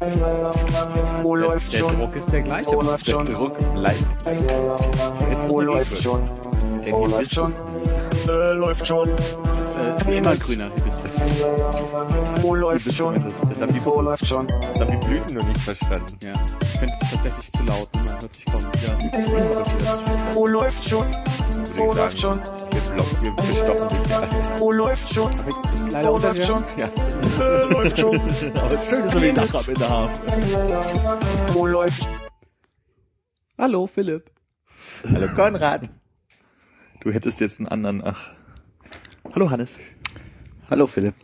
los. Wo läuft der, schon? Der Druck ist der gleiche. Wo läuft der schon? Druck bleibt gleich. Jetzt Wo nur die läuft Hilfe. schon? Der Wo läuft Hibiskus schon? Äh, läuft schon. ist äh, immer grüner Hibiskus. Wo läuft Hibiskus, schon? das ist- das haben die Wo Busses. läuft schon? Das haben die Blüten noch nicht verstanden. Ja. Ich finde es tatsächlich zu laut. ne? Man hört sich kaum. Ja. Wo läuft schon? Wo Würde ich läuft schon? sagen, wir blocken, wir wir stoppen den Kerl. Wo läuft schon? Das ist leider Wo läuft unterhört. schon? Ja. Äh, läuft schon. Aber schön ist die Nacht am Ende haben. Wo läuft? Hallo, Philipp. Hallo Konrad. Du hättest jetzt einen anderen, ach. Hallo Hannes. Hallo Philipp.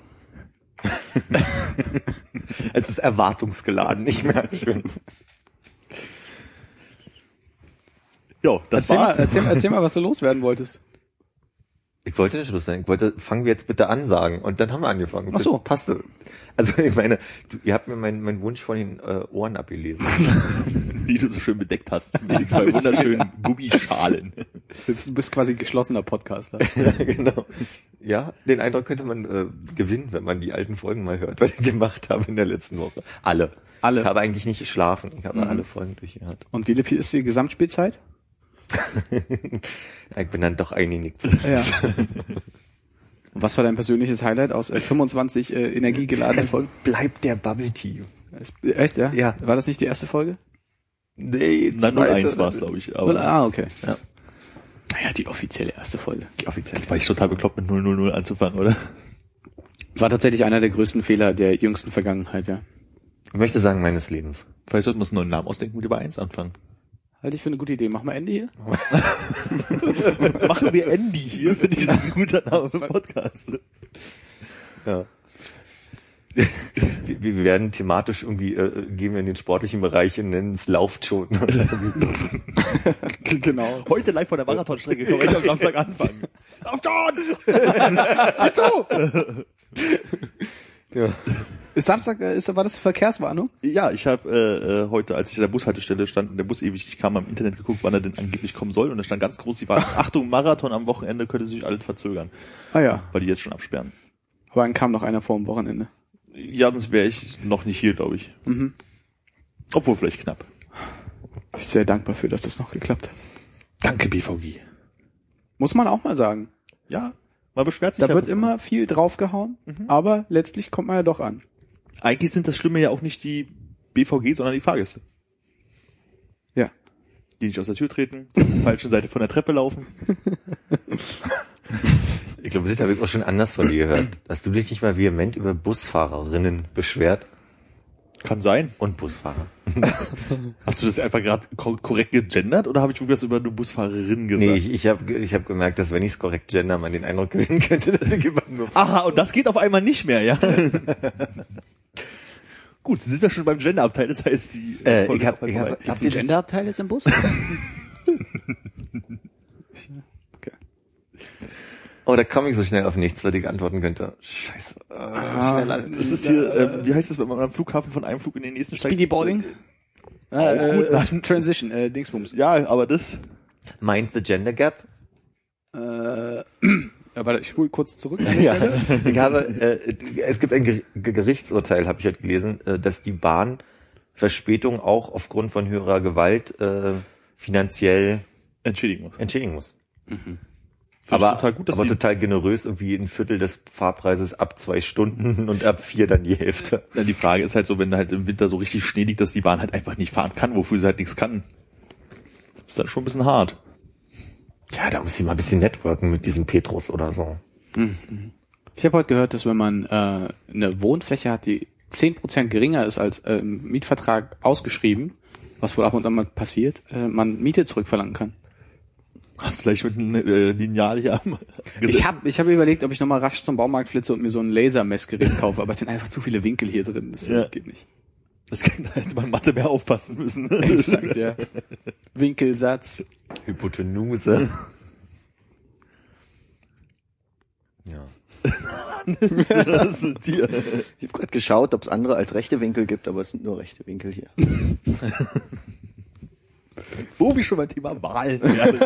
Es ist erwartungsgeladen, ich merke schon. Jo, das Erzähl mal, war's. erzähl, erzähl mal, was du loswerden wolltest. Ich wollte nicht Schluss sein. Ich wollte, fangen wir jetzt bitte an sagen. Und dann haben wir angefangen. Ach so. Das Passte. Also ich meine, du, ihr habt mir meinen meinen Wunsch von den äh, Ohren abgelesen. die du so schön bedeckt hast. Die zwei wunderschönen Gummischalen. Jetzt- Du bist quasi geschlossener Podcaster. ja, genau. Ja, den Eindruck könnte man äh, gewinnen, wenn man die alten Folgen mal hört, was ich gemacht habe in der letzten Woche. Alle. Alle. Ich habe eigentlich nicht geschlafen. Ich habe Mhm. alle Folgen durchgehört. Und wie viel ist die Gesamtspielzeit? Ich bin dann doch eingenickt. Ja. Und was war dein persönliches Highlight aus äh, 25 äh, energiegeladenen Folgen? bleibt der Bubble Tea. Es- Echt, ja? Ja. War das nicht die erste Folge? Nee, Na, zweite. 01 war es, glaube ich. Null- Aber ah, okay. Ja. Naja, die offizielle erste Folge. Die offizielle. war ich total bekloppt, mit 000 anzufangen, oder? Es war tatsächlich einer der größten Fehler der jüngsten Vergangenheit, ja. Ich möchte sagen, meines Lebens. Vielleicht sollten wir uns einen neuen Namen ausdenken und über 1 anfangen. Halte ich für eine gute Idee. Mach mal Ende hier. Machen wir Andy hier, finde ich, das ist ein guter Name für Podcast. Ja. Wir, wir werden thematisch irgendwie, äh, gehen wir in den sportlichen Bereich und nennen es Lauft schon. Genau. Heute live von der Marathonstrecke können wir nicht am Samstag anfangen. Auf John! Sieh zu! ja. Ist Samstag, äh, ist, war das Verkehrswarnung? Ja, ich habe äh, äh, heute, als ich an der Bushaltestelle stand und der Bus ewig nicht kam, am Internet geguckt, wann er denn angeblich kommen soll und da stand ganz groß, die waren, Achtung, Marathon am Wochenende könnte sich alles verzögern, Ah ja. weil die jetzt schon absperren. Aber dann kam noch einer vor dem Wochenende. Ja, sonst wäre ich noch nicht hier, glaube ich. Mhm. Obwohl vielleicht knapp. Bin ich sehr dankbar für, dass das noch geklappt hat. Danke, BVG. Muss man auch mal sagen. Ja, man beschwert sich Da ja wird was- immer viel draufgehauen, aber letztlich kommt man ja doch an. Eigentlich sind das Schlimme ja auch nicht die BVG, sondern die Fahrgäste. Ja. Die nicht aus der Tür treten, die auf der falschen Seite von der Treppe laufen. Ich glaube, das habe ich auch schon anders von dir gehört. Hast du dich nicht mal vehement über Busfahrerinnen beschwert? Kann sein. Und Busfahrer. Hast du das einfach gerade ko korrekt gegendert oder habe ich irgendwas über eine Busfahrerin gesagt? Nee, ich, ich habe ge- ich hab gemerkt, dass wenn ich es korrekt gender, man den Eindruck gewinnen könnte, dass ich immer nur... Aha, und das geht auf einmal nicht mehr, ja. Gut, sind wir schon beim Gender-Abteil, das heißt, die Äh, Folge ich ist habe auf ich einmal hab, vorbei. hab dir, Genderabteil jetzt im Bus? Oh, da komme ich so schnell auf nichts, was ich antworten könnte. Scheiße. Äh, Ah. schnell an. Das ist hier, äh, wie heißt das, wenn man am Flughafen von einem Flug in den nächsten steigt? Speedy Boarding? Auch Ah, gut, Äh, äh, nein. Transition, äh, Dingsbums. Ja, aber das, Mind the Gender Gap? Äh, aber ich spule kurz zurück. Ja. Ich habe, äh, es gibt ein Ger- Gerichtsurteil, habe ich heute gelesen, äh, dass die Bahn Verspätung auch aufgrund von höherer Gewalt äh, finanziell entschädigen muss. entschädigen muss. Finde ich aber total gut, dass aber die- total generös, irgendwie ein Viertel des Fahrpreises ab zwei Stunden und ab vier dann die Hälfte. Ja, die Frage ist halt so, wenn halt im Winter so richtig Schnee liegt, dass die Bahn halt einfach nicht fahren kann, wofür sie halt nichts kann. Ist dann schon ein bisschen hart. Ja, da muss ich mal ein bisschen networken mit diesem Petrus oder so. Ich habe heute gehört, dass wenn man äh, eine Wohnfläche hat, die 10% geringer ist als äh, im Mietvertrag ausgeschrieben, was wohl ab und an mal passiert, äh, man Miete zurückverlangen kann. Hast gleich mit einem äh, Lineal hier am Ich habe ich hab überlegt, ob ich nochmal rasch zum Baumarkt flitze und mir so ein Lasermessgerät kaufe, aber es sind einfach zu viele Winkel hier drin. Das Ja. geht nicht. Das kann halt bei Mathe mehr aufpassen müssen. Exakt, ja. Winkelsatz. Hypotenuse. ja. das ist dir. Ich habe gerade geschaut, ob es andere als rechte Winkel gibt, aber es sind nur rechte Winkel hier. Wo wir schon beim Thema Wahl wären.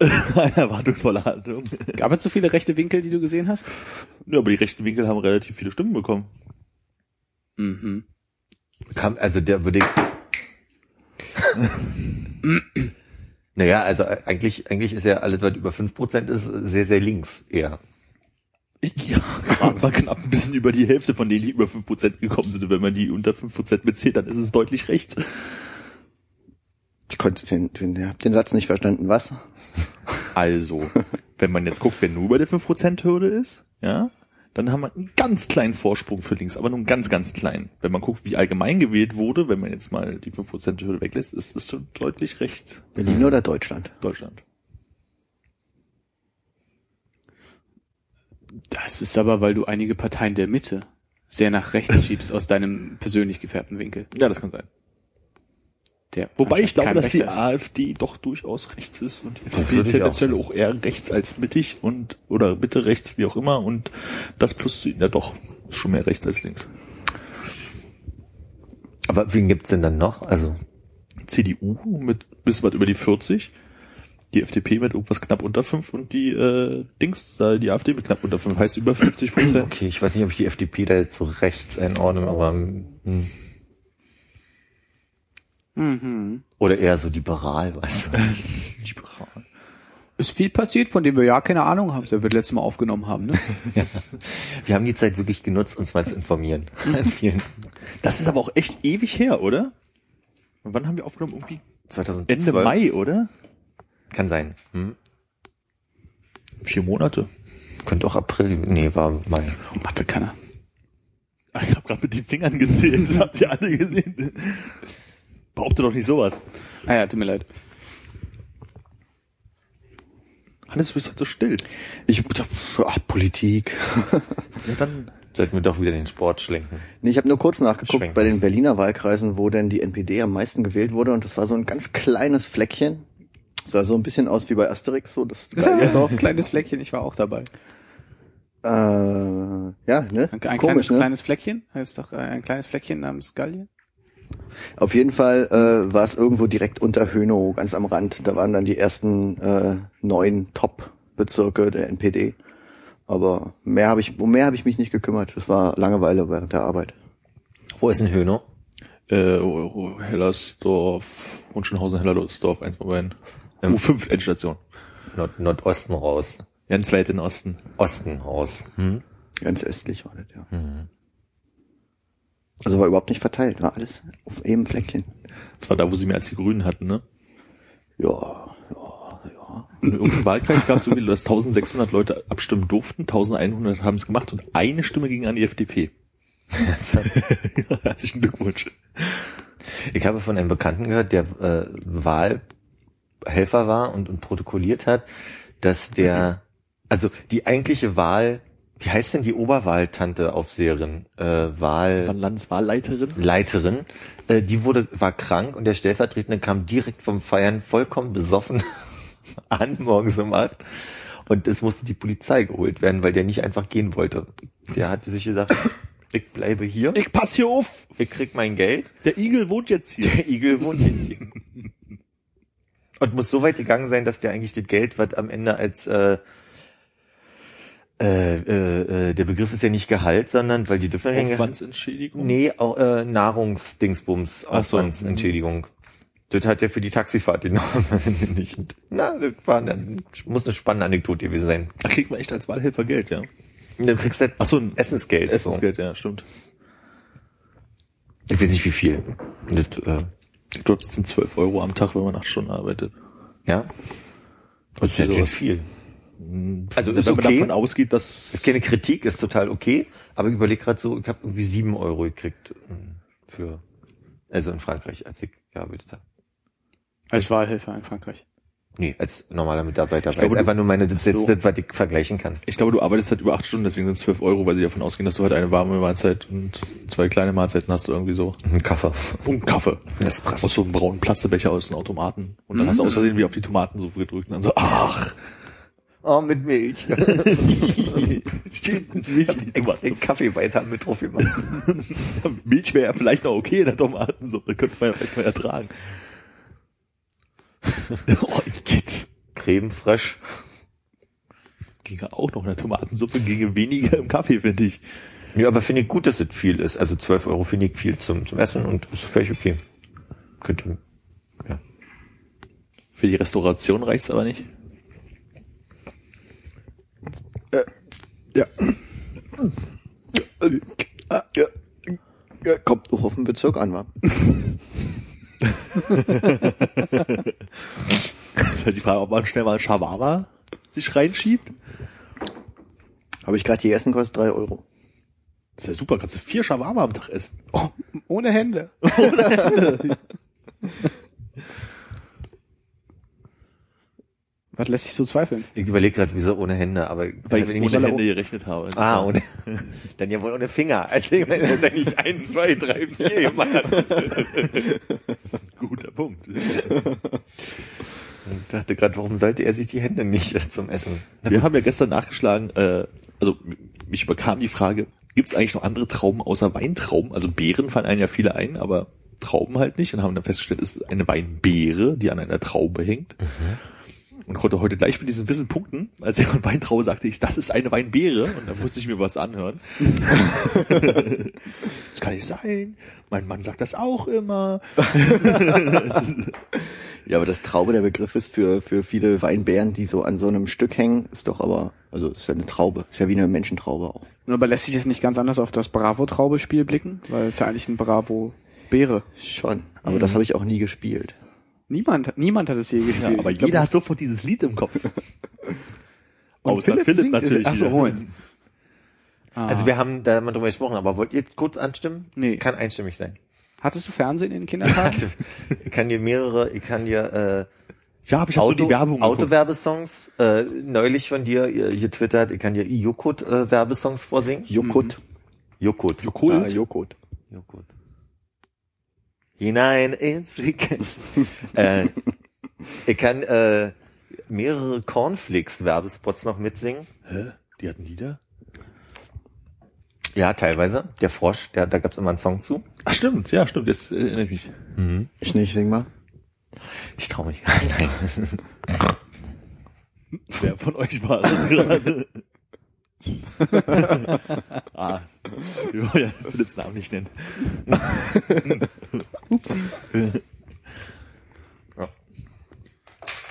Eine erwartungsvolle Handlung. Gab es so viele rechte Winkel, die du gesehen hast? Ja, aber die rechten Winkel haben relativ viele Stimmen bekommen. Mhm. Kam, also der würde. naja, also eigentlich, eigentlich ist ja alles, was über 5% ist, sehr, sehr links eher. Ja, gerade mal knapp ein bisschen über die Hälfte von denen, die über 5% gekommen sind. Und wenn man die unter 5% mitzählt, dann ist es deutlich rechts. Ich konnte den, den, ich hab den Satz nicht verstanden. Was? Also, wenn man jetzt guckt, wer nur bei der 5%-Hürde ist, ja, dann haben wir einen ganz kleinen Vorsprung für links, aber nur einen ganz, ganz kleinen. Wenn man guckt, wie allgemein gewählt wurde, wenn man jetzt mal die 5%-Hürde weglässt, ist es schon deutlich rechts Berlin oder Deutschland? Deutschland. Das ist aber, weil du einige Parteien der Mitte sehr nach rechts schiebst aus deinem persönlich gefärbten Winkel. Ja, das kann sein. Der Wobei ich anscheinend glaube, kein dass die rechter ist. AfD doch durchaus rechts ist und die Das FDP würde ich auch tendenziell auch, eher rechts als mittig und oder Mitte rechts, wie auch immer. Und das plus, ja doch, ist schon mehr rechts als links. Aber wen gibt's denn dann noch? Also, CDU mit bisschen was über die 40, die FDP mit irgendwas knapp unter 5 und die äh, Dings, da die AfD mit knapp unter 5, heißt über 50 Prozent. okay, ich weiß nicht, ob ich die FDP da jetzt so rechts einordne, aber hm. Mhm. oder eher so liberal, weißt du. Liberal. Ist viel passiert, von dem wir ja keine Ahnung haben, der wir das letzte Mal aufgenommen haben, ne? Wir haben die Zeit wirklich genutzt, uns mal zu informieren. Vielen. Das ist aber auch echt ewig her, oder? Und wann haben wir aufgenommen? Irgendwie 2012. Ende Mai, oder? Kann sein. Hm? Vier Monate. Könnte auch April, nee, war Mai. Oh, Mathe kann er. Ich habe gerade mit den Fingern gezählt, das habt ihr alle gesehen. Behaupte doch nicht sowas. Ah ja, tut mir leid. Hannes, du bist heute so still. Ich, ach, Politik. Ja, dann Sollten wir doch wieder den Sport schlenken. Nee, ich habe nur kurz nachgeguckt Schwenken. bei den Berliner Wahlkreisen, wo denn die NPD am meisten gewählt wurde und das war so ein ganz kleines Fleckchen. Sah so ein bisschen aus wie bei Asterix, so das äh, geile Dorf. Ein kleines Fleckchen, ich war auch dabei. Äh, ja, ne? Ein, ein Komisch, kleines, ne? kleines Fleckchen, heißt doch äh, ein kleines Fleckchen namens Gallien. Auf jeden Fall äh, war es irgendwo direkt unter Hönow, ganz am Rand. Da waren dann die ersten äh, neun Top-Bezirke der NPD. Aber mehr habe ich, um mehr habe ich mich nicht gekümmert. Das war Langeweile während der Arbeit. Wo ist ein Höhner? äh, oh, oh, Hellersdorf, Hunschenhausen, Hellersdorf, eins von beiden. Ähm. U5 Endstation. Nord Nordosten raus. Ganz weit in den Osten. Osten raus. Hm? Ganz östlich war das, ja. Also war überhaupt nicht verteilt, war alles auf eben Fleckchen. Das war da, wo sie mehr als die Grünen hatten, ne? Ja, In irgendeinem Wahlkreis gab es irgendwie, dass 1600 Leute abstimmen durften, 1100 haben es gemacht und eine Stimme ging an die FDP. Herzlichen Glückwunsch. Ich habe von einem Bekannten gehört, der äh, Wahlhelfer war und, und protokolliert hat, dass der, also die eigentliche Wahl, wie heißt denn die Oberwahltante Aufseherin? Äh, Dann Wahlleiterin, Landeswahlleiterin. äh, die wurde, war krank und der Stellvertretende kam direkt vom Feiern vollkommen besoffen an, morgens um acht. Und es musste die Polizei geholt werden, weil der nicht einfach gehen wollte. Der hatte sich gesagt, ich bleibe hier, Ich pass hier auf! ich krieg mein Geld. Der Igel wohnt jetzt hier. Der Igel wohnt jetzt hier. Und muss so weit gegangen sein, dass der eigentlich das Geld, was am Ende als äh, äh, äh, äh, der Begriff ist ja nicht Gehalt, sondern weil die dürfen ja kein Gehalt- Aufwandsentschädigung? Nee, au- äh, Nahrungsdingsbums, Ach so. Aufwandsentschädigung. Das hat er für die Taxifahrt genommen. Nicht- Na, das war eine, muss eine spannende Anekdote gewesen sein. Da kriegt man echt als Wahlhelfer Geld, ja. Und dann kriegst du halt Ach so, ein Essensgeld. Essensgeld, ja, stimmt. So. Ich weiß nicht wie viel. Das, äh, Ich glaube, das sind 12 Euro am Tag, wenn man acht Stunden arbeitet. ja. Das ist ganz schön viel. Also Also ist wenn man okay. davon ausgeht, dass... Ist keine Kritik, ist total okay, aber ich überlege gerade so, ich habe irgendwie sieben Euro gekriegt ähm, für, also in Frankreich, als ich gearbeitet habe. Als Wahlhelfer in Frankreich. Nee, als normaler Mitarbeiter, weil glaube, es du- einfach nur meine, das, Ach so. ist das, was ich vergleichen kann. Ich glaube, du arbeitest halt über acht Stunden, deswegen sind es 12 Euro, weil sie davon ausgehen, dass du halt eine warme Mahlzeit und zwei kleine Mahlzeiten hast du irgendwie so. Ein Kaffee. Und einen Kaffee. Espresso. Aus so einem braunen Plastebecher aus einem Automaten. Und dann hast du aus Versehen wie auf die Tomatensuppe gedrückt und dann so, ach, Oh, mit Milch. Ah, stimmt, Milch. ich den Kaffee weiter mit drauf gemacht. Milch wäre ja vielleicht noch okay in der Tomatensuppe, könnte man ja vielleicht mal ertragen. oh, ich geht's. Creme fraiche. Ginge auch noch eine Tomatensuppe, ginge weniger im Kaffee, finde ich. Ja, aber finde ich gut, dass es viel ist. Also 12 Euro finde ich viel zum, zum Essen und ist völlig okay. Könnte, ja. Für die Restauration reicht's aber nicht. Ja. ja. ja. Kommt auch auf den Bezirk an, wa? Ist halt die Frage, ob man schnell mal einen Shawarma sich reinschiebt. Habe ich gerade gegessen, kostet drei Euro. Das ist ja super, kannst du vier Shawarma am Tag essen. Ohne Hände. Was lässt sich so zweifeln? Ich überlege gerade, wieso ohne Hände, aber Weil ich wenn ohne dann- Hände gerechnet habe. Ah, ohne. Dann ja wohl ohne Finger. Also ich meine, wenn ich eins, zwei, drei, vier gemacht Guter Punkt. Ich dachte gerade, warum sollte er sich die Hände nicht zum Essen? Wir haben ja gestern nachgeschlagen, äh, also mich überkam die Frage, gibt es eigentlich noch andere Trauben außer Weintrauben? Also Beeren fallen einem ja viele ein, aber Trauben halt nicht und haben dann festgestellt, es ist eine Weinbeere, die an einer Traube hängt. Mhm. Und konnte heute gleich mit diesen Wissen punkten, als jemand Weintraube sagte ich, das ist eine Weinbeere und dann musste ich mir was anhören. das kann nicht sein. Mein Mann sagt das auch immer. Das ist- Ja, aber das Traube der Begriff ist für, für viele Weinbären, die so an so einem Stück hängen, ist doch aber, also ist ja eine Traube. Ist ja wie eine Menschentraube auch. Nur aber lässt sich jetzt nicht ganz anders auf das Bravo-Traube-Spiel blicken, weil es ja eigentlich ein Bravo-Beere. Schon. Aber das habe ich auch nie gespielt. Niemand, niemand hat es je gespielt. ja, aber Ich glaub, jeder das- hat sofort dieses Lied im Kopf. Und Außer Philipp, singt es- natürlich. Ach so, wieder. Moment. Ah. Also wir haben da mal drüber gesprochen, aber wollt ihr kurz anstimmen? Nee. Kann einstimmig sein. Also, Hattest du Fernsehen in den Kindertagen? Ich kann dir mehrere, ich kann dir Ja, aber äh, ich habe Auto, die Werbung geguckt. Autowerbesongs, äh, neulich von dir äh, getwittert, ich kann dir Joghurt äh, Werbesongs vorsingen. Mhm. Jokut. Joghurt. Ah, Joghurt. Jokut. Joghurt. Hinein ins Weekend. äh, ich kann äh, mehrere Cornflakes-Werbespots noch mitsingen. Hä? Die hatten Lieder? Ja, teilweise. Der Frosch, der, da gab es immer einen Song zu. Ach stimmt, ja, stimmt, jetzt äh, erinnere ich mich. Ich nicht, sing mal. Ich traue mich. Nein. Wer von euch war das gerade? ah, wir wollen ja Philipps Namen nicht nennen. Upsi.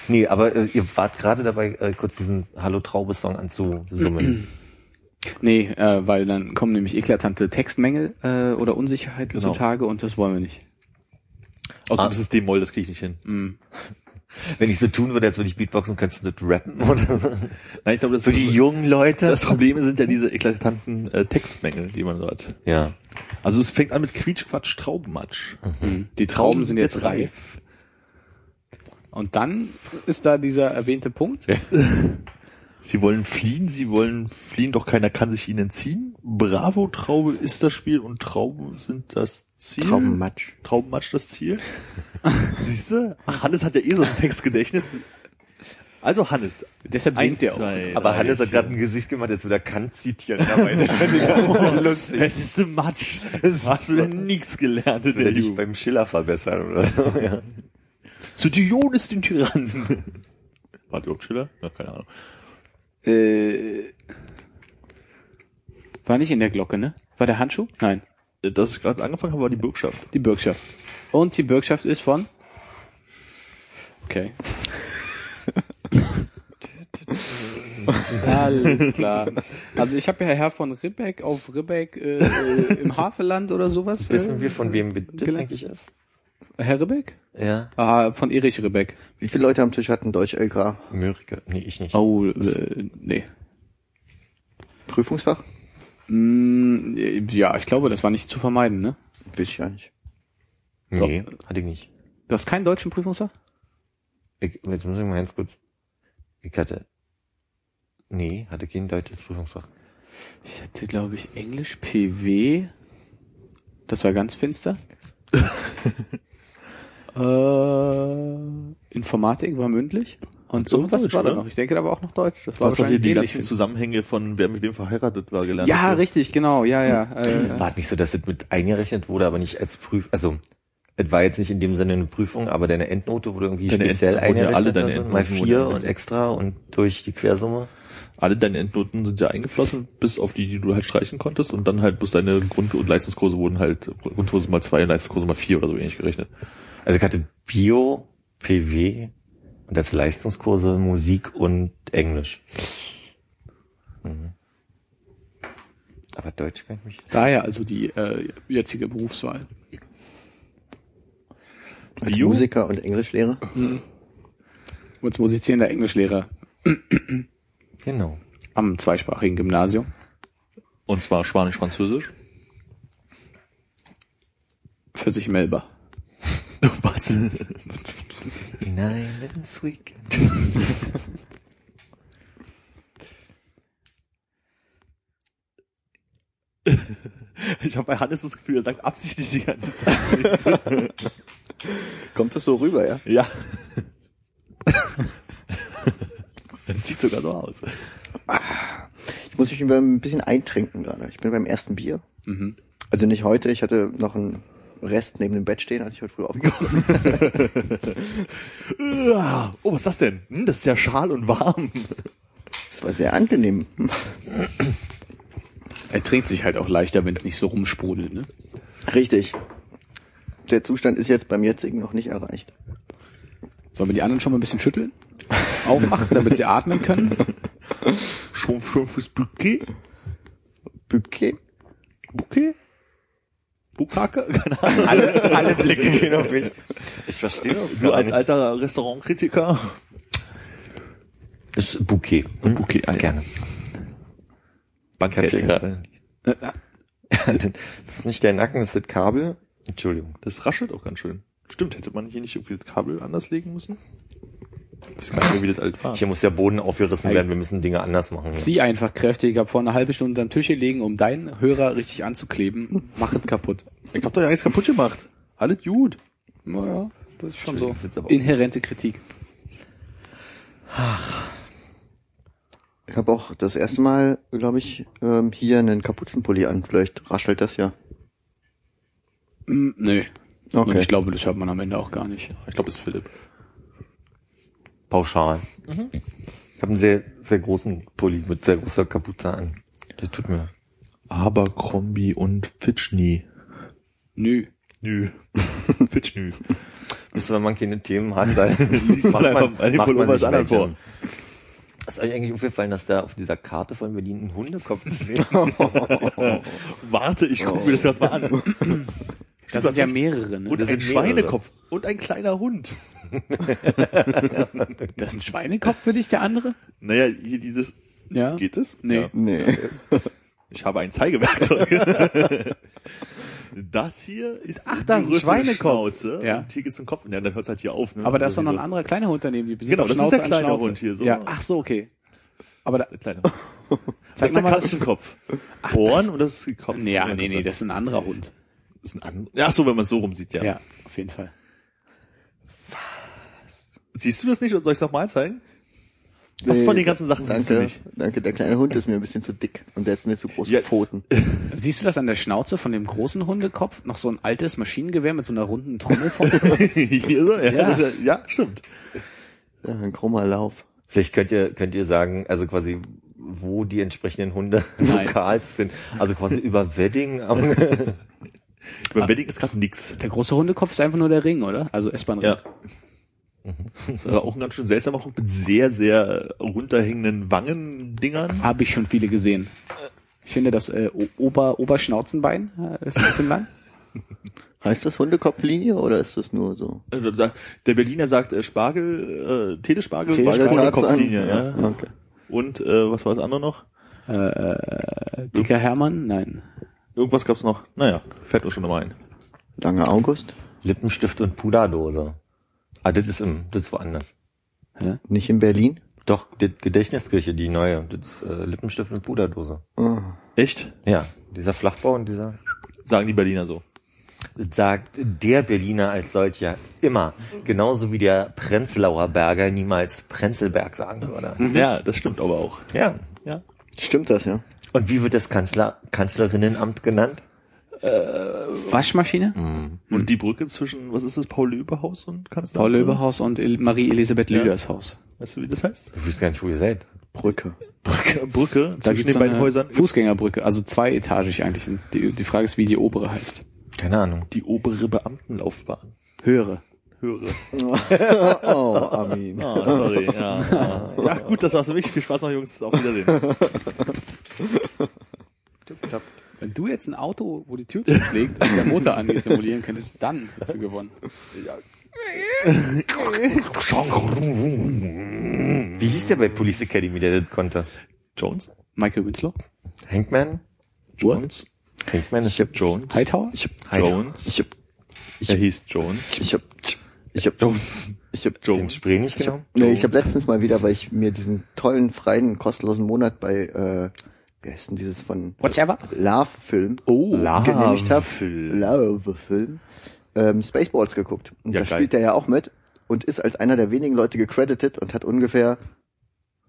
Nee, aber äh, ihr wart gerade dabei, äh, kurz diesen Hallo Traube-Song anzusummen. nee, äh, weil dann kommen nämlich eklatante Textmängel äh, oder Unsicherheiten Genau. zutage und das wollen wir nicht. Außerdem Ah. ist es D-Moll, das kriege ich nicht hin. Mm. Wenn ich so tun würde, als würde ich Beatboxen, könntest du das rappen oder so. Nein, ich glaube, das, Für die jungen Leute. das Problem sind ja diese eklatanten äh, Textmängel, die man so hat. ja. Also es fängt an mit Quietsch, Quatsch, Traubenmatsch. Mm. Die Trauben sind jetzt reif. Und dann ist da dieser erwähnte Punkt. Sie wollen fliehen, sie wollen fliehen, doch keiner kann sich ihnen ziehen. Bravo, Traube ist das Spiel und Trauben sind das Ziel. Traubenmatsch. Traubenmatsch das Ziel. Siehst du? Ach, Hannes hat ja eh so ein Textgedächtnis. Also Hannes. Deshalb singt er auch. zwei, Aber drei, Hannes hat vier. gerade ein Gesicht gemacht, jetzt wieder Kant zitieren dabei. Das fand ich auch so lustig. Es ist ein Matsch. Hast du denn nichts gelernt in Will der er dich Jugend? beim Schiller verbessern oder so. Ja. Zu Dion ist den Tyrannen. War Dion Schiller? Ja, keine Ahnung. Äh, war nicht in der Glocke, ne? War der Handschuh? Nein, Das ist gerade angefangen, war die Bürgschaft. die Bürgschaft. Und die Bürgschaft ist von? Okay. Alles klar. Also ich habe ja Herr von Ribbeck auf Ribbeck äh, äh, im Havelland oder sowas. Wissen äh, wir, von wem das eigentlich ist? Herr Ribbeck? Ja. Ah, von Erich Ribbeck. Wie viele Leute am Tisch hatten Deutsch-LK? Mörike. Nee, ich nicht. Oh, äh, nee. Prüfungsfach? Mm, ja, ich glaube, das war nicht zu vermeiden, ne? Wiss ich ja nicht. Nee, hatte ich nicht. Du hast keinen deutschen Prüfungsfach? Ich, jetzt muss ich mal ganz kurz. Ich hatte. Nee, hatte kein deutsches Prüfungsfach. Ich hatte, glaube ich, Englisch PW. Das war ganz finster. äh, Informatik war mündlich. Und so, irgendwas Deutsch, war da oder? noch. Ich denke da war auch noch Deutsch. Das Du hast doch hier die wahrscheinlich ganzen ähnlich. Zusammenhänge von wer mit wem verheiratet war gelernt. Ja, Hast du- richtig, genau. Ja, ja. Äh, Hm. War es nicht so, dass das mit eingerechnet wurde, aber nicht als Prüf, also Es war jetzt nicht in dem Sinne eine Prüfung, aber deine Endnote wurde irgendwie Deine speziell Endnoten wurden ja eingerechnet. alle deine und so, mal Endnoten vier wurden ja und extra und durch die Quersumme. Alle deine Endnoten sind ja eingeflossen, bis auf die, die du halt streichen konntest und dann halt bloß deine Grund- und Leistungskurse wurden halt Grundkurse mal zwei und Leistungskurse mal vier oder so ähnlich gerechnet. Also ich hatte Bio, PW und als Leistungskurse Musik und Englisch. Mhm. Aber Deutsch kann ich mich. Daher also die äh, jetzige Berufswahl. Als Bio? Musiker und Englischlehrer. Und als musizierender Englischlehrer Genau. am zweisprachigen Gymnasium. Und zwar Spanisch-Französisch. Für sich Melba. Was? Nein, ins Weekend. Ich habe bei Hannes das Gefühl, er sagt absichtlich die ganze Zeit. Kommt das so rüber, ja? ja. Dann sieht sogar so aus. Ich muss mich über ein bisschen eintrinken gerade. Ich bin beim ersten Bier. Mhm. Also nicht heute, ich hatte noch einen Rest neben dem Bett stehen, als ich heute früh aufgekommen bin. Uah. Oh, was ist das denn? Hm, das ist ja schal und warm. Das war sehr angenehm. Er trinkt sich halt auch leichter, wenn es nicht so rumsprudelt. Ne? Richtig. Der Zustand ist jetzt beim jetzigen noch nicht erreicht. Sollen wir die anderen schon mal ein bisschen schütteln? Aufmachen, damit sie atmen können? Schon, schon fürs Bouquet? Bouquet? Bouquet? Bukake? Keine Ahnung. Alle, alle Blicke gehen auf mich. Ich verstehe. auch Du gar als nicht. alter Restaurantkritiker. Ist Bouquet. Ein Bouquet, ah, ja. Gerne. Bankett. gerade. Äh, äh, Das ist nicht der Nacken, das ist das Kabel. Entschuldigung. Das raschelt auch ganz schön. Stimmt, hätte man hier nicht irgendwie das Kabel anders legen müssen? Ich weiß gar nicht mehr, wie das alt war. Hier muss der Boden aufgerissen Ei. werden. Wir müssen Dinge anders machen. Zieh einfach kräftiger vor einer halben Stunde am Tische legen, um deinen Hörer richtig anzukleben. Mach es kaputt. Ich hab doch ja nichts kaputt gemacht. Alles gut. Naja, das ist schon so. Entschuldigung, das ist aber auch- Inhärente Kritik. Ich habe auch das erste Mal, glaube ich, ähm, hier einen Kapuzenpulli an. Vielleicht raschelt das ja. Hm, nö. Und Okay. ich glaube, das hört man am Ende auch gar nicht. Ich glaube, es ist Philipp. Pauschal. Ich habe einen sehr, sehr großen Pulli mit sehr großer Kapuze an. Das tut mir. Abercrombie und Fitchny. Nö. Nü. Fitchnü. Wisst ihr, wenn man keine Themen hat, dann Liest man einfach mal den Pullover des anderen welche. vor. Ist euch eigentlich aufgefallen, dass da auf dieser Karte von Berlin ein Hundekopf zu sehen Warte, ich Oh. gucke mir das gerade mal an. Das sind ja mehrere, ne? Und Das ein sind mehrere. Schweinekopf. Und ein kleiner Hund. Das ist ein Schweinekopf für dich, der andere? Naja, hier dieses... Ja. Geht es? Nee. Ja. Nee. Ich habe ein Zeigewerkzeug. das hier ist Ach, die da ist ein größere Schweinekopf. Schnauze. Ja. Und hier geht's zum Kopf. Ja, dann hört's halt hier auf. Ne? Aber da ist doch Also noch ein hier so- anderer kleiner Hund daneben, die besiegt Genau, das ist Schnauze der an kleine Schnauze. Hund hier, so. Ja, ach so, okay. Aber da, Der kleine. Das zeig ist der nochmal das. Katzenkopf. Ohren und das ist die Kopf. Nee, ja, nee, nee, das ist ein anderer Hund. ist ein an Ja, ach so, wenn man es so rumsieht, ja. Ja, auf jeden Fall. Siehst du das nicht und soll ich es nochmal zeigen? Was von den ganzen Sachen siehst du Äh, Danke, nicht? danke. Der kleine Hund ist mir ein bisschen zu dick und der ist mir zu große Ja. Pfoten. Siehst du das an der Schnauze von dem großen Hundekopf? Noch so ein altes Maschinengewehr mit so einer runden Trommel vorne? Hier so, ja. Ja. ja. stimmt. Ja, ein krummer Lauf. Vielleicht könnt ihr, könnt ihr sagen, also quasi, wo die entsprechenden Hunde Nein. Lokals finden. Also quasi über Wedding am, Ah. Beim Wedding ist gerade nix. der große Hundekopf ist einfach nur der Ring, oder? Also S-Bahn-Ring. Ja. Mhm. Das ist aber auch ein ganz schön seltsamer Hund mit sehr, sehr runterhängenden Wangendingern. Habe ich schon viele gesehen. Ich finde das äh, O- Ober Oberschnauzenbein äh, ist ein bisschen lang. Heißt das Hundekopflinie oder ist das nur so? Also da- Der Berliner sagt äh, Spargel, äh, Telespargel, Telespargel, Spargel- Tarzan? Kopflinie, ja. Okay. Und äh, was war das andere noch? Äh, Dicker Hermann? Nein. Irgendwas gab's noch. Naja, fällt mir schon immer ein. Langer August? Lippenstift und Puderdose. Ah, das ist im, das ist woanders. Nicht in Berlin? Doch, die Gedächtniskirche, die neue. Das ist äh, Lippenstift und Puderdose. Ah. Echt? Ja, dieser Flachbau und dieser. Sagen die Berliner so. Das sagt der Berliner als solcher immer. Genauso wie der Prenzlauer Berger niemals Prenzelberg sagen würde. Ja, das stimmt aber auch. Ja. Ja. Stimmt das, ja? Und wie wird das Kanzler, Kanzlerinnenamt genannt? Waschmaschine? Mhm. Und die Brücke zwischen, was ist das, Paul-Löbe-Haus und Kanzler? Paul Löbehaus und El Marie-Elisabeth Ja. Lüders Haus. Weißt du, wie das heißt? Ich wüsste gar nicht, wo ihr seid. Brücke. Brücke, Brücke Da zwischen gibt's den so beiden eine Häusern. gibt's Fußgängerbrücke, also zweietagig eigentlich. Die, die Frage ist, wie die obere heißt. Keine Ahnung. Die obere Beamtenlaufbahn. Höhere. Höre. Oh, Armin. Ah, sorry. Ja, ja. ja, gut, das war's für mich. Viel Spaß noch, Jungs. Auf Wiedersehen. Wenn du jetzt ein Auto, wo die Tür zufliegt und der Motor angeht, simulieren könntest, dann hättest du gewonnen. Wie hieß der bei Police Academy, der das konnte? Jones? Michael Winslow? Hankman? Jones? Hankman ist Jones? Hightower? Ich hab, Jones? ich hab, Er hieß Jones. ich hab, ich hab, Jones. ich hab, den Spray nicht genommen? nee, ich hab letztens mal wieder, weil ich mir diesen tollen, freien, kostenlosen Monat bei, äh, wie heißt denn dieses von Whatever? Love-Film Oh, genehmigt habe. Love-Film. Love-Film. Ähm, Spaceballs geguckt. Und Ja, da geil. spielt er ja auch mit und ist als einer der wenigen Leute gecredited und hat ungefähr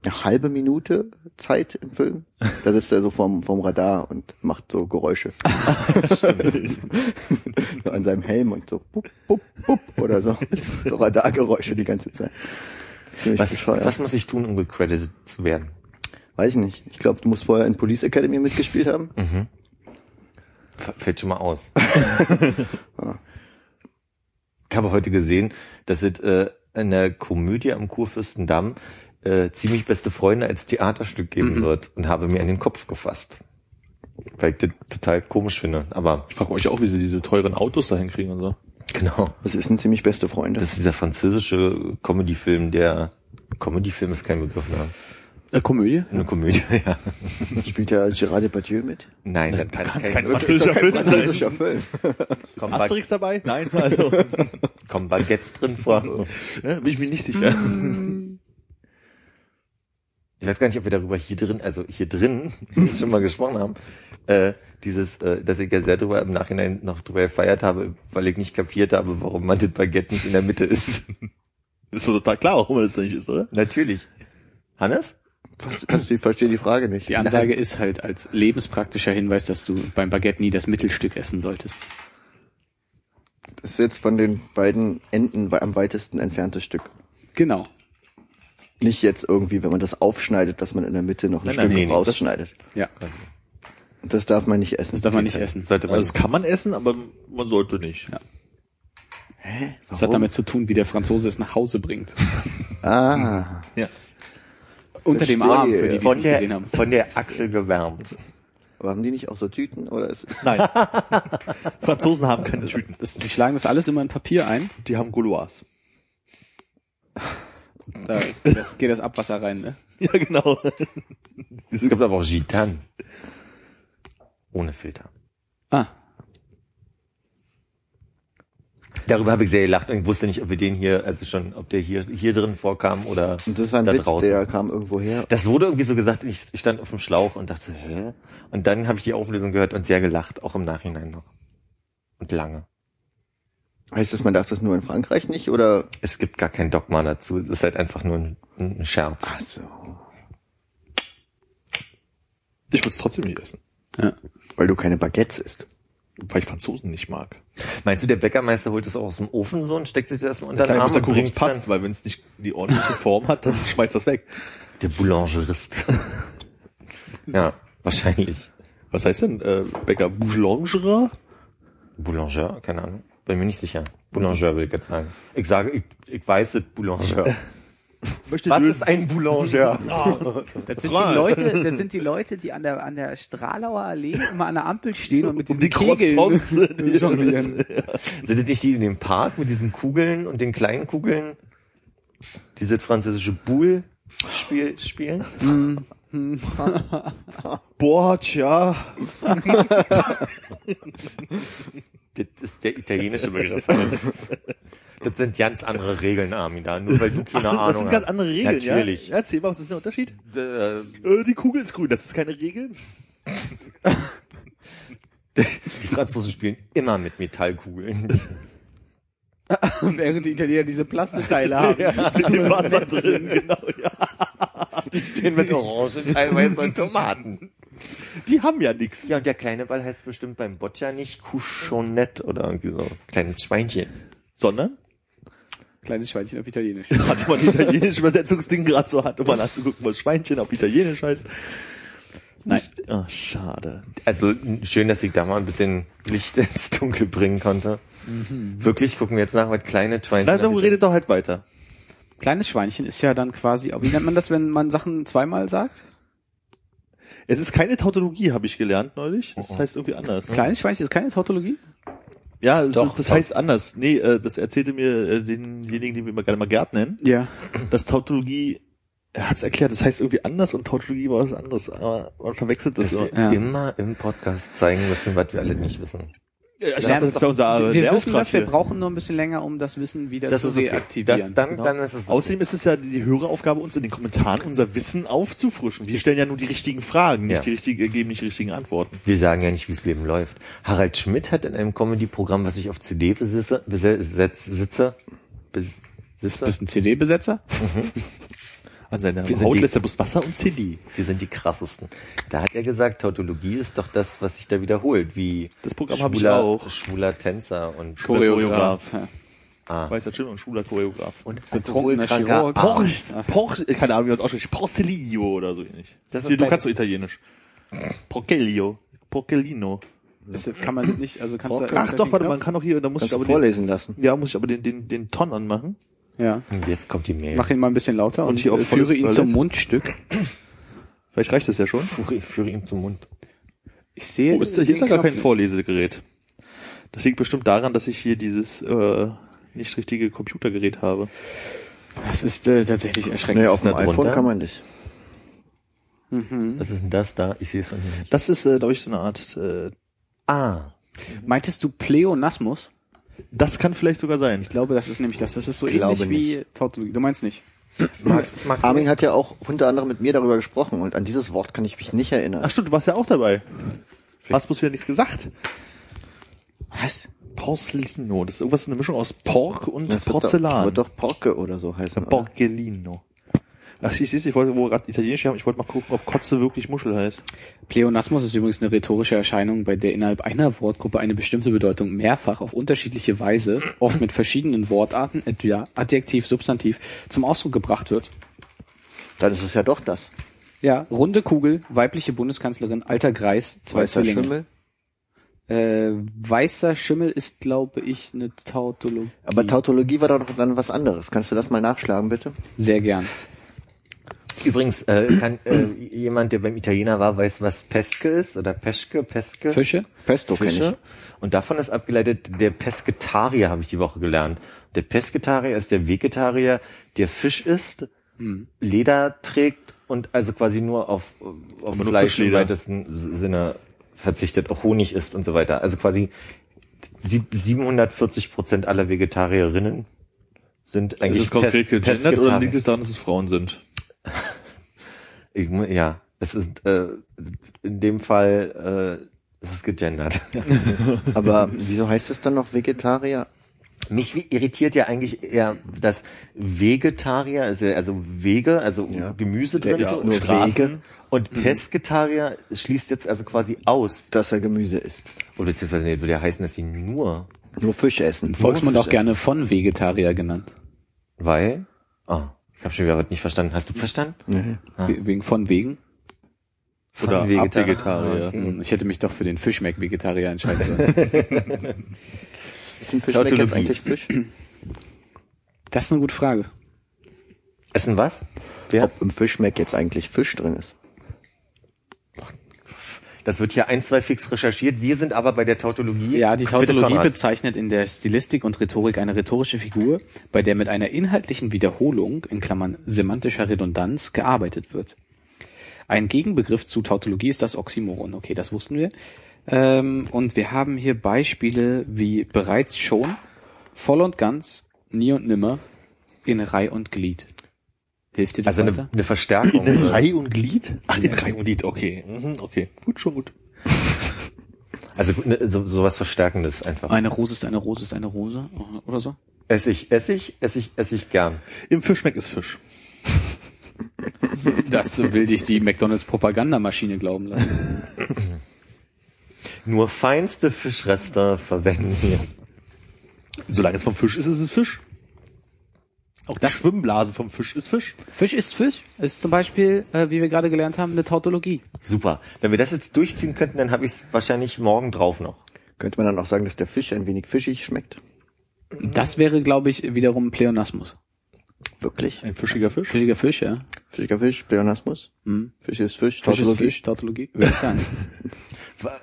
eine halbe Minute Zeit im Film. Da sitzt er so vom, vom Radar und macht so Geräusche. An seinem Helm und so bup, bup, bup oder so. So Radargeräusche die ganze Zeit. Ziemlich Was, bescheuert. was muss ich tun, um gecredited zu werden? Weiß ich nicht. Ich glaube, du musst vorher in Police Academy mitgespielt haben. F- Fällt schon mal aus. ich habe heute gesehen, dass es äh, in der Komödie am Kurfürstendamm äh, ziemlich beste Freunde als Theaterstück geben wird und habe mir an den Kopf gefasst. Weil ich das total komisch finde. Aber Ich frage euch auch, wie sie diese teuren Autos da hinkriegen und so. genau. Das ist ein ziemlich beste Freunde. Das ist dieser französische Comedy-Film, der Comedy-Film ist kein Begriff, ne? Äh, Komödie? Eine Komödie, ja. Spielt ja Gerard Depardieu mit? Nein, das kann kann's kein, kein kein Begriff Französischer Film sein. Französischer Film. Ist Asterix dabei? Nein, also. ne, Kommen Baguettes drin vor. bin ich mir nicht sicher. ich weiß gar nicht, ob wir darüber hier drin, also hier drin schon mal gesprochen haben, äh, dieses, äh, dass ich ja sehr drüber im Nachhinein noch drüber gefeiert habe, weil ich nicht kapiert habe, warum man das Baguette nicht in der Mitte ist. Ist doch total klar, warum das nicht ist, oder? Natürlich. Hannes? Was, was, ich verstehe die Frage nicht. Die Ansage ist halt als lebenspraktischer Hinweis, dass du beim Baguette nie das Mittelstück essen solltest. Das ist jetzt von den beiden Enden we- am weitesten entferntes Stück. Genau. Nicht jetzt irgendwie, wenn man das aufschneidet, dass man in der Mitte noch Nein, ein Stück nein, nee, nee, rausschneidet. Ja, Das, darf man nicht essen. das darf man nicht essen. Sollte Also man das kann man essen, aber man sollte nicht. Das hat damit zu tun, wie der Franzose es nach Hause bringt. Ah, Ja. Unter dem Verstehe. Arm, für die, die es von nicht gesehen der, haben. von der Achsel gewärmt. aber haben die nicht auch so Tüten? Oder ist es Nein. Franzosen haben keine Tüten. Das, die schlagen das alles immer in Papier ein. Die haben Gouloirs. Da das geht das Abwasser rein, ne? Ja, genau. Es gibt aber auch Gitan. Ohne Filter. Ah, Darüber habe ich sehr gelacht und ich wusste nicht, ob wir den hier, also schon, ob der hier, hier drin vorkam oder Und das war ein da Witz, draußen. der kam irgendwo her. Das wurde irgendwie so gesagt, ich stand auf dem Schlauch und dachte, hä? Und dann habe ich die Auflösung gehört und sehr gelacht, auch im Nachhinein noch. Und lange. Heißt das, man darf das nur in Frankreich nicht? Oder? Es gibt gar kein Dogma dazu, es ist halt einfach nur ein, ein Scherz. Ach so. Ich würde es trotzdem nicht essen, ja. Weil du keine Baguettes isst. weil ich Franzosen nicht mag. Meinst du, der Bäckermeister holt es auch aus dem Ofen so und steckt sich das mal unter Dann den Klar, Arm muss der und gucken, ob's bringt passt, passt? weil wenn es nicht die ordentliche Form hat, dann schmeißt das weg. Der Boulangerist. ja, wahrscheinlich. Was heißt denn äh, Bäcker Boulangerer? Boulanger? Keine Ahnung. Bin mir nicht sicher. Boulanger will ich jetzt sagen. Ich sage, ich, ich weiß es, Boulanger. Möchte Was Öl- ist ein Boulanger? Das sind die Leute, das sind die Leute, die an der, an der Stralauer Allee immer an der Ampel stehen und mit diesen Um die Kegeln Croissants. äh, jonglieren. Sind das nicht die in dem Park mit diesen Kugeln und den kleinen Kugeln? Dieses französische Boule-Spiel spielen? Borgia. Das ist der italienische Begriff. das sind ganz andere Regeln, Armin, da. Nur weil du keine Ahnung das sind ganz hast. andere Regeln, Natürlich. ja? Erzähl mal, was ist der Unterschied? Äh, Äh, die Kugel ist grün, das ist keine Regel. Die Franzosen spielen immer mit Metallkugeln. Während die Italiener diese Plastikteile haben. Mit dem Wasser drin, genau, ja. Die spielen mit Orangen teilweise und Tomaten. Die haben ja nichts. Ja, und der kleine Ball heißt bestimmt beim Boccia nicht Kuschonett oder irgendwie so. Kleines Schweinchen. Sondern? Kleines Schweinchen auf Italienisch. Hatte man ein italienisches Übersetzungsding gerade so hat, um mal nachzugucken, was Schweinchen auf Italienisch heißt. Nein. Nicht- Ah, schade. Also n- schön, dass ich da mal ein bisschen Licht ins Dunkel bringen konnte. Wirklich gucken wir jetzt nach, was kleine Schweinchen. Nein, du Mhm. redet doch halt weiter. Kleines Schweinchen ist ja dann quasi, wie nennt man das, wenn man Sachen zweimal sagt? Es ist keine Tautologie, habe ich gelernt neulich. Das heißt irgendwie anders. ne? Kleines Schweinchen ist keine Tautologie? Ja, es Doch, ist, das doch. heißt anders. Nee, äh, das erzählte mir äh, denjenigen, den wir immer gerne mal Gerd nennen, Ja. dass Tautologie, er hat's erklärt, das heißt irgendwie anders und Tautologie war was anderes, aber man verwechselt das. dass so. wir Ja. immer im Podcast zeigen müssen, was wir alle nicht wissen. Ja, ich Ja, dachte, Also das wäre unser Wir, Lehrauftrag wissen das, wir hier. brauchen nur ein bisschen länger, um das Wissen wieder Das zu ist okay. reaktivieren. Das, dann, Genau. dann ist es okay. Außerdem ist es ja die höhere Aufgabe, uns in den Kommentaren unser Wissen aufzufrischen. Wir stellen ja nur die richtigen Fragen, nicht Ja. die richtigen, äh, geben nicht die richtigen Antworten. Wir sagen ja nicht, wie das Leben läuft. Harald Schmidt hat in einem Comedy-Programm, was ich auf CD besitze, besetz, sitze, besitze. Bist ein CD-Besetzer? Also seine Wir sind Haut die- lässt ja bloß Wasser und CD. wir sind die krassesten. Da hat er gesagt, Tautologie ist doch das, was sich da wiederholt, wie Das Programm hab ich schwuler- auch. schwuler Tänzer und Choreograf. Ja. ah, Weiß ja schön und schwuler Choreograf. und Betrunkener alkoholkranker Chirurg. Arsch. Porch, Porch, äh, keine Ahnung, wie man es ausspricht. Porcellino oder so ähnlich. Das ist Nee, du mein- kannst so italienisch. Porcellio. Porcellino. Das kann man nicht, also kannst du. Ach doch, warte, man kann auch hier, da muss Kannst ich du aber den, vorlesen lassen. ja, muss ich aber den, den, den Ton anmachen. Ja. Und jetzt kommt die Mail. Mach ihn mal ein bisschen lauter und, Und hier auf äh, führe volles ihn Toilette? zum Mundstück. Vielleicht reicht das ja schon. Führe, führe ihm zum Mund. Ich sehe. Oh, ist, hier ist den ja gar Knopf kein nicht. Vorlesegerät. Das liegt bestimmt daran, dass ich hier dieses, äh, nicht richtige Computergerät habe. Das ist äh, tatsächlich erschreckend. Naja, auf dem da iPhone drunter? kann man nicht. Hm? Was ist denn das da? Ich sehe es von hier nicht. Das ist, äh, glaube ich, so eine Art, äh, Ah, Meintest du Pleonasmus? das kann vielleicht sogar sein. Ich glaube, das ist nämlich das. Das ist so Glaube ähnlich wie Tautologie. Du meinst nicht? Max, Max, Armin hat ja auch unter anderem mit mir darüber gesprochen und an dieses Wort kann ich mich nicht erinnern. Ach stimmt, du warst ja auch dabei. Hast bloß wieder nichts gesagt. was? Porcellino. Das ist irgendwas, eine Mischung aus Pork und Das Porzellan. Wird doch, wird doch Porke oder so heißen. oder? Porcellino. Ach, ich, ich, ich wollte wohl gerade Italienisch haben. Ich wollte mal gucken, ob Kotze wirklich Muschel heißt. Pleonasmus ist übrigens eine rhetorische Erscheinung, bei der innerhalb einer Wortgruppe eine bestimmte Bedeutung mehrfach auf unterschiedliche Weise, oft mit verschiedenen Wortarten, etwa Adjektiv, Substantiv, zum Ausdruck gebracht wird. Dann ist es ja doch das. Ja, runde Kugel, weibliche Bundeskanzlerin, alter Greis, zwei Weißer Zwillinge. Schimmel. Äh, weißer Schimmel ist, glaube ich, eine Tautologie. Aber Tautologie war doch dann was anderes. Kannst du das mal nachschlagen, bitte? Sehr gern. übrigens, äh, kann äh, jemand, der beim Italiener war, weiß, was Peske ist? Oder Peschke, Peske? Fische? Pesto kenn Fische. Und davon ist abgeleitet der Pesketarier, habe ich die Woche gelernt. Der Pesketarier ist der Vegetarier, der Fisch isst, Hm. Leder trägt und also quasi nur auf, auf nur Fleisch im Fischleder. weitesten Sinne verzichtet, auch Honig isst und so weiter. Also quasi sieb- 740 Prozent aller Vegetarierinnen sind eigentlich Pes- Pesketarier. daran, dass es Frauen sind? Ich mu- Ja, es ist äh, in dem Fall äh, es ist gegendert. ich. Aber wieso heißt es dann noch Vegetarier? Mich wie- irritiert ja eigentlich eher das Vegetarier, also, also Wege, also Ja. Gemüse Der drin, isst so, nur Wege. Und Pesketarier schließt jetzt also quasi aus. Dass er Gemüse isst. Oder beziehungsweise nee, würde ja heißen, dass sie nur, Nur Fisch essen. Volksmund Nur auch Fisch gerne von Vegetarier genannt. weil. Ah, ich habe schon wieder was nicht verstanden. Hast du verstanden? essen. Nee. Ah. We- Wegen von wegen? Von Oder ab Vegetarier. Vegetarier. Okay. Mhm. Hm, Ich hätte mich doch für den Fischmeck-Vegetarier entscheiden sollen. Ist ein Fischmeck jetzt Tautologie. eigentlich Fisch? Das ist eine gute Frage. Essen was? Wer? Ob im Fischmeck jetzt eigentlich Fisch drin ist? Das wird hier ein, zwei fix recherchiert. Wir sind aber bei der Tautologie. Ja, die Tautologie Bitte, Konrad. bezeichnet in der Stilistik und Rhetorik eine rhetorische Figur, bei der mit einer inhaltlichen Wiederholung, in Klammern semantischer Redundanz, gearbeitet wird. Ein Gegenbegriff zu Tautologie ist das Oxymoron. Okay, das wussten wir. Ähm, und wir haben hier Beispiele wie bereits schon, voll und ganz, nie und nimmer, in Reih und Glied. Hilft dir das also eine, weiter? eine Verstärkung. In Reihe und Glied? Ach, in Reihe und Glied, okay. Mhm, okay, gut, schon gut. also gut, ne, so, sowas Verstärkendes einfach. Eine Rose ist eine Rose ist eine Rose oder so? Essig, Essig, Essig, Essig gern. Im Fisch schmeckt es Fisch. Das will dich die McDonalds-Propagandamaschine glauben lassen. Nur feinste Fischreste verwenden wir. Solange es vom Fisch ist, ist es Fisch. Auch die Schwimmblase vom Fisch ist Fisch. Fisch ist Fisch. Ist zum Beispiel, äh, wie wir gerade gelernt haben, eine Tautologie. Super. Wenn wir das jetzt durchziehen könnten, dann habe ich es wahrscheinlich morgen drauf noch. Könnte man dann auch sagen, dass der Fisch ein wenig fischig schmeckt? Das wäre, glaube ich, wiederum ein Pleonasmus. Wirklich? Ein fischiger Fisch. Fischiger Fisch, ja. Fischiger Fisch, Pleonasmus? Mhm. Fisch ist Fisch Fisch, ist Tautologie. Fisch, Tautologie. Würde ich sagen.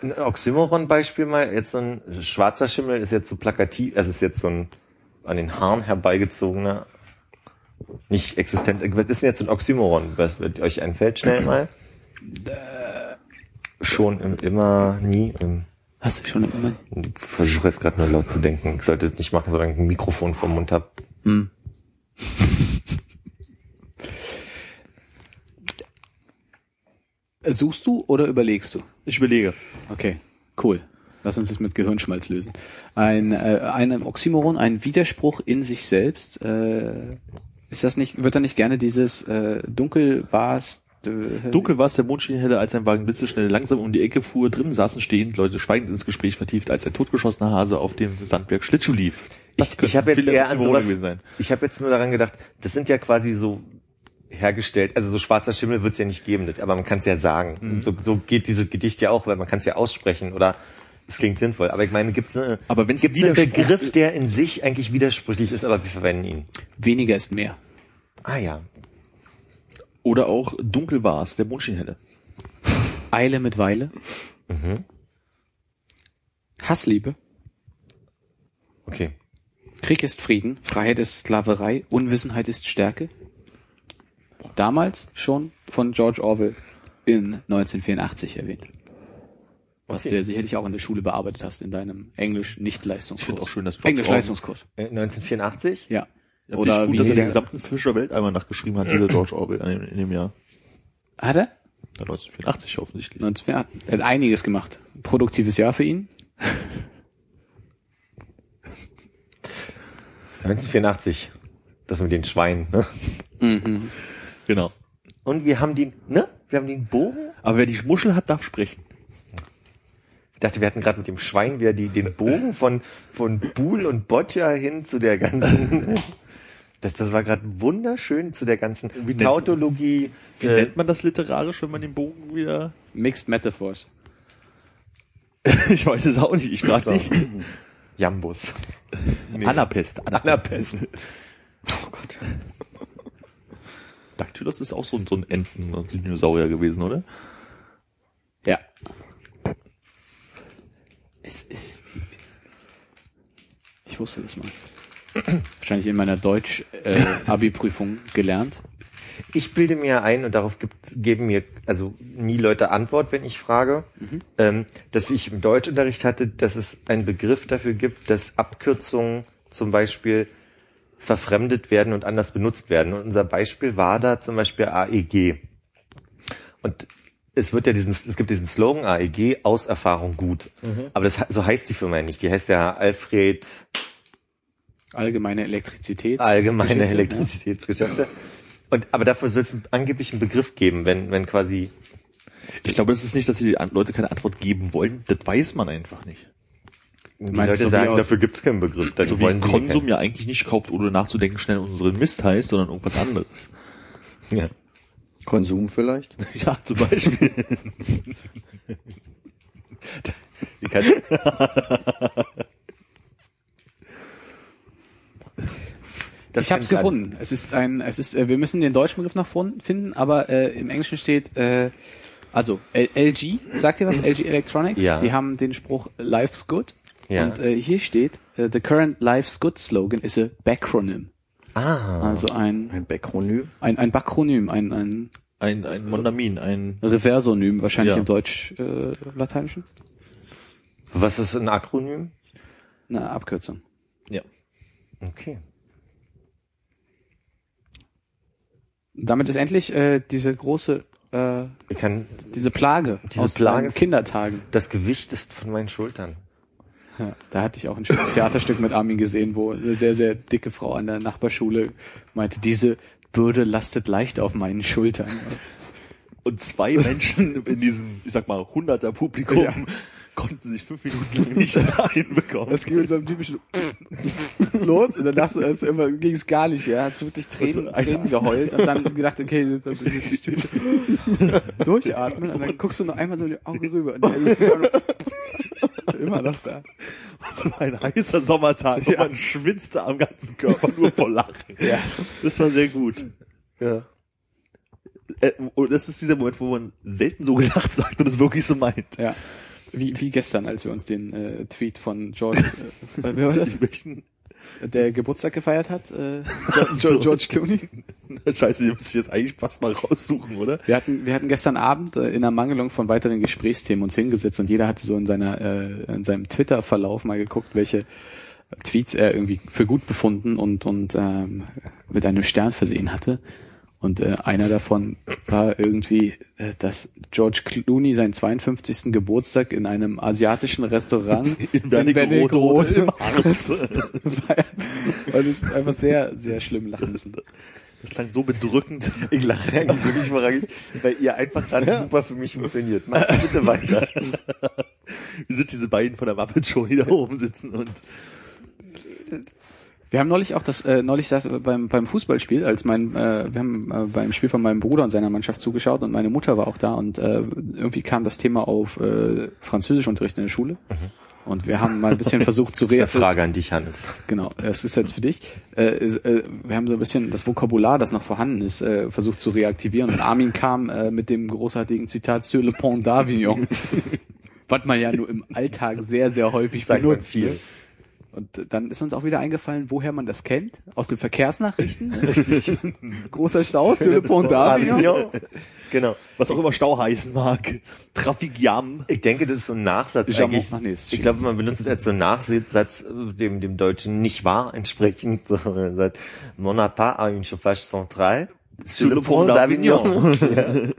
Ein Oxymoron-Beispiel ne, mal, jetzt so ein schwarzer Schimmel ist jetzt so plakativ, also ist jetzt so ein an den Haaren herbeigezogener, nicht existent. Was ist denn jetzt ein Oxymoron? Was wird euch einfällt schnell mal? Schon im immer, nie im. Hast du schon immer? Ich versuche jetzt gerade nur laut zu denken. Ich sollte das nicht machen, solange ich ein Mikrofon vom Mund habe. Mhm. Suchst du oder überlegst du? Ich überlege. Okay, cool. Lass uns das mit Gehirnschmalz lösen. Ein, äh, ein Oxymoron, ein Widerspruch in sich selbst. Äh, ist das nicht, wird da nicht gerne dieses äh, dunkel war's? Äh, Dunkel war es, der Mond schien heller, als ein Wagen blitzeschnell langsam um die Ecke fuhr. Drin saßen stehend Leute schweigend ins Gespräch vertieft, als ein totgeschossener Hase auf dem Sandberg Schlittschuh lief. Das ich ich könnten habe jetzt viele eher an Oxymorone sowas, gewesen sein. ich habe jetzt nur daran gedacht, das sind ja quasi so hergestellt, also so schwarzer Schimmel wird's ja nicht geben, das, aber man kann's ja sagen. Mhm. Und so, so geht dieses Gedicht ja auch, weil man kann's ja aussprechen oder es klingt sinnvoll. Aber ich meine, gibt's eine, Aber wenn's gibt's ein einen Widerspruch Begriff, ist- der in sich eigentlich widersprüchlich ist, aber wir verwenden ihn. Weniger ist mehr. Ah ja. Oder auch dunkel war es, der Mond schien heller. Eile mit Weile. Mhm. Hassliebe. Okay. Krieg ist Frieden. Freiheit ist Sklaverei. Unwissenheit ist Stärke. Damals schon von George Orwell in 1984 erwähnt. Was du ja sicherlich auch in der Schule bearbeitet hast, in deinem Ich finde auch Englisch-Nicht-Leistungskurs. schön, dass George Englisch-Leistungskurs, Äh, 1984? ja. Ja, finde Oder ich gut, dass wie er den der, gesamten Fischer Welt einmal nachgeschrieben hat, dieser George Orwell Ah, in dem, in dem Jahr. hat er? Na, 1984 offensichtlich. 19, ja, er hat einiges gemacht. Produktives Jahr für ihn. 1984. Das mit den Schweinen, ne? Genau. Und wir haben den, ne? Wir haben den Bogen. Aber wer die Muschel hat, darf sprechen. Ich dachte, wir hatten gerade mit dem Schwein wieder die, den Bogen von, von Buhl und Boccia hin zu der ganzen. Das, das war gerade wunderschön zu der ganzen Wie nennt- Tautologie. Wie äh, nennt man das literarisch, wenn man den Bogen wieder... Mixed Metaphors. ich weiß es auch nicht, ich frage äh, So. dich. Jambus. Anapest. Anapest. Dactylus ist auch so, ein- so ein Enten- und Dinosaurier gewesen, oder? Ja. Es ist. Ich wusste das mal. Wahrscheinlich in meiner Deutsch-Abi-Prüfung gelernt. Ich bilde mir ein, und darauf gibt, geben mir also nie Leute Antwort, wenn ich frage, ähm, dass ich im Deutschunterricht hatte, dass es einen Begriff dafür gibt, dass Abkürzungen zum Beispiel verfremdet werden und anders benutzt werden. Und unser Beispiel war da zum Beispiel AEG. Und es wird ja diesen, es gibt diesen Slogan AEG, aus Erfahrung gut. Aber das, so heißt die Firma ja nicht. Die heißt ja Alfred, Allgemeine Elektrizität. allgemeine Geschichte, ne? Elektrizitätsgeschäfte. Und aber dafür soll es angeblich einen Begriff geben, wenn wenn quasi Ich glaube, das ist nicht, dass die An- Leute keine Antwort geben wollen. Das weiß man einfach nicht. die meinst Leute so wie sagen, aus- dafür gibt es keinen Begriff. Dazu So wie wollen sie Konsum ja eigentlich nicht kauft, ohne nachzudenken, schnell unseren Mist heißt, sondern irgendwas anderes. keinen. Ja. Konsum vielleicht? ja, zum Beispiel. Wie kann- Das ich habe es kann alle- gefunden. Es ist ein, es ist, äh, wir müssen den deutschen Begriff noch von- finden, aber äh, im Englischen steht, äh, also L LG, sagt ihr was? LG Electronics? Ja. Die haben den Spruch Life's Good. Ja. Und äh, hier steht, äh, the current Life's Good slogan is a backronym. Ah, Also ein, Ein Backronym? ein, ein Bakronym, ein, ein Ein, ein Mondamin, ein... Reversonym wahrscheinlich Ja. im äh, Deutsch-Lateinischen. was ist ein Akronym? Eine Abkürzung. Ja. Okay. Damit ist endlich äh, diese große, äh, Ich kann, diese Plage Diese aus Plage deinen ist- Kindertagen. das Gewicht ist von meinen Schultern. Ja, da hatte ich auch ein schönes Theaterstück mit Armin gesehen, wo eine sehr, sehr dicke Frau an der Nachbarschule meinte, diese Bürde lastet leicht auf meinen Schultern. Und zwei Menschen in diesem, ich sag mal, hunderter Publikum konnten sich fünf Minuten lang nicht reinbekommen. Das ging mit so einem typischen los und dann hast du es immer ging es gar nicht, ja, hast du wirklich Tränen, Also, Tränen geheult und dann gedacht, okay, das ist das typische durchatmen und dann guckst du noch einmal so in die Augen rüber und dann ist es immer noch da. Das war ein heißer Sommertag und man schwitzte am ganzen Körper nur vor Lachen. Ja. Das war sehr gut. Ja. Äh, und das ist dieser Moment, wo man selten so gelacht sagt und es wirklich so meint. Ja. Wie, wie gestern, als wir uns den äh, Tweet von George, äh, wer war das? Die möchten, Der Geburtstag gefeiert hat, äh, George, So. George Clooney. scheiße, die muss ich jetzt eigentlich fast mal raussuchen, oder? Wir hatten, wir hatten gestern Abend äh, in Ermangelung von weiteren Gesprächsthemen uns hingesetzt und jeder hatte so in seiner, äh, in seinem Twitter-Verlauf mal geguckt, welche Tweets er irgendwie für gut befunden und, und ähm, mit einem Stern versehen hatte. Und äh, einer davon war irgendwie, äh, dass George Clooney seinen 52. Geburtstag in einem asiatischen Restaurant In Wernig Rot, Rot im Harz. feiert. Und ich einfach sehr, sehr schlimm lachen müssen. Das klang so bedrückend. Ich lache eigentlich wirklich verrückt, weil ihr einfach gerade super für mich funktioniert. Macht bitte weiter. Wie sind diese beiden von der Muppet Show, die da oben sitzen und Wir haben neulich auch das, äh, neulich saß beim, beim Fußballspiel, als mein, äh, wir haben äh, beim Spiel von meinem Bruder und seiner Mannschaft zugeschaut und meine Mutter war auch da und äh, irgendwie kam das Thema auf äh, Französischunterricht in der Schule. Und wir haben mal ein bisschen versucht zu Mhm. Das ist eine reagieren. Frage an dich, Hannes. Genau, das ist jetzt für dich. Äh, ist, äh, wir haben so ein bisschen das Vokabular, das noch vorhanden ist, äh, versucht zu reaktivieren. Und Armin kam äh, mit dem großartigen Zitat sur le pont d'Avignon. Was man ja nur im Alltag sehr, sehr häufig Sagt man benutzt. viel. ne? Und dann ist uns auch wieder eingefallen, woher man das kennt. Aus den Verkehrsnachrichten. Großer Stau, sur le pont d'Avignon. Ja. Genau. was auch immer Stau heißen mag. Trafikjam. Ich denke, das ist so ein Nachsatz Ich hab eigentlich. auch- ach nee, ist ich glaube, man benutzt es als so einen Nachsatz, äh, dem dem Deutschen nicht wahr entsprechend. So, man sagt, Mon n'a pas à une chauffage central. Sur le pont d'Avignon.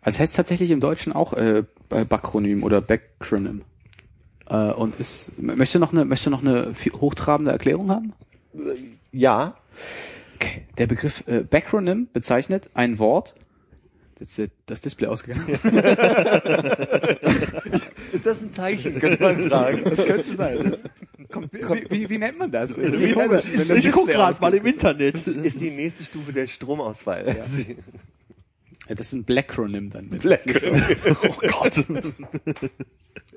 Also es heißt tatsächlich im Deutschen auch äh, Backronym oder Backronym. Äh, und ist, möchte noch eine, möchte noch eine viel- hochtrabende Erklärung haben? Ja, Okay. Der Begriff äh, Backronym bezeichnet ein Wort. Jetzt ist das Display ausgegangen. Ist das ein Zeichen, könnte man sagen. Das könnte sein. Wie, wie, wie nennt man das? Ist die- wenn das Ich guck Display gerade mal ausgeht. im Internet. Ist die nächste Stufe der Stromausfall. Ja, das ist ein Blackronym dann. Oh Gott.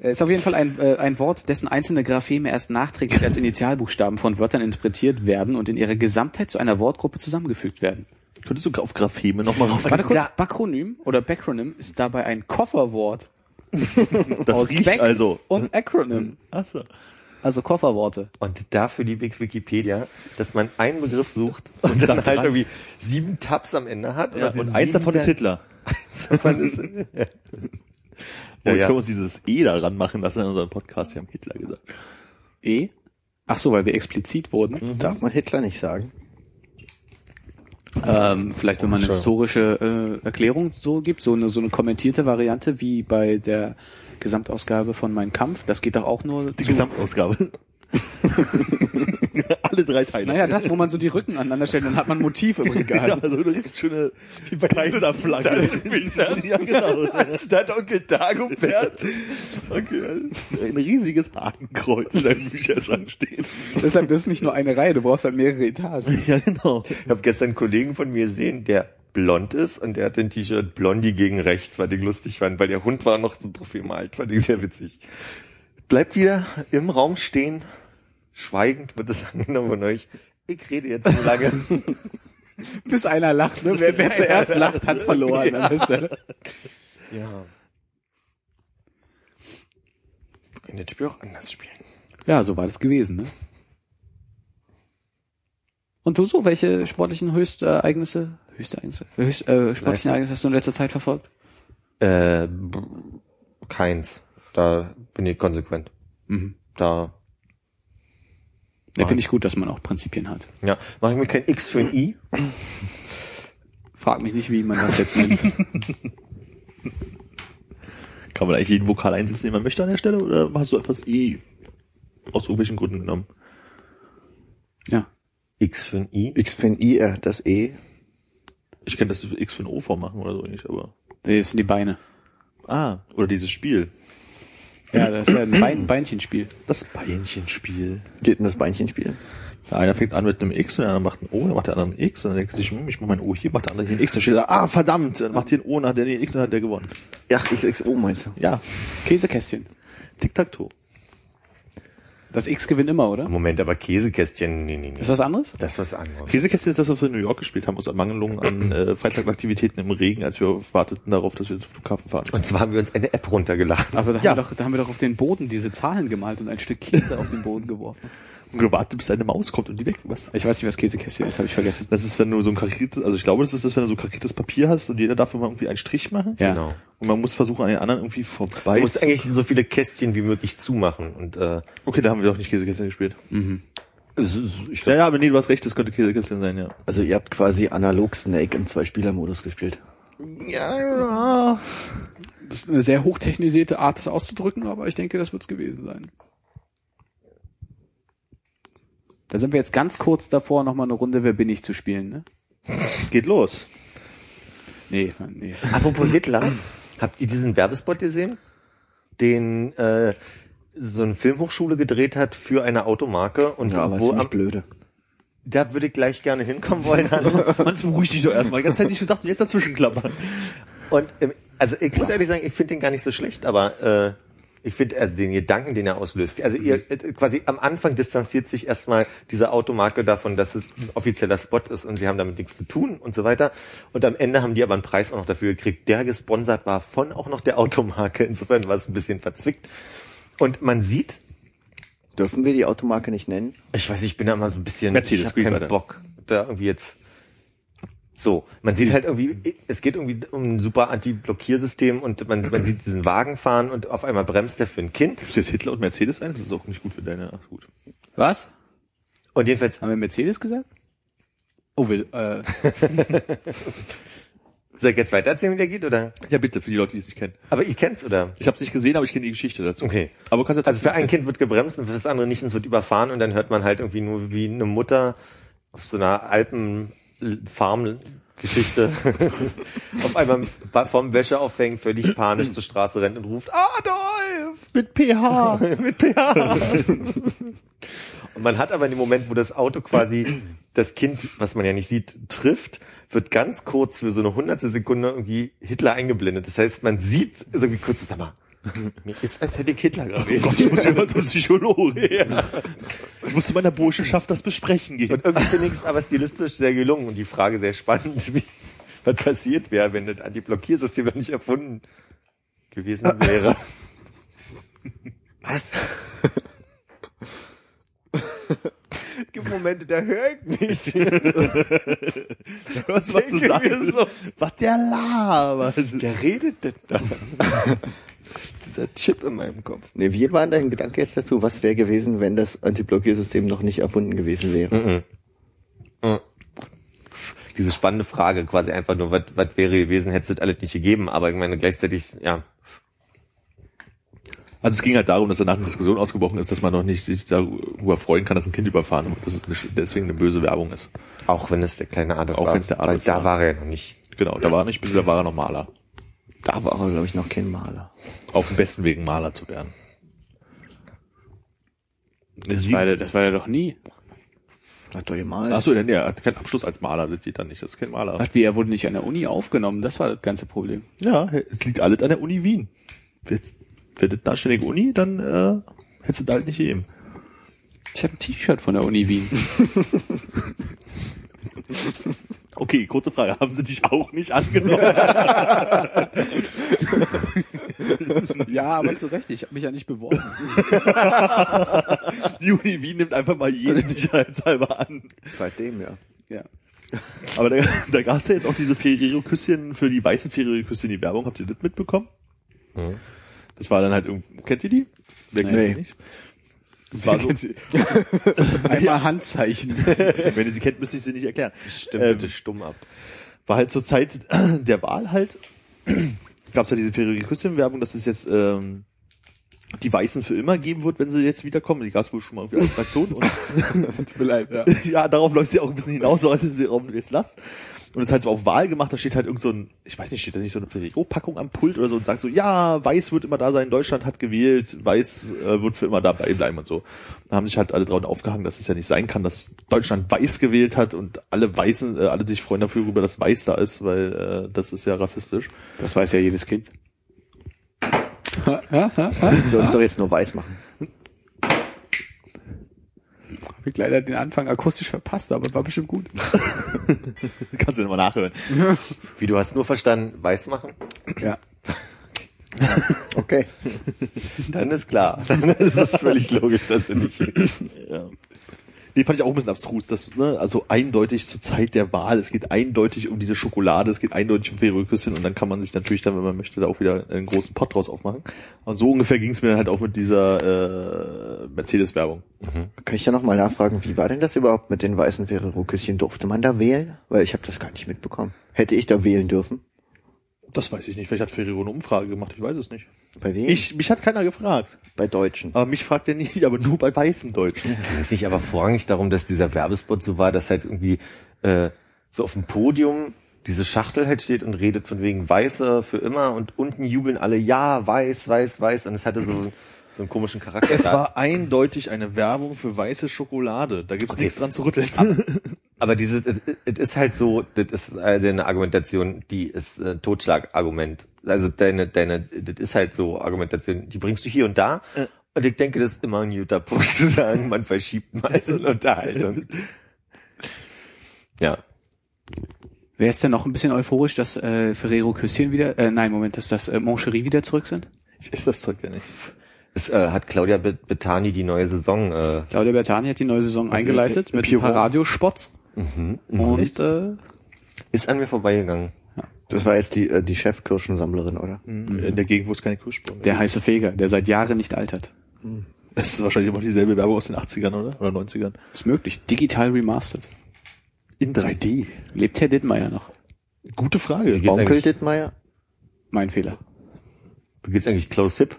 Äh, Ist auf jeden Fall ein, äh, ein Wort, dessen einzelne Grapheme erst nachträglich als Initialbuchstaben von Wörtern interpretiert werden und in ihrer Gesamtheit zu einer Wortgruppe zusammengefügt werden. Könntest du auf Grapheme nochmal rauf? Warte kurz, Da- Backronym oder Backronym ist dabei ein Kofferwort Das aus riecht Back also. und Acronym, Achso. also Kofferworte. Und dafür liebe ich Wikipedia, dass man einen Begriff sucht und dann halt irgendwie sieben Tabs am Ende hat. Ja, aus den und eins sieben davon ist Tab- Hitler. davon ist- Oh, Ja, jetzt ja. können wir uns dieses E da ranmachen lassen in unserem Podcast. Wir haben Hitler gesagt. E? Ach so, weil wir explizit wurden. Darf man Hitler nicht sagen? Ähm, vielleicht, wenn man eine historische äh, Erklärung so gibt, so eine, so eine kommentierte Variante wie bei der Gesamtausgabe von Mein Kampf. Das geht doch auch nur Die zu, Gesamtausgabe. Alle drei Teile. Naja, das, wo man so die Rücken aneinander stellt, dann hat man Motive im ja, Regal. so eine richtig schöne Kaiserflagge. Ja, genau. Statt Onkel Dagobert. Okay. Ein riesiges Hakenkreuz in deinem Bücherschrank steht. Deshalb, das ist nicht nur eine Reihe, du brauchst halt mehrere Etagen. Ja, genau. Ich habe gestern einen Kollegen von mir gesehen, der blond ist und der hat ein T-Shirt Blondie gegen rechts, weil ich lustig fand, weil der Hund war noch so drauf gemalt, fand ich sehr witzig. Bleibt wieder im Raum stehen, schweigend wird es angenommen von euch. Ich rede jetzt so lange. Bis einer lacht, ne? Wer, wer zuerst lacht, hat verloren an der Stelle. ja. Wir können das Spiel auch anders spielen. Ja, so war das gewesen, ne? Und du so, welche sportlichen Höchstereignisse, Höchstereignisse, Höchst, äh, sportlichen Leistung. Ereignisse hast du in letzter Zeit verfolgt? Äh, b- keins. Da bin ich konsequent. Mhm. Da, Da finde ich gut, dass man auch Prinzipien hat. ja, mache ich mir kein X für ein I. Frag mich nicht, wie man das jetzt nennt. Kann man eigentlich jeden Vokal einsetzen, den man möchte an der Stelle? eh Oder hast du etwas E aus irgendwelchen Gründen genommen? ja. X für ein I. X für ein I, R, das E. Ich kenne das X für ein O vormachen oder so nicht, aber. Nee, das sind die Beine. Ah, oder dieses Spiel. Ja, das ist ja ein Bein Beinchenspiel. Das Beinchenspiel. Geht in das Beinchenspiel. Ja, einer fängt an mit einem X und der andere macht ein O, dann macht der andere ein X und dann denkt er sich, hm, ich mach mein O hier, macht der andere hier ein X, dann steht da, ah, verdammt, dann macht hier ein O, nach der ein X und dann hat der gewonnen. Ja, XXO meinst du? Ja, Käsekästchen. Tic-Tac-Toe. Das X gewinnt immer, oder? Moment, aber Käsekästchen, nee, nee, nee. Ist das anderes? Das ist was anderes. Käsekästchen ist das, was wir in New York gespielt haben, aus Ermangelung an äh, Freizeitaktivitäten im Regen, als wir warteten darauf, dass wir zum Flughafen fahren. Und zwar haben wir uns eine App runtergeladen. Aber da haben, Ja. wir doch, da haben wir doch auf den Boden diese Zahlen gemalt und ein Stück Käse auf den Boden geworfen. Und gewartet, bis eine Maus kommt und die weg. Was? Ich weiß nicht, was Käsekästchen ist, habe ich vergessen. Das ist, wenn du so ein kariertes, also ich glaube, das ist das, wenn du so kariertes Papier hast und jeder darf immer irgendwie einen Strich machen. Ja. Genau. Und man muss versuchen, an den anderen irgendwie vorbei. Du musst eigentlich so viele Kästchen wie möglich zumachen. Und äh, okay, da haben wir doch nicht Käsekästchen gespielt. es ist- ich Ja, glaub, ja, aber nee, du hast recht, das könnte Käsekästchen sein, ja. Also ihr habt quasi analog Snake im Zwei-Spieler-Modus gespielt. Ja, ja. Das ist eine sehr hochtechnisierte Art, das auszudrücken, aber ich denke, das wird's gewesen sein. Da sind wir jetzt ganz kurz davor, nochmal eine Runde Wer bin ich zu spielen, ne? Geht los. Nee, nee. Apropos Hitler, habt ihr diesen Werbespot gesehen? Den äh, so eine Filmhochschule gedreht hat für eine Automarke und Ja, aber wo ziemlich am, blöde. da würde ich gleich gerne hinkommen wollen. Hannes. Mann, beruhig dich doch erstmal. Die ganze Zeit nicht gesagt und jetzt dazwischen klappern. und ähm, also ich muss ehrlich sagen, ich finde den gar nicht so schlecht, aber äh, ich finde also den Gedanken, den er auslöst. Also Mhm. ihr äh, quasi am Anfang distanziert sich erstmal diese Automarke davon, dass es ein offizieller Spot ist und sie haben damit nichts zu tun und so weiter. Und am Ende haben die aber einen Preis auch noch dafür gekriegt, der gesponsert war von auch noch der Automarke. Insofern war es ein bisschen verzwickt. Und man sieht, Dürfen wir die Automarke nicht nennen? Ich weiß, nicht, ich bin da mal so ein bisschen. Mercedes, ich hab geht keinen weiter. Bock. Da irgendwie jetzt. So, man sieht halt irgendwie, es geht irgendwie um ein super Anti-Blockiersystem und man, man sieht diesen Wagen fahren und auf einmal bremst er für ein Kind. Ist jetzt Hitler und Mercedes ein? Das ist auch nicht gut für deine. Ach gut. Was? Und jedenfalls, Haben wir Mercedes gesagt? Oh, will, äh, soll ich jetzt weitererzählen, wie der geht, oder? Ja, bitte, für die Leute, die es nicht kennen. Aber ihr kennt's, oder? Ich habe es nicht gesehen, aber ich kenne die Geschichte dazu. Okay. Aber kannst du Also für ein Kind wird gebremst und für das andere nicht und es wird überfahren und dann hört man halt irgendwie nur wie eine Mutter auf so einer Alpenfarm-Geschichte auf einmal vom Wäscheaufhängen völlig panisch zur Straße rennt und ruft Adolf! mit PH. mit pH. und man hat aber in dem Moment, wo das Auto quasi das Kind, was man ja nicht sieht, trifft, wird ganz kurz für so eine hundertstel Sekunde irgendwie Hitler eingeblendet. Das heißt, man sieht irgendwie kurz, sag mal, mir ist, als hätte ich Hitler gerade. Oh Gott, ich muss immer zum Psychologen. Ich muss zu meiner Burschenschaft das besprechen gehen. Und irgendwie finde ich es aber stilistisch sehr gelungen und die Frage sehr spannend, wie was passiert wäre, wenn das Anti-Blockiersystem noch nicht erfunden gewesen wäre. Was? Es gibt Momente, da höre ich nicht. Hörst du, was du denke sagst? mir so. Was der labert. Der redet denn da? Dieser Chip in meinem Kopf. Nee, wie war dein Gedanke jetzt dazu? Was wäre gewesen, wenn das Antiblockiersystem noch nicht erfunden gewesen wäre? diese spannende Frage quasi einfach nur, was was wäre gewesen, hätte es alles nicht gegeben, aber ich meine gleichzeitig, ja. Also es ging halt darum, dass danach eine Diskussion ausgebrochen ist, dass man noch nicht sich darüber freuen kann, dass ein Kind überfahren wird, dass es eine, sch- deswegen eine böse Werbung ist. Auch wenn es der kleine Adolf Auch war. wenn es der Adolf weil da war. war er ja noch nicht. Genau, da war nicht, da war er noch Maler. Da war er, glaube ich, noch kein Maler. Auf dem besten Weg, Maler zu werden. das war, der- das war ja doch nie. Hat doch gemalt. Achso, denn er hat keinen Abschluss als Maler, das geht dann nicht, das ist kein Maler. Ach, wie, er wurde nicht an der Uni aufgenommen, das war das ganze Problem. Ja, es liegt alles an der Uni Wien. Wäre das eine anständige Uni, dann äh, hättest du das halt nicht gegeben. Ich habe ein T-Shirt von der Uni Wien. Okay, kurze Frage, haben sie dich auch nicht angenommen? ja, aber zu Recht, ich habe mich ja nicht beworben. Die Uni Wien nimmt einfach mal jeden sicherheitshalber an. Seitdem, ja. ja. Aber da, da gab es ja jetzt auch diese Ferrero-Küsschen für die weißen Ferrero-Küsschen, die Werbung, habt ihr das mitbekommen? Das war dann halt irgendwie, kennt ihr die? Wer kennt Nee. sie nicht? Das war so, Einmal Handzeichen. wenn ihr sie kennt, müsste ich sie nicht erklären. Stimmt Ähm, bitte stumm ab. war halt zur Zeit der Wahl halt, gab es ja diese Ferrero-Küsschen-Werbung, dass es jetzt ähm, die Weißen für immer geben wird, wenn sie jetzt wieder kommen. Die gab es wohl schon mal irgendwie als Fraktion. Und Tut mir leid, ja. ja, darauf läuft sie auch ein bisschen hinaus, so als warum du jetzt lasst. Und es ist halt so auf Wahl gemacht, da steht halt irgend so ein, ich weiß nicht, steht da nicht so eine Ferrero-Packung am Pult oder so und sagt so, ja, Weiß wird immer da sein, Deutschland hat gewählt, Weiß äh, wird für immer dabei bleiben und so. Da haben sich halt alle dran aufgehangen, dass es ja nicht sein kann, dass Deutschland Weiß gewählt hat und alle Weißen, äh, alle sich freuen dafür, über dass Weiß da ist, weil äh, das ist ja rassistisch. Das weiß ja jedes Kind. Willst du uns doch jetzt nur weiß machen? Hab ich leider den Anfang akustisch verpasst, aber war bestimmt gut. Kannst du nochmal nachhören. Wie, du hast nur verstanden, weiß machen? Ja. Okay. Dann ist klar. Dann ist es völlig logisch, dass du nicht. Ja. Nee, fand ich auch ein bisschen abstrus, dass, ne, also eindeutig zur Zeit der Wahl, es geht eindeutig um diese Schokolade, es geht eindeutig um Ferroküsschen und dann kann man sich natürlich dann, wenn man möchte, da auch wieder einen großen Pott draus aufmachen. Und so ungefähr ging es mir halt auch mit dieser äh, Mercedes-Werbung. Kann ich da nochmal nachfragen, wie war denn das überhaupt mit den weißen Ferrero-Küsschen? Durfte man da wählen? Weil ich habe das gar nicht mitbekommen. Hätte ich da wählen dürfen? Das weiß ich nicht, vielleicht hat Ferrero eine Umfrage gemacht, ich weiß es nicht. Bei wem? Ich, mich hat keiner gefragt. Bei Deutschen. Aber mich fragt er nie, aber nur bei weißen Deutschen. Ging es nicht aber vorrangig darum, dass dieser Werbespot so war, dass halt irgendwie äh, so auf dem Podium diese Schachtel halt steht und redet von wegen Weiße für immer und unten jubeln alle Ja, weiß, weiß, weiß und es hatte so, so einen komischen Charakter. Es war eindeutig eine Werbung für weiße Schokolade. Da gibt's nichts dran zu rütteln. Aber diese, es- es ist halt so, das ist also eine Argumentation, die ist ein Totschlagargument. Also deine, deine, das ist halt so Argumentation, die bringst du hier und da. Äh. Und ich denke, das ist immer ein guter Punkt zu sagen, man verschiebt mal so eine Unterhaltung. Ja. Wer ist denn noch ein bisschen euphorisch, dass äh, Ferrero Küsschen wieder, äh, nein, Moment, dass das äh, Moncherie wieder zurück sind? Ich esse das Zeug ja nicht. Es äh, hat Claudia Be- Bettani die neue Saison. Äh, Claudia Bertani hat die neue Saison eingeleitet äh, mit ein paar Pierrot. Radiospots. Und äh, ist an mir vorbeigegangen. Das war jetzt die, äh, die Chefkirschensammlerin, oder? In Mhm. der Gegend, wo es keine Kirschbäume der heiße Feger, der seit Jahren nicht altert. Das ist wahrscheinlich immer dieselbe Werbung aus den 80ern, oder? Oder 90ern. Ist möglich. Digital remastered. In 3D. Lebt Herr Dittmeier noch? Gute Frage. Wie geht's Onkel eigentlich, Dittmeier? Mein Fehler. wie geht's eigentlich Klaus Hipp?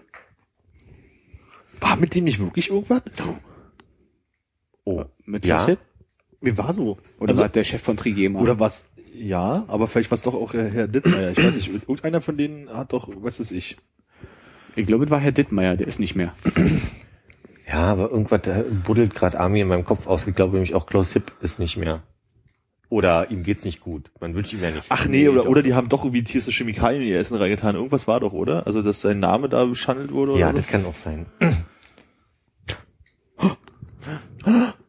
War mit dem nicht wirklich irgendwas? Oh, Mit ja. Chip? Mir war so. Oder also, war der Chef von Trigema? oder was? Ja, aber vielleicht war es doch auch äh, Herr Dittmeier. Ich weiß nicht, irgendeiner von denen hat doch, was ist ich? ich glaube, es war Herr Dittmeier, der ist nicht mehr. Ja, aber irgendwas da buddelt gerade Ami in meinem Kopf aus. Ich glaube nämlich auch Klaus Hipp ist nicht mehr. Oder ihm geht's nicht gut. Man wünscht ihm ja nichts. Ach nee, oder, doch. oder die haben doch irgendwie tierste Chemikalien in ihr Essen reingetan. Irgendwas war doch, oder? Also, dass sein Name da beschandelt wurde Ja, oder das so? kann auch sein.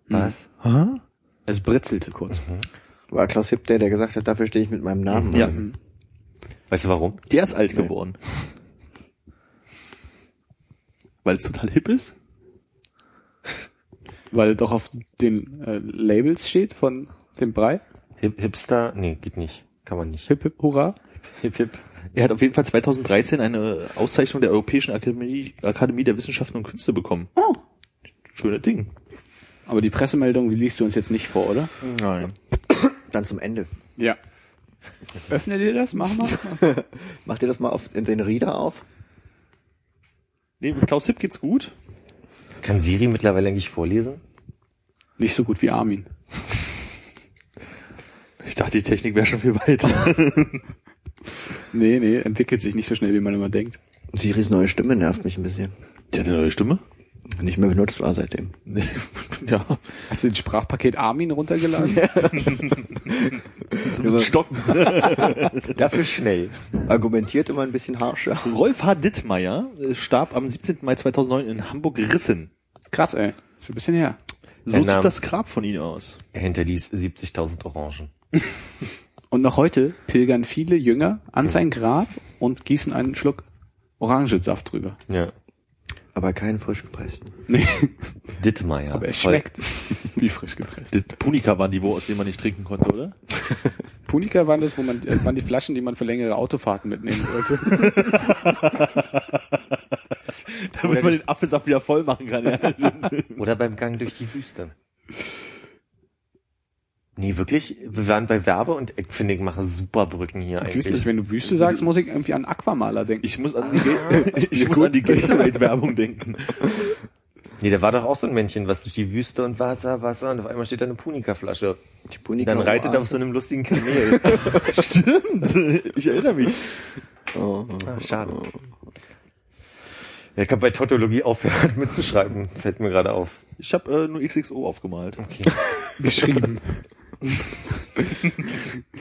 Was? Es britzelte kurz. War Klaus Hipp der, der gesagt hat, dafür stehe ich mit meinem Namen. Ja, Weißt du warum? der ist alt geworden. Weil es total hip ist? Weil doch auf den äh, Labels steht von dem Brei. Hip, Hipster? Nee, geht nicht. Kann man nicht. Hip, hip, hurra. Hip, hip. Er hat auf jeden Fall 2013 eine Auszeichnung der Europäischen Akademie, Akademie der Wissenschaften und Künste bekommen. Oh. Schöne Ding. Aber die Pressemeldung die liest du uns jetzt nicht vor, oder? Nein. Dann zum Ende. Ja. Öffne dir das, mach mal. Mach dir das mal auf in den Reader auf. Nee, mit Klaus Hipp geht's gut. Kann Siri mittlerweile eigentlich vorlesen? nicht so gut wie Armin. Ich dachte, die Technik wäre schon viel weiter. Nee, nee, entwickelt sich nicht so schnell, wie man immer denkt. Siris neue Stimme nervt mich ein bisschen. Die hat eine neue Stimme? Nicht mehr benutzt war seitdem. Nee. Ja. Hast du den Sprachpaket Armin runtergeladen? Zum Stocken. Dafür schnell. Argumentiert immer ein bisschen harscher. Rolf H. Dittmeier äh, starb am 17. Mai 2009 in Hamburg-Rissen. Krass, ey. Ist ein bisschen her. So Der Name- sieht das Grab von ihm aus. Er hinterließ 70.000 Orangen. Und noch heute pilgern viele Jünger an sein Grab und gießen einen Schluck Orangensaft drüber. Ja. Aber keinen frisch gepressten. Nee, Dittmeier. aber es Voll- schmeckt wie frisch gepresst. Das Punika waren die, wo, aus denen man nicht trinken konnte, oder? Punika waren das, wo man, äh, waren die Flaschen, die man für längere Autofahrten mitnehmen wollte. Damit man den Apfelsaft wieder voll machen kann. Ja. Oder beim Gang durch die Wüste. Nee, wirklich, wir waren bei Werbe und ich finde, ich mache super Brücken hier Wüste, eigentlich. wenn du Wüste sagst, muss ich irgendwie an Aquamaler denken. Ich muss an die, Ga- ich muss an die Gatorade-Werbung denken. Nee, da war doch auch so ein Männchen, was durch die Wüste und Wasser, Wasser und auf einmal steht da eine Punika-Flasche. Die Punika Dann reitet er auf so einem lustigen Kamel. Stimmt. Ich erinnere mich. Oh. Ah, Schade. Ja, ich habe bei Tautologie aufgehört mitzuschreiben, fällt mir gerade auf. Ich habe äh, nur XXO aufgemalt. Okay. geschrieben.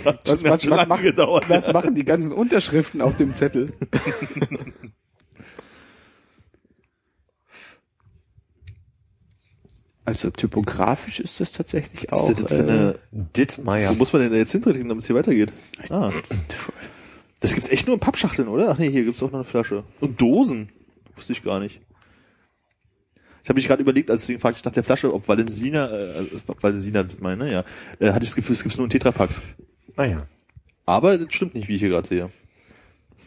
Hat Was, schon- hat was, schon was, lange machen, gedauert. was machen die ganzen Unterschriften auf dem Zettel? Also typografisch ist das tatsächlich auch. Was ist das denn für äh, eine, Dittmeier. Wo muss man denn da jetzt hintreten, damit es hier weitergeht? Ah. Das gibt's echt nur in Pappschachteln, oder? Ach nee, hier gibt's auch noch eine Flasche. Und Dosen. Wusste ich gar nicht. Ich habe mich gerade überlegt, also deswegen fragte ich nach der Flasche, ob Valensina, äh, also, ob Valensina meine, ja, äh, hatte ich das Gefühl, es gibt's nur in Tetrapacks. Ah ja. Aber das stimmt nicht, wie ich hier gerade sehe.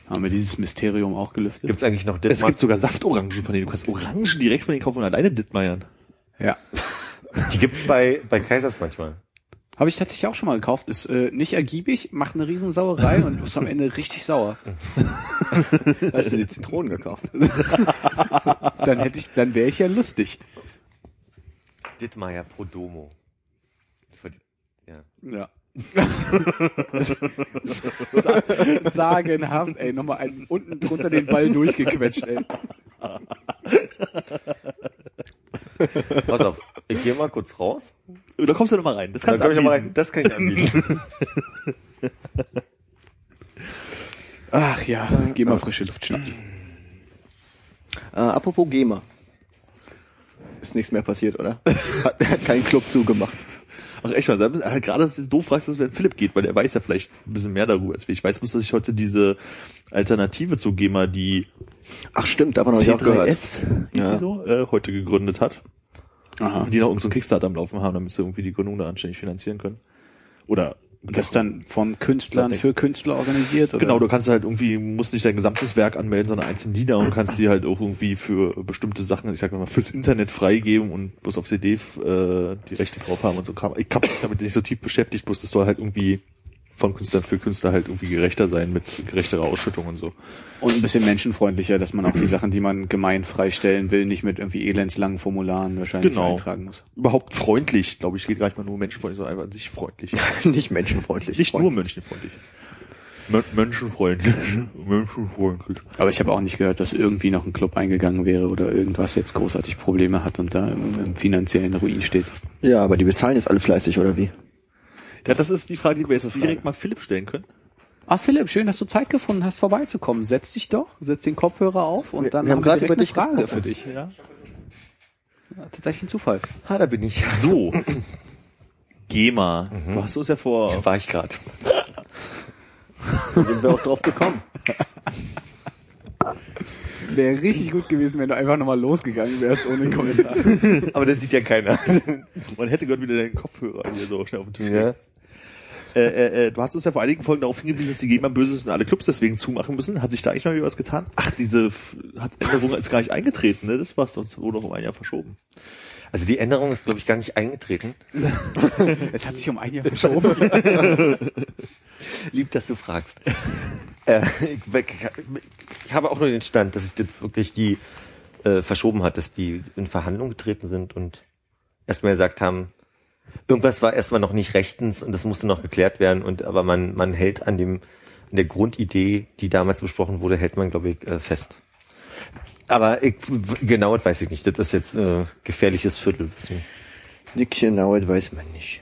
haben wir dieses Mysterium auch gelüftet? Gibt's eigentlich noch Es gibt Dittmeier? sogar Saftorangen von denen. Du kannst Orangen direkt von denen kaufen und alleine Dittmeiern. Ja. Die gibt's bei, bei Kaisers manchmal. Habe ich tatsächlich auch schon mal gekauft. Ist äh, nicht ergiebig, macht eine Riesensauerei und ist am Ende richtig sauer. Hast du die Zitronen gekauft? Dann hätte ich, dann wäre ich ja lustig. Dittmeier Prodomo. Das war die, ja. Ja. Sagenhaft, ey, nochmal einen unten drunter den Ball durchgequetscht, ey. Pass auf, ich gehe mal kurz raus. Da kommst du nochmal rein. Das Dann kannst komm ich du noch mal anbieten. rein. Das kann ich anbieten. Ach ja, geh mal frische Luft schnappen. Äh, apropos GEMA. Ist nichts mehr passiert, oder? Hat, hat kein Club zugemacht. Ach echt mal, da bist- halt gerade dass du doof fragst, dass es wenn Philipp geht, weil der weiß ja vielleicht ein bisschen mehr darüber als wir. Ich weiß bloß, dass ich heute diese Alternative zu GEMA, die Ach stimmt, davon habe ich auch gehört. C3S, hieß Ja. die so, äh, heute gegründet hat. Aha. Und die noch irgendeinen so einen Kickstarter am Laufen haben, damit sie irgendwie die Gründung da anständig finanzieren können. Oder Und das dann von Künstlern für Künstler organisiert, oder? Genau, du kannst halt irgendwie, musst nicht dein gesamtes Werk anmelden, sondern einzelne Lieder und kannst die halt auch irgendwie für bestimmte Sachen, ich sag mal, fürs Internet freigeben und bloß auf CD äh, die Rechte drauf haben und so. Kram. Ich hab mich damit nicht so tief beschäftigt, bloß das soll halt irgendwie von Künstlern für Künstler halt irgendwie gerechter sein mit gerechterer Ausschüttung und so. Und ein bisschen menschenfreundlicher, dass man auch die Sachen, die man gemein freistellen will, nicht mit irgendwie elendslangen Formularen wahrscheinlich Genau. eintragen muss. Überhaupt freundlich, glaube ich, geht gar nicht mal nur menschenfreundlich, sondern einfach an sich freundlich. Nicht menschenfreundlich. nicht nur menschenfreundlich. Mö- Menschenfreundlich. Menschenfreundlich. Aber ich habe auch nicht gehört, dass irgendwie noch ein Club eingegangen wäre oder irgendwas jetzt großartig Probleme hat und da im, im finanziellen Ruin steht. Ja, aber die bezahlen jetzt alle fleißig, oder wie? Ja, das ist die Frage, die wir jetzt direkt mal Philipp stellen können. Ah, Philipp, schön, dass du Zeit gefunden hast, vorbeizukommen. Setz dich doch, setz den Kopfhörer auf und Wir- dann wir haben gerade direkt über dich eine Frage gesprochen. für dich. Ja. Ja, tatsächlich ein Zufall. Ha, da bin ich. Mhm. So. GEMA. Du hast uns ja vor. War ich gerade. Da sind wir auch drauf gekommen. Wäre richtig gut gewesen, wenn du einfach nochmal losgegangen wärst ohne Kommentar. Aber das sieht ja keiner. Man hätte gehört, wie du deinen Kopfhörer hier so schnell auf den Tisch Ja. legst. Äh, äh, äh, du hast uns ja vor einigen Folgen darauf hingewiesen, dass die GEMA böse ist und alle Clubs deswegen zumachen müssen. Hat sich da eigentlich mal wieder was getan? Ach, diese F- hat Änderung ist gar nicht eingetreten, ne? Das war's, das wurde noch um ein Jahr verschoben. Also die Änderung ist, glaube ich, gar nicht eingetreten. Es hat sich um ein Jahr verschoben. Lieb, dass du fragst. äh, ich, ich habe auch nur den Stand, dass sich das wirklich die äh, verschoben hat, dass die in Verhandlungen getreten sind und erstmal gesagt haben, irgendwas war erstmal noch nicht rechtens und das musste noch geklärt werden. Und aber man man hält an dem an der Grundidee, die damals besprochen wurde, hält man glaube ich äh, fest. Aber ich, w- genau das weiß ich nicht. Das ist jetzt äh, gefährliches Viertelwissen. Nick genau, das weiß man nicht.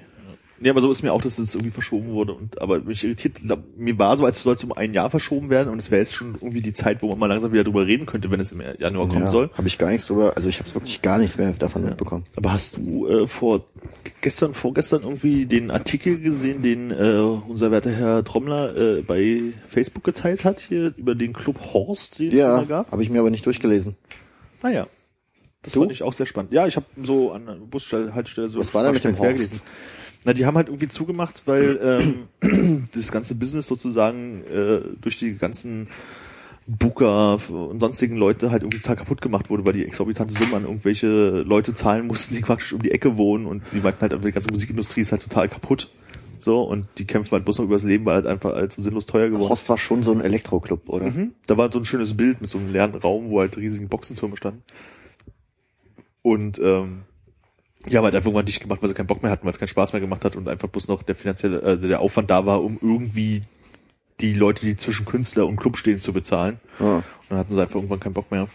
Nee, aber so ist mir auch, dass es irgendwie verschoben wurde. Und aber mich irritiert, mir war so, als soll es um ein Jahr verschoben werden und es wäre jetzt schon irgendwie die Zeit, wo man mal langsam wieder drüber reden könnte, wenn es im Januar kommen soll. Habe ich gar nichts drüber, also ich habe wirklich gar nichts mehr davon mitbekommen. Aber hast du äh, vor gestern, vorgestern irgendwie den Artikel gesehen, den äh, unser werter Herr Trommler äh, bei Facebook geteilt hat, hier über den Club Horst, den es Ja, immer gab? habe ich mir aber nicht durchgelesen. Naja. Das Ah Du? fand ich auch sehr spannend. Ja, ich habe so an der Bushaltestelle so Was war da mit schnell dem Horst? quergelesen. Na, die haben halt irgendwie zugemacht, weil ähm, das ganze Business sozusagen äh, durch die ganzen Booker und sonstigen Leute halt irgendwie total kaputt gemacht wurde, weil die exorbitante Summen an irgendwelche Leute zahlen mussten, die praktisch um die Ecke wohnen und die meinten halt, einfach, die ganze Musikindustrie ist halt total kaputt. So, und die kämpfen halt bloß noch übers Leben, weil halt einfach allzu sinnlos teuer geworden Horst war schon so ein Elektroclub, oder? Mhm. Da war so ein schönes Bild mit so einem leeren Raum, wo halt riesige Boxentürme standen. Und ähm, die haben halt einfach irgendwann dicht gemacht, weil sie keinen Bock mehr hatten, weil es keinen Spaß mehr gemacht hat und einfach bloß noch der finanzielle, äh, der Aufwand da war, um irgendwie die Leute, die zwischen Künstler und Club stehen, zu bezahlen. Ah. Und dann hatten sie einfach irgendwann keinen Bock mehr.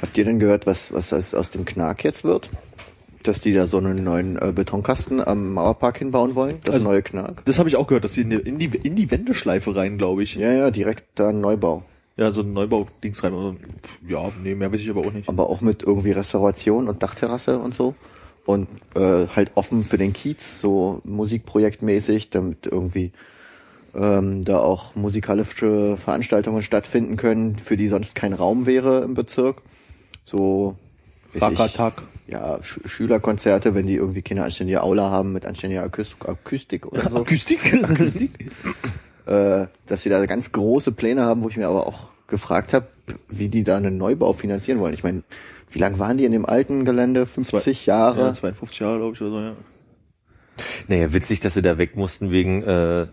Habt ihr denn gehört, was, was aus aus dem Knark jetzt wird? Dass die da so einen neuen äh, Betonkasten am Mauerpark hinbauen wollen? Das Also- neue Knark? Das habe ich auch gehört, dass sie in die, in die, in die Wendeschleife rein, glaube ich. Ja. Ja, ja, direkt da ein Neubau. so ein Neubau-Dings rein. Also, pff, Ja, nee, mehr weiß ich aber auch nicht. aber auch mit irgendwie Restauration und Dachterrasse und so. Und äh, halt offen für den Kiez, so musikprojektmäßig, damit irgendwie ähm, da auch musikalische Veranstaltungen stattfinden können, für die sonst kein Raum wäre im Bezirk. So weiß ich, Rackertag. ja, Sch Schülerkonzerte, wenn die irgendwie keine anständige Aula haben mit anständiger Akustik, Akustik oder so. Akustik. äh, dass sie da ganz große Pläne haben, wo ich mir aber auch gefragt habe, wie die da einen Neubau finanzieren wollen. Ich meine, wie lange waren die in dem alten Gelände? 50 Jahre? Ja, 52 Jahre, glaube ich, oder so, ja. Naja, witzig, dass sie da weg mussten wegen äh,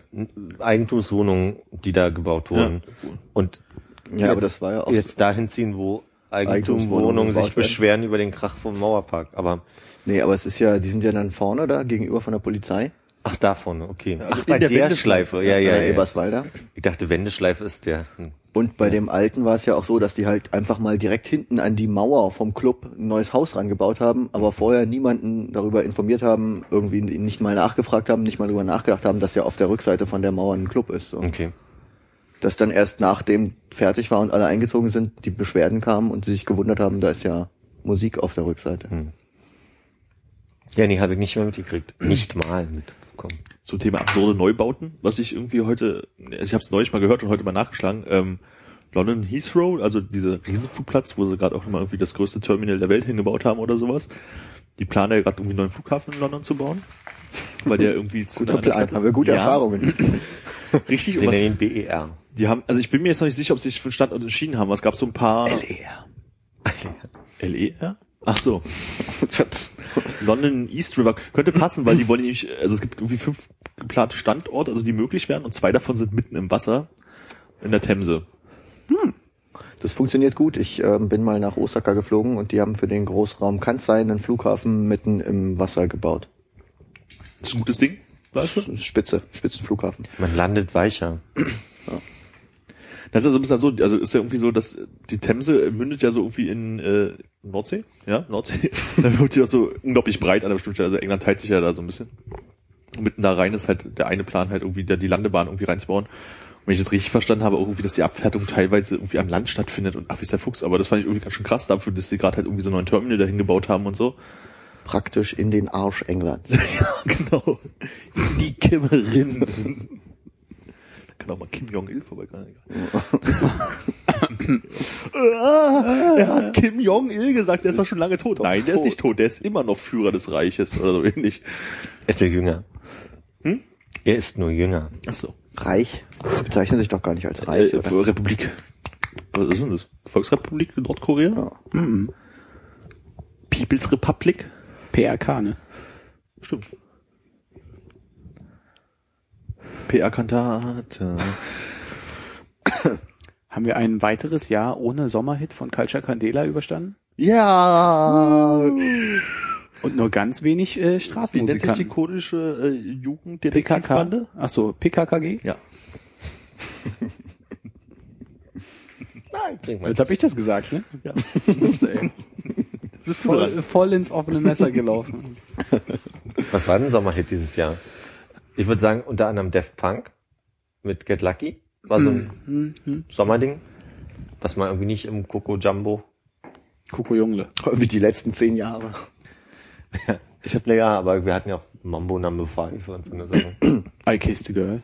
Eigentumswohnungen, die da gebaut wurden. Und Ja, aber das war ja auch jetzt dahin ziehen, wo Eigentumswohnungen Eigentumswohnungen sich gebaut werden. beschweren über den Krach vom Mauerpark. Aber Nee, aber es ist ja, die sind ja dann vorne da, gegenüber von der Polizei. ach, da vorne, okay. also ach, bei in der der, Wendeschleife. Schleife, ja, ja, an der ja. Eberswalder. Ich dachte, Wendeschleife ist der. Hm. Und bei dem alten war es ja auch so, dass die halt einfach mal direkt hinten an die Mauer vom Club ein neues Haus rangebaut haben, Mhm. aber vorher niemanden darüber informiert haben, irgendwie nicht mal nachgefragt haben, nicht mal darüber nachgedacht haben, dass ja auf der Rückseite von der Mauer ein Club ist. So. Okay. dass dann erst nachdem fertig war und alle eingezogen sind, die Beschwerden kamen und sie sich gewundert haben, da ist ja Musik auf der Rückseite. Hm. Ja, nee, habe ich nicht mehr mitgekriegt. Nicht mal mitbekommen. zum Thema absurde Neubauten, was ich irgendwie heute, also ich habe es neulich mal gehört und heute mal nachgeschlagen, ähm, London Heathrow, also dieser Riesenflugplatz, wo sie gerade auch immer irgendwie das größte Terminal der Welt hingebaut haben oder sowas. Die planen ja gerade irgendwie einen neuen Flughafen in London zu bauen, weil der irgendwie zu Guter nah an der Plan, Stadt haben wir gute ja, Erfahrungen. Richtig, Sie und was, nennen ihn BER. die haben, also ich bin mir jetzt noch nicht sicher, ob sie sich für den Standort entschieden haben. aber Es gab so ein paar BER. LER? Ach so. London East River könnte passen, weil die wollen nämlich, also es gibt irgendwie fünf geplante Standorte, also die möglich wären, und zwei davon sind mitten im Wasser in der Themse. Das funktioniert gut. Ich ähm, bin mal nach Osaka geflogen und die haben für den Großraum Kansai einen Flughafen mitten im Wasser gebaut. Ist ein gutes Ding, weißt du? Spitze, Spitzenflughafen. Man landet weicher. Das ist ja so ein bisschen so, also ist ja irgendwie so, dass die Themse mündet ja so irgendwie in äh, Nordsee, ja, Nordsee. Dann wird die auch so unglaublich breit an der bestimmten Stelle. Also England teilt sich ja da so ein bisschen. Und mitten da rein ist halt der eine Plan halt irgendwie, da die Landebahn irgendwie reinzubauen. Und wenn ich das richtig verstanden habe, auch irgendwie, dass die Abfertigung teilweise irgendwie am Land stattfindet und ach, wie ist der Fuchs, aber das fand ich irgendwie ganz schön krass dafür, dass die gerade halt irgendwie so einen neuen Terminal dahin gebaut haben und so. Praktisch in den Arsch Englands. genau. Die Kimmerin. Da kann auch mal Kim Jong-il vorbeikommen. Ah, er hat Kim Jong-il gesagt, der ist doch schon lange tot. Nein, der ist nicht tot, der ist immer noch Führer des Reiches oder so ähnlich. Er ist nur jünger. Hm? Er ist nur jünger. Ach so. Reich? Die bezeichnen sich doch gar nicht als Äh, reich. oder? für Republik. Was ist denn das? Volksrepublik in Nordkorea? Ja. Mhm. People's Republic? PRK, ne? Stimmt. PR Kantate. Haben wir ein weiteres Jahr ohne Sommerhit von Culture Candela überstanden? Ja! Und nur ganz wenig äh, Wie nennt sich die Straßenmusikanten. kurdische äh, Jugenddetektivbande? PKK? Ach so, PKKG? Ja. Nein, trink Jetzt habe ich das gesagt, ne? ja. Bist du, ey. Bist voll, voll ins offene Messer gelaufen. Was war denn Sommerhit dieses Jahr? Ich würde sagen, unter anderem Daft Punk mit Get Lucky. War so ein Mhm. Sommerding, was man irgendwie nicht im Coco Jumbo. Coco Jungle. Wie die letzten zehn Jahre. Ich hab, naja, aber wir hatten ja auch Mambo Number Five und so eine Sache. I Kissed a Girl.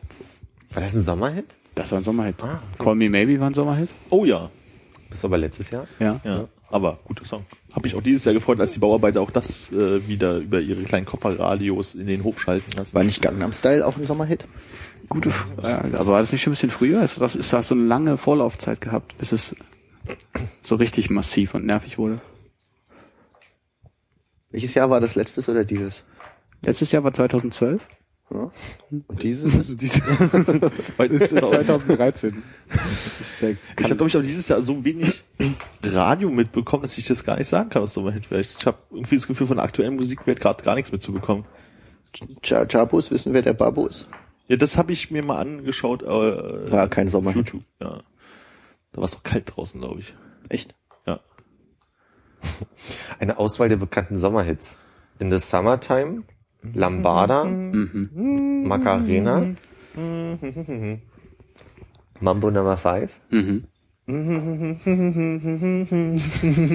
War das ein Sommerhit? Das war ein Sommerhit. Ah. Call Me Maybe war ein Sommerhit. Oh ja. Das war aber letztes Jahr. Ja. Ja, aber guter Song. Hab mich auch dieses Jahr gefreut, als die Bauarbeiter auch das äh, wieder über ihre kleinen Kopferradios in den Hof schalten lassen. War nicht Gangnam Style auch ein Sommerhit? Gute Frage. Aber war das nicht schon ein bisschen früher? Ist das, ist das so eine lange Vorlaufzeit gehabt, bis es so richtig massiv und nervig wurde? Welches Jahr war das letztes oder dieses? Letztes Jahr war 2012. Ja? Und dieses? Diese- 2000. 2013. ist der genau. Ich habe, glaube ich, auch dieses Jahr so wenig Radio mitbekommen, dass ich das gar nicht sagen kann, was so ein Hit wäre. Ich habe irgendwie das Gefühl, von der aktuellen Musikwelt gerade gar nichts mitzubekommen. Cha Chabos, wissen wir, der Babo ist? Ja, das habe ich mir mal angeschaut äh, War kein auf Sommerhit. YouTube. Ja. Da war es doch kalt draußen, glaube ich. Echt? Ja. Eine Auswahl der bekannten Sommerhits. In the Summertime, Lambada, Mhm. Macarena, Mambo Number 5, mhm.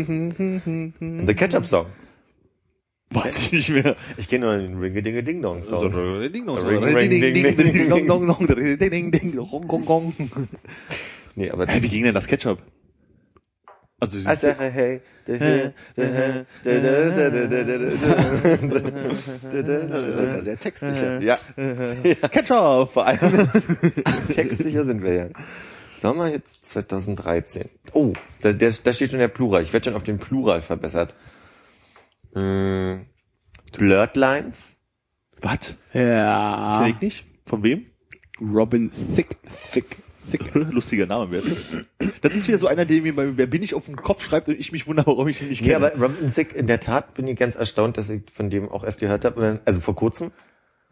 The Ketchup Song. Weiß ich nicht mehr. Ich kenne nur den Ringe Dinge Ding Dong So. Song. Hä, Nee, aber wie ging denn das Ketchup? Also, I say hey, hey, da, da, da, da, da, da, da, da, da, da, da, da. sehr textsicher. Ja, Ketchup! vor allem textsicher sind wir ja. Sommerhits 2013. Oh, da, der, da steht schon der Plural. Ich werde schon auf den Plural verbessert. Äh, Flirtlines. Was? Ah. Ja. Kenn ich nicht. Von wem? Robin Thick. Thick. Thick. Lustiger Name wäre das. Das ist wieder so einer, der mir bei Wer bin ich auf den Kopf schreibt und ich mich wundere, warum ich ihn nicht Nee, kenne. aber Robin Thicke, in der Tat bin ich ganz erstaunt, dass ich von dem auch erst gehört habe. Und dann- Also vor kurzem,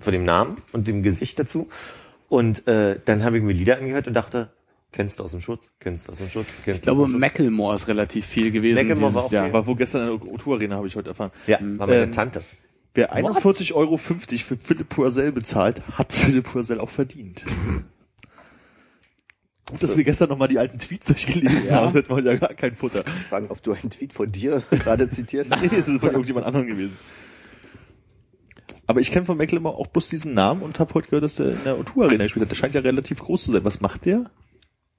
von dem Namen und dem Gesicht dazu. Und äh, dann habe ich mir Lieder angehört und dachte, kennst du aus dem Schutz? Kennst du aus dem Schutz? Kennst Ich glaube, aus dem Schutz? Macklemore ist also- relativ viel gewesen Macklemore war dieses auch Jahr. viel. war wo gestern in der O2-Arena, habe ich heute erfahren. Ja, war meine Ähm, Tante. Wer 41,50 Euro für Philipp Purcell bezahlt, hat Philipp Purcell auch verdient. Gut, dass wir gestern nochmal die alten Tweets durchgelesen haben, hätten wir ja gar kein Futter. Fragen, ob du einen Tweet von dir gerade zitiert hast. Nee, es ist von irgendjemand anderem gewesen. Aber ich kenne von Mecklemore auch bloß diesen Namen und habe heute gehört, dass er in der O2-Arena gespielt hat. Der scheint ja relativ groß zu sein. Was macht der?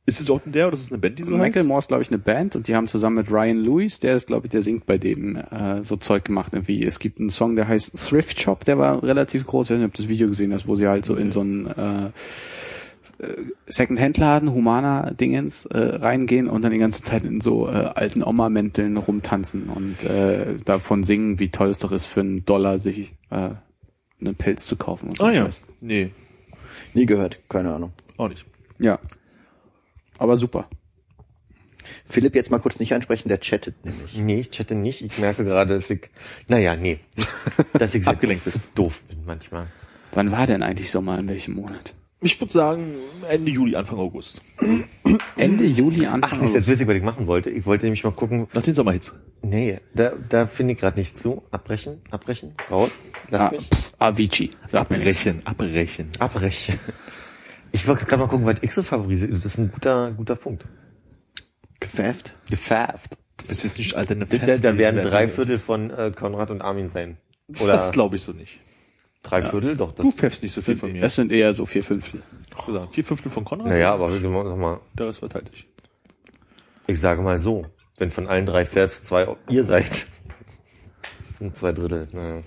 Ist es auch denn der oder ist es eine Band, die so heißt? Macklemore ist, glaube ich, eine Band und die haben zusammen mit Ryan Lewis, der ist, glaube ich, der singt bei denen äh, so Zeug gemacht. Irgendwie. Es gibt einen Song, der heißt Thrift Shop, der war relativ groß. Ich weiß nicht, ob du das Video gesehen hast, wo sie halt so in so einen äh, Second-Hand-Laden, Humana-Dingens äh, reingehen und dann die ganze Zeit in so äh, alten Oma-Mänteln rumtanzen und äh, davon singen, wie toll es doch ist, für einen Dollar sich äh, einen Pelz zu kaufen. Und so Ah ja. Scheiß. Nee, Nie gehört, keine Ahnung. auch nicht. Ja. Aber super. Philipp jetzt mal kurz nicht ansprechen, der chattet nämlich. Nee, ich chatte nicht. Ich merke gerade, dass ich, naja, nee, dass ich Abgelenkt so bist. doof bin manchmal. Wann war denn eigentlich Sommer? In welchem Monat? Ich würde sagen Ende Juli, Anfang August. Ende Juli, Ach, Anfang siehst du, August. jetzt weiß ich, was ich machen wollte. Ich wollte nämlich mal gucken, Nach den Sommerhits. nee, da, da finde ich gerade nicht zu. Abbrechen, abbrechen, raus, lass Ah, mich. pff, Avicii. Sag mir nichts. abbrechen. Abbrechen. Ich wollte gerade mal gucken, was ich so favorisiere. Das ist ein guter, guter Punkt. Gepfefft? Gefärbt. Du bist jetzt nicht alter Da, da werden drei Viertel von äh, Konrad und Armin sein. Oder Das glaube ich so nicht. drei Viertel, doch. Das, Du pfeffst nicht so viel Das von sind, mir. das sind eher so vier Fünftel. Oder Vier Fünftel von Konrad? naja, aber wir machen noch mal. Der Rest verteilt sich. Ich sage mal so, wenn von allen drei Färbs zwei ihr seid. Und zwei Drittel. Naja.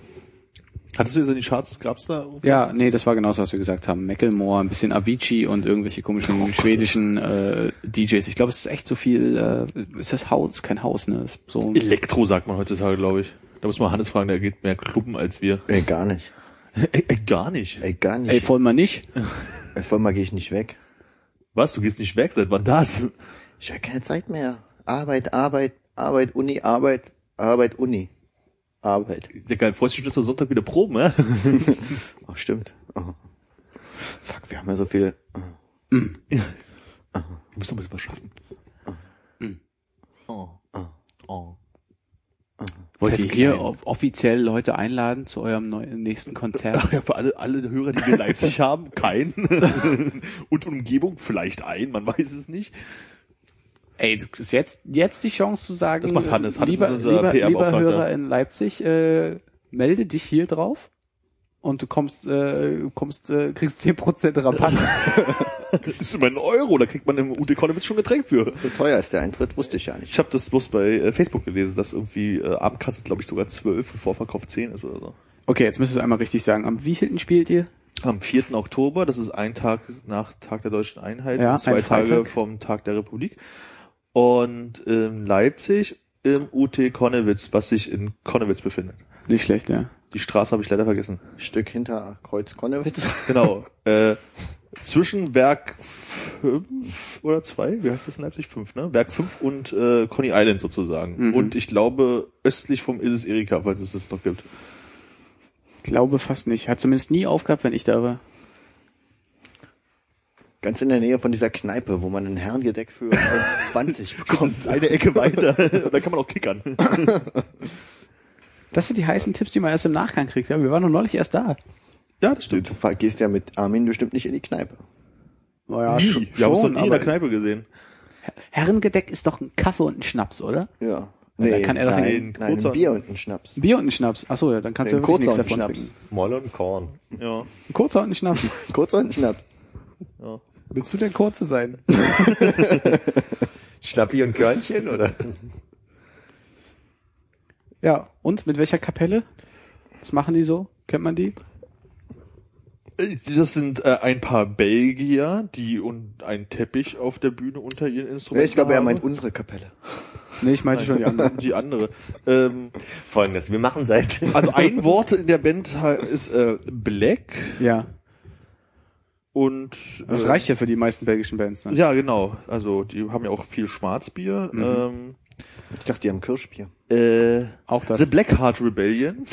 Hattest du jetzt in die Charts, gab's da irgendwas? Ja, nee, das war genau das, was wir gesagt haben. Macklemore, ein bisschen Avicii und irgendwelche komischen Oh schwedischen äh, DJs. Ich glaube, es ist echt so viel. Äh, ist das Haus? Ist kein Haus, ne? Ist so Elektro sagt man heutzutage, glaube ich. Da muss man Hannes fragen, der geht mehr Klubben als wir. Ey, gar nicht. Ey, ey, gar nicht. Ey, gar nicht. Ey, voll mal nicht. Ey, voll mal gehe ich nicht weg. Was, du gehst nicht weg? Seit wann das? Ich habe keine Zeit mehr. Arbeit, Arbeit, Arbeit, Uni, Arbeit, Arbeit, Uni. Arbeit. Der geil, vorsichtig ist am Sonntag wieder Proben, ja? Ach, stimmt. Oh. Fuck, wir haben ja so oh. viele. Ah. Du musst doch ein bisschen was schaffen. Ah. Oh. Oh. Wollt ihr Heftig hier ein. o- offiziell Leute einladen zu eurem neuen, nächsten Konzert? Ach ja, für alle, alle Hörer, die wir in Leipzig haben, kein. Und Umgebung vielleicht ein, man weiß es nicht. Ey, du ist jetzt jetzt die Chance zu sagen. Das macht Hannes. Hannes lieber, ist unser lieber, lieber PR-Beauftragter. Hörer in Leipzig, äh, melde dich hier drauf und du kommst, äh, kommst, äh, kriegst 10% Rabatt. ist immer ein Euro, da kriegt man im Ute Konowitz schon ein Getränk für. So teuer ist der Eintritt, wusste ich ja nicht. Ich habe das bloß bei äh, Facebook gelesen, dass irgendwie äh, Abendkasse, glaube ich, sogar 12 und Vorverkauf 10 ist oder so. Okay, jetzt müsst ihr es einmal richtig sagen. Am wievielten spielt ihr? Am 4. Oktober, das ist ein Tag nach Tag der Deutschen Einheit, Ja, und zwei ein Freitag. Tage vom Tag der Republik. Und in Leipzig im UT Konnewitz, was sich in Konnewitz befindet. Nicht schlecht, ja. Die Straße habe ich leider vergessen. Stück hinter Kreuz Konnewitz. Genau. äh, zwischen Werk 5 oder 2, wie heißt das in Leipzig? 5, ne? Werk 5 und äh, Conny Island sozusagen. Mhm. Und ich glaube, östlich vom Isis Erika, falls es das noch gibt. Ich glaube fast nicht. Hat zumindest nie aufgehabt, wenn ich da war. Ganz in der Nähe von dieser Kneipe, wo man ein Herrengedeck für 1,20 bekommt. eine Ecke weiter. da kann man auch kickern. Das sind die heißen Tipps, die man erst im Nachgang kriegt. Ja, wir waren doch neulich erst da. Ja, das Du, du gehst ja mit Armin bestimmt nicht in die Kneipe. Naja, Nie. sch- wir haben uns noch nie in der aber Kneipe gesehen. Herrengedeck ist doch ein Kaffee und ein Schnaps, oder? Ja. dann kann er doch den nein, nein, Kurzer- ein Bier und einen Schnaps. Ein Bier und ein Schnaps. Achso, ja, dann kannst Den du ja wirklich Kurzer nichts und davon Schnaps. trinken. Moll und Korn. Ja, Ein Kurzer und ein Schnaps. Kurzer und ein Schnaps. ja. Willst du der Kurze sein? Schnappi und Körnchen, oder? Ja, und mit welcher Kapelle? Was machen die so? Kennt man die? Äh, Das sind äh, ein paar Belgier, die und ein Teppich auf der Bühne unter ihren Ja, Instrumenten ich glaube, er haben. meint unsere Kapelle. Nee, ich meinte schon die anderen. die andere. Ähm, Folgendes, wir machen seit also ein Wort in der Band he- ist äh, Black Ja. und Das äh, reicht ja für die meisten belgischen Bands ne? dann. Ja, genau. Also die haben ja auch viel Schwarzbier. Mhm. Ich dachte, die haben Kirschbier. Ähm, äh, Auch das. The Blackheart Rebellion.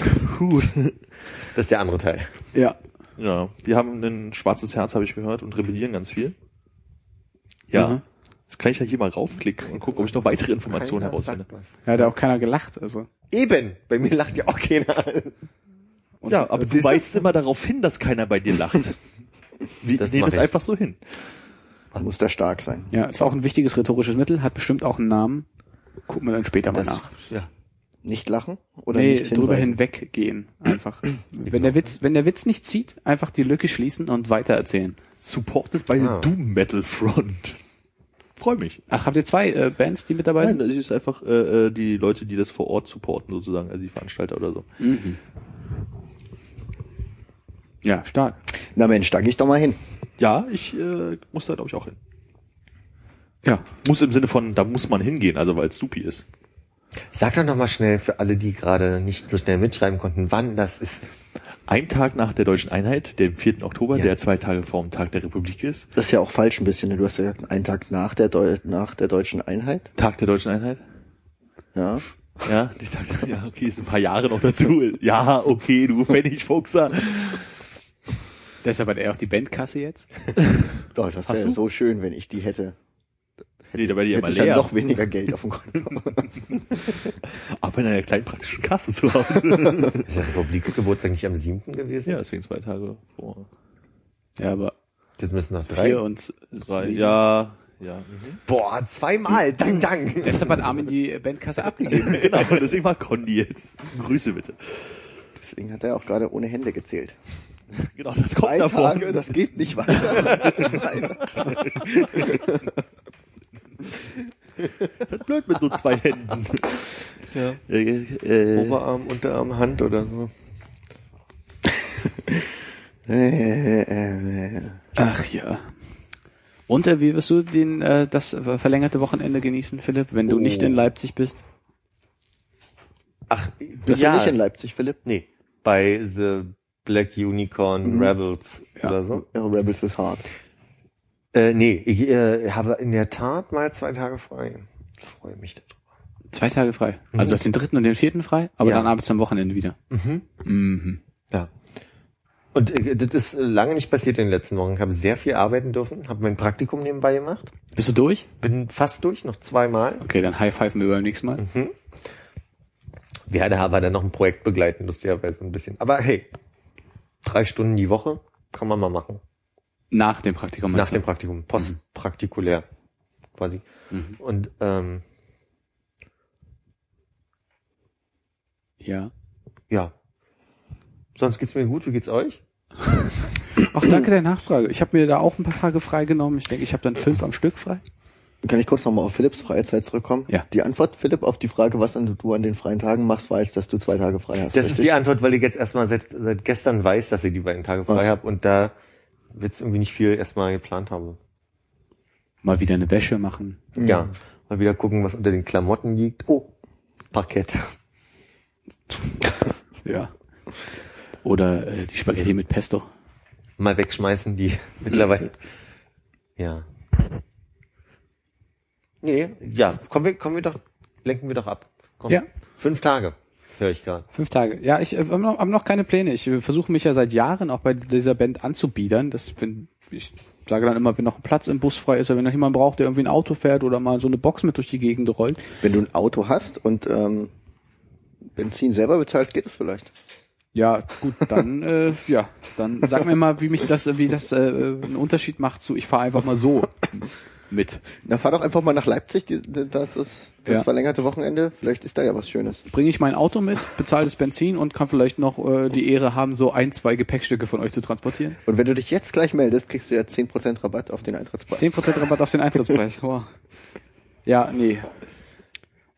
Das ist der andere Teil. Ja. ja, die haben ein schwarzes Herz, habe ich gehört, und rebellieren ganz viel. Ja. Mhm. Das kann ich ja hier mal raufklicken und gucken, ob ich noch weitere Informationen Keiner herausfinde. sagt was. Ja, hat ja auch keiner gelacht, also. Eben, bei mir lacht ja auch keiner. Und äh, Ja, aber äh, du Siehst du? weist immer darauf hin, dass keiner bei dir lacht. Wie, Das ich nehme mach es ich. einfach so hin. Man muss da stark sein. Ja, ist auch ein wichtiges rhetorisches Mittel, hat bestimmt auch einen Namen. Gucken wir dann später mal nach. ja. Nicht lachen oder nee, nicht drüber hinweisen. hinweggehen, einfach. wenn der Witz, wenn der Witz nicht zieht, einfach die Lücke schließen und weitererzählen. Supported by Ah. the Doom Metal Front. Freu mich. Ach, habt ihr zwei äh, Bands, die mit dabei Nein, sind? das ist einfach äh, äh, die Leute, die das vor Ort supporten, sozusagen, also die Veranstalter oder so. Mhm. Ja, stark. Na Mensch, da geh ich doch mal hin. Ja, ich äh, muss da, glaube ich, auch hin. Ja. Muss im Sinne von, da muss man hingehen, also weil es Supi ist. Sag doch nochmal schnell für alle, die gerade nicht so schnell mitschreiben konnten, wann das ist. Ein Tag nach der deutschen Einheit, dem 4. Oktober, Ja. der zwei Tage vor dem Tag der Republik ist. Das ist ja auch falsch ein bisschen. ne? Du hast ja gesagt, einen Tag nach der, Deu nach der deutschen Einheit. Tag der deutschen Einheit. Ja. Ja, die Tag ja, okay, ist ein paar Jahre noch dazu. Ja, okay, du Pfennigfuchser. Deshalb hat er auch die Bandkasse jetzt. Oh, das wäre du? so schön, wenn ich die hätte. Nee, da werde ich ja hätte mal ich dann leer. noch weniger Geld auf dem Konto. Aber in einer kleinen praktischen Kasse zu Hause. Ist der Republiksgeburtstag nicht am 7. gewesen? ja, deswegen zwei Tage vor Ja, aber Das müssen noch drei. vier und drei. sieben. Ja, ja. Mhm. Boah, zweimal. Hm. Dank, dank. Deshalb hat Armin die Bandkasse abgegeben. Genau, deswegen war Condi jetzt. Grüße bitte. Deswegen hat er auch gerade ohne Hände gezählt. Genau, das kommt Drei davon. Tage, das geht nicht weiter. Das geht weiter. blöd mit nur zwei Händen. Ja. Äh, äh, Oberarm, Unterarm, Hand oder so. Äh, äh, äh. Ach ja. Und äh, wie wirst du den, äh, das verlängerte Wochenende genießen, Philipp, wenn du Oh. nicht in Leipzig bist? Ach, Bist du nicht in Leipzig, Philipp? Nee, bei The Black Unicorn Rebels Ja. oder so. Mhm. Ja, Rebels with Heart. Äh, nee, ich äh, habe in der Tat mal zwei Tage frei. Freue mich darüber. Zwei Tage frei. Also hast den dritten und den vierten frei, aber Ja. dann arbeitest du am Wochenende wieder. Mhm. Ja. Und äh, das ist lange nicht passiert in den letzten Wochen. Ich habe sehr viel arbeiten dürfen, habe mein Praktikum nebenbei gemacht, Bist du durch? bin fast durch, noch zweimal. Okay, dann high-fiven wir beim nächsten Mal. Werde aber dann noch ein Projekt begleiten, lustigerweise ein bisschen. Aber hey, drei Stunden die Woche kann man mal machen. Nach dem Praktikum. Nach meinst dem Praktikum, postpraktikulär quasi. Mhm. Und ähm, du? Ja. ja, sonst geht's mir gut. Wie geht's euch? Ach, danke der Nachfrage. Ich habe mir da auch ein paar Tage freigenommen. Ich denke, ich habe dann fünf am Stück frei. Kann ich kurz nochmal auf Philipps freie Zeit zurückkommen? Ja. Die Antwort, Philipp, auf die Frage, was an- du an den freien Tagen machst, war jetzt, dass du zwei Tage frei hast. Das ist richtig? die Antwort, weil ich jetzt erstmal seit, seit gestern weiß, dass ich die beiden Tage frei Was? habe und da jetzt irgendwie nicht viel erstmal geplant habe. Mal wieder eine Wäsche machen. Ja. Mal wieder gucken, was unter den Klamotten liegt. Oh, Parkett. Ja. Oder äh, die Spaghetti mit Pesto. Mal wegschmeißen die mittlerweile. Ja. Nee, ja, kommen wir, kommen wir doch, lenken wir doch ab. Komm. Ja. Fünf Tage, höre ich gerade. Fünf Tage. Ja, ich äh, habe noch, hab noch keine Pläne. Ich äh, versuche mich ja seit Jahren auch bei dieser Band anzubiedern. Das, wenn, ich sage dann immer, wenn noch ein Platz im Bus frei ist oder wenn noch jemand braucht, der irgendwie ein Auto fährt oder mal so eine Box mit durch die Gegend rollt. Wenn du ein Auto hast und ähm, Benzin selber bezahlst, geht es vielleicht. Ja, gut, dann äh, ja, dann sag mir mal, wie mich das, wie das äh, einen Unterschied macht zu, ich fahre einfach mal so mit. Na, fahr doch einfach mal nach Leipzig, die, die, das, ist das Ja. verlängerte Wochenende. Vielleicht ist da ja was Schönes. Bringe ich mein Auto mit, bezahle das Benzin und kann vielleicht noch äh, die Ehre haben, so ein, zwei Gepäckstücke von euch zu transportieren. Und wenn du dich jetzt gleich meldest, kriegst du ja 10% Rabatt auf den Eintrittspreis. 10% Rabatt auf den Eintrittspreis. Wow. Ja, nee.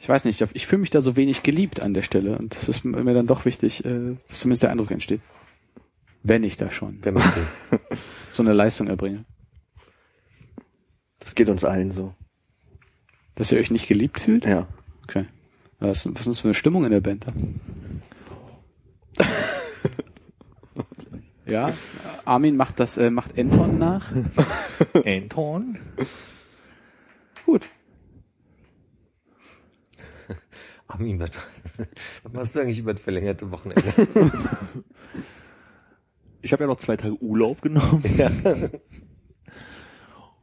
Ich weiß nicht, ich fühle mich da so wenig geliebt an der Stelle und das ist mir dann doch wichtig, äh, dass zumindest der Eindruck entsteht. Wenn ich da schon Wenn man will. so eine Leistung erbringe. Das geht uns allen so. Dass ihr euch nicht geliebt fühlt? Ja. Okay. Was, was ist das für eine Stimmung in der Band da? ja, Armin macht das, äh, macht Anton nach. Anton? Gut. Armin, was, was machst du eigentlich über das verlängerte Wochenende? Ich habe ja noch zwei Tage Urlaub genommen.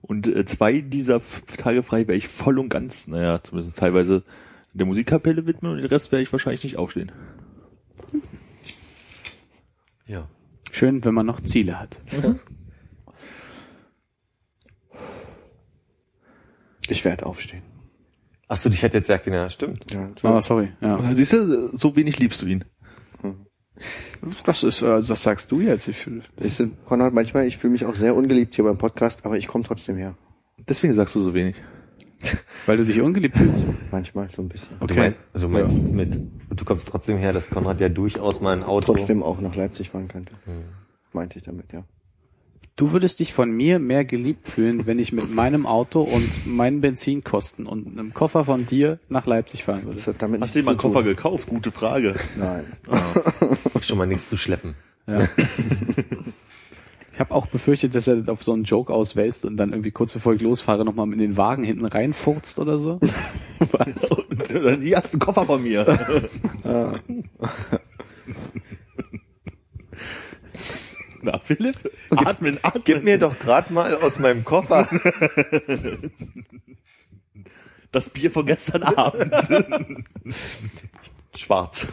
Und äh, zwei dieser fünf Tage frei werde ich voll und ganz, naja, zumindest teilweise der Musikkapelle widmen und den Rest werde ich wahrscheinlich nicht aufstehen. ja. Schön, wenn man noch Ziele hat. Ich werde aufstehen. Ach so, dich hat jetzt gesagt, ja, stimmt. Ja, Ah, sorry. Ja. Siehst du, so wenig liebst du ihn. Das ist, äh, das sagst du jetzt. Ich fühl, Weißt du, Konrad, manchmal, ich fühle mich auch sehr ungeliebt hier beim Podcast, aber ich komme trotzdem her. Deswegen sagst du so wenig. weil du dich ungeliebt fühlst. Manchmal so ein bisschen. Du Okay. meinst, du meinst mit, du kommst trotzdem her, dass Konrad ja durchaus mal ein Auto. Trotzdem auch nach Leipzig fahren könnte. Hm. Meinte ich damit, ja. Du würdest dich von mir mehr geliebt fühlen, wenn ich mit meinem Auto und meinen Benzinkosten und einem Koffer von dir nach Leipzig fahren würde. Das hat damit Hast du dir nichts mal einen zu tun. Koffer gekauft? Gute Frage. Nein. Schon mal nichts zu schleppen. Ja. Ich habe auch befürchtet, dass er das auf so einen Joke auswälzt und dann irgendwie kurz bevor ich losfahre nochmal in den Wagen hinten reinfurzt oder so. Und, hier hast du einen Koffer von mir. Na, Philipp, atmen, atmen. Gib mir doch gerade mal aus meinem Koffer. das Bier von gestern Abend. Schwarz.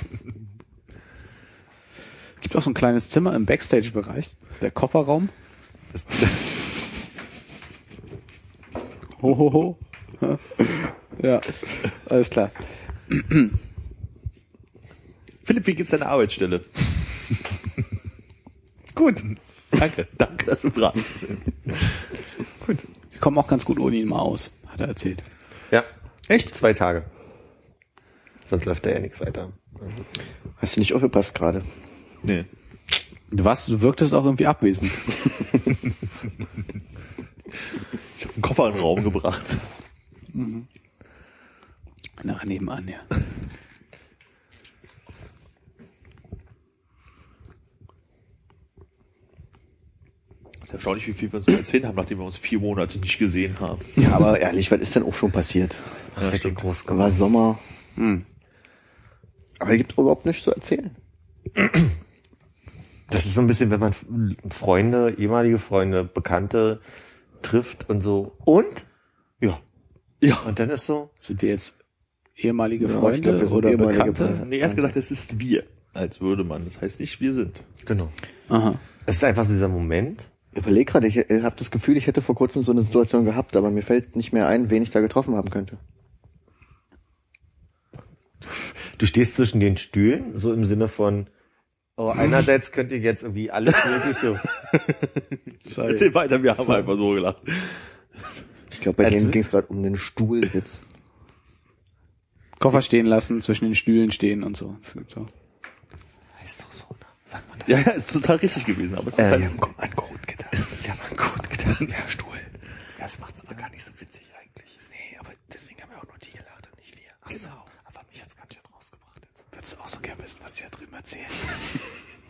Es gibt auch so ein kleines Zimmer im Backstage-Bereich, der Kofferraum. Das, Hohoho. Ja, alles klar. Philipp, wie geht's deiner Arbeitsstelle? Gut. Danke. Danke, dass du fragst. Wir kommen auch ganz gut ohne ihn mal aus, hat er erzählt. ja. Echt? Zwei Tage. Sonst läuft da ja nichts weiter. Hast du nicht aufgepasst gerade? Nee. Du warst, du wirktest auch irgendwie abwesend. Ich habe einen Koffer in den Raum gebracht. Nach nebenan, ja. Das ist erstaunlich, wie viel wir uns zu erzählen haben, nachdem wir uns vier Monate nicht gesehen haben. Ja, aber ehrlich, was ist denn auch schon passiert? Das hätte groß gemacht. War Sommer. Hm. Aber es gibt überhaupt nichts zu erzählen. Das ist so ein bisschen, wenn man Freunde, ehemalige Freunde, Bekannte trifft und so. Und? Ja. Ja. Und dann ist so, Sind wir jetzt ehemalige Ja, ich Freunde glaub, wir sind oder ehemalige Bekannte? Freunde. Nee, er hat gesagt, es ist wir. Als würde man. Das heißt nicht, wir sind. genau. Aha. Es ist einfach so dieser Moment. Überleg gerade, ich äh, habe das Gefühl, ich hätte vor kurzem so eine Situation gehabt, aber mir fällt nicht mehr ein, wen ich da getroffen haben könnte. Du stehst zwischen den Stühlen, so im Sinne von, oh, einerseits könnt ihr jetzt irgendwie alles Mögliche Erzähl weiter, wir haben einfach so gelacht. Ich glaube, bei Also- denen ging es gerade um den Stuhlwitz. Koffer stehen lassen, zwischen den Stühlen stehen und so. Das gibt's auch. Ist doch so, ne? Sagt man doch. Ja, ja, ist total richtig gewesen, aber es ist Äh, halt, an Code gedacht. Sie haben an Code gedacht, Herr Stuhl. Das macht's aber gar nicht so witzig eigentlich. Nee, aber deswegen haben wir auch nur die gelacht und nicht wir. Ach genau. Aber mich hat's ganz schön rausgebracht jetzt. Würdest du auch so gern wissen, was die da drüben erzählen?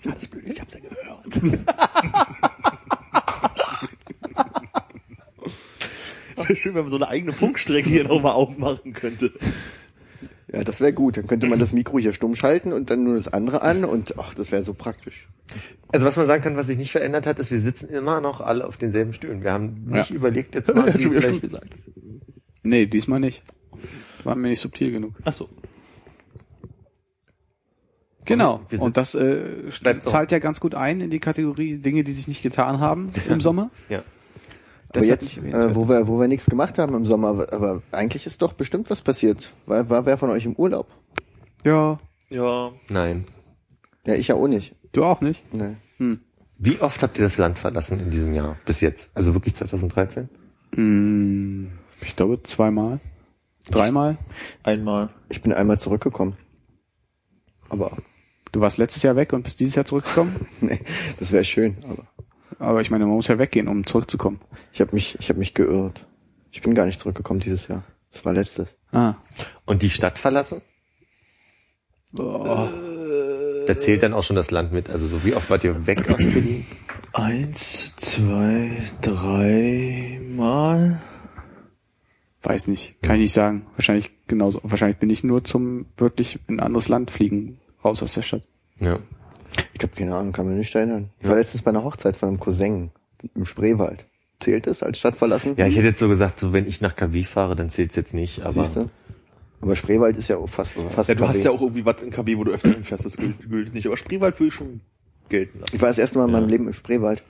ja, das blöd, ich hab's ja gehört. Wäre schön, wenn man so eine eigene Funkstrecke hier nochmal aufmachen könnte. Ja, das wäre gut. Dann könnte man das Mikro hier stumm schalten und dann nur das andere an und ach, das wäre so praktisch. Also was man sagen kann, was sich nicht verändert hat, ist, wir sitzen immer noch alle auf denselben Stühlen. Wir haben nicht Ja. überlegt, jetzt mal Hat schon wieder Stuhl vielleicht gesagt. Nee, diesmal nicht. Das war mir nicht subtil genug. Ach so. Genau. wir sind- Und das äh, Bleibt so. zahlt ja ganz gut ein in die Kategorie Dinge, die sich nicht getan haben im Sommer. Ja. Das aber hat jetzt, mich erwähnenswert. äh, wo wir, wo wir nichts gemacht haben im Sommer, aber eigentlich ist doch bestimmt was passiert. War, war wer von euch im Urlaub? Ja, Ja. Nein. Ja, ich ja auch nicht. du auch nicht. Nee. Wie oft habt ihr das Land verlassen in diesem Jahr bis jetzt? Also wirklich 2013? Hm, ich glaube zweimal. Dreimal. Einmal. Ich bin einmal zurückgekommen. Aber Du warst letztes Jahr weg und bist dieses Jahr zurückgekommen. nee, das wäre schön. Aber Aber ich meine, man muss ja weggehen, um zurückzukommen. ich habe mich, ich habe mich geirrt. Ich bin gar nicht zurückgekommen dieses Jahr. Das war letztes. Ah. Und die Stadt verlassen? Oh. Äh. Da zählt dann auch schon das Land mit. Also so wie oft wart ihr weg aus Berlin? Eins, zwei, drei Mal. Weiß nicht. Kann ich nicht sagen. Wahrscheinlich genauso. Wahrscheinlich bin ich nur zum wirklich in ein anderes Land fliegen, raus aus der Stadt. Ja. Ich habe keine Ahnung, kann mich nicht erinnern. Ich war letztens bei einer Hochzeit von einem Cousin im Spreewald. Zählt es als Stadt verlassen? Ja, ich hätte jetzt so gesagt, so wenn ich nach KW fahre, dann zählt's jetzt nicht. Aber Siehst du? Aber Spreewald ist ja auch fast, fast Ja, du hast KW. ja auch irgendwie was in KB, wo du öfter hinfährst. Das gilt, gilt nicht. Aber Spreewald würde ich schon gelten lassen. Ich war das erste Mal in meinem Leben im Spreewald.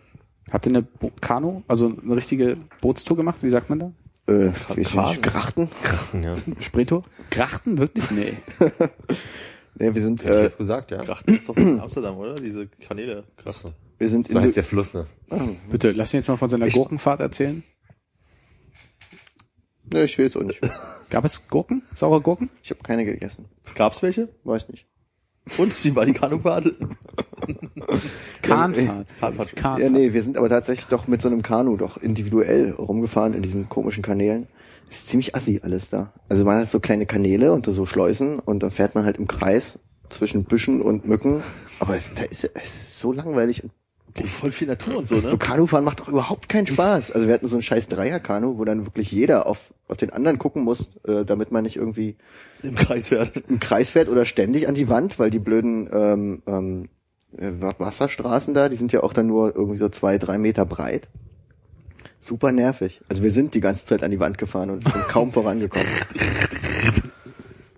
Habt ihr eine Bo Kanu, also eine richtige Bootstour gemacht? Wie sagt man da? Äh, wie ist Kragen. denn- Krachten? ja. Spreetour? Grachten? Wirklich? Nee. Nee, wir sind, Hätte ich äh, jetzt gesagt, ja. Krachten ist doch in Amsterdam, oder? Diese Kanäle. Krachten. wir sind So in, heißt Lu- der Fluss, ne? Bitte, lass ihn jetzt mal von seiner Gurkenfahrt erzählen. ne, ich weiß auch nicht. Gab es Gurken? Saure Gurken? Ich habe keine gegessen. Gab's welche? Weiß nicht. Und wie war die Kanufahrt? Äh, Kahnfahrt. Kahnfahrt. Kahnfahrt. Ja, nee, wir sind aber tatsächlich doch mit so einem Kanu doch individuell rumgefahren in diesen komischen Kanälen. Ist ziemlich assi alles da. Also man hat so kleine Kanäle und so Schleusen und da fährt man halt im Kreis zwischen Büschen und Mücken. Aber es, da ist, es ist so langweilig. Und Oh, voll viel Natur und so, ne? so Kanufahren macht doch überhaupt keinen Spaß. Also wir hatten so ein scheiß Dreier-Kanu, wo dann wirklich jeder auf, auf den anderen gucken muss, äh, damit man nicht irgendwie Im Kreis werden. im Kreis fährt oder ständig an die Wand, weil die blöden ähm, ähm, äh, Wasserstraßen da, die sind ja auch dann nur irgendwie so zwei, drei Meter breit. Super nervig. Also wir sind die ganze Zeit an die Wand gefahren und sind kaum vorangekommen.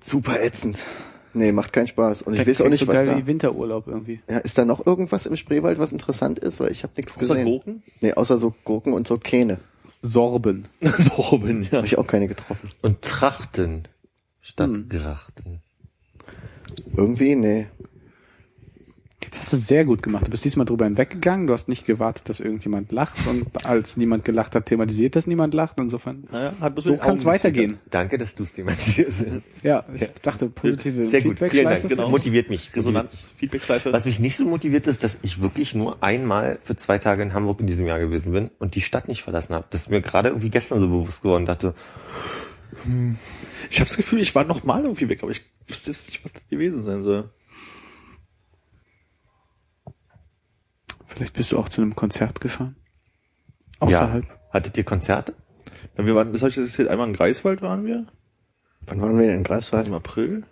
Super ätzend. Nee, macht keinen Spaß. Und ich weiß auch Klingt nicht, so was geil da... wie Winterurlaub irgendwie. Ja, ist da noch irgendwas im Spreewald, was interessant ist? Weil ich habe nichts Außer gesehen. Gurken? Nee, außer so Gurken und so Kähne. Sorben. so oben, ja. Habe ich auch keine getroffen. Und Trachten statt Hm. Grachten. Irgendwie? Nee. Das hast du sehr gut gemacht. Du bist diesmal drüber hinweggegangen. Du hast nicht gewartet, dass irgendjemand lacht. Und als niemand gelacht hat, thematisiert, dass niemand lacht. Insofern, Naja, hat bloß so den kann es Augen- weitergehen. Danke, dass du es thematisierst. Ja, ich dachte, positive Sehr gut, vielen Dank. Feedback-Schleife. genau. Motiviert mich. Resonanz, Feedback-Schleife. Was mich nicht so motiviert ist, dass ich wirklich nur einmal für zwei Tage in Hamburg in diesem Jahr gewesen bin und die Stadt nicht verlassen habe. Das ist mir gerade irgendwie gestern so bewusst geworden. Dachte, Ich habe das Gefühl, ich war noch mal irgendwie weg, aber ich wüsste jetzt nicht, was das gewesen sein soll. Vielleicht bist du auch zu einem Konzert gefahren. ja, Außerhalb. hattet ihr Konzerte? Ja, wir waren, das habe ich jetzt einmal in Greifswald waren wir, Wann waren wir denn in Greifswald? im April.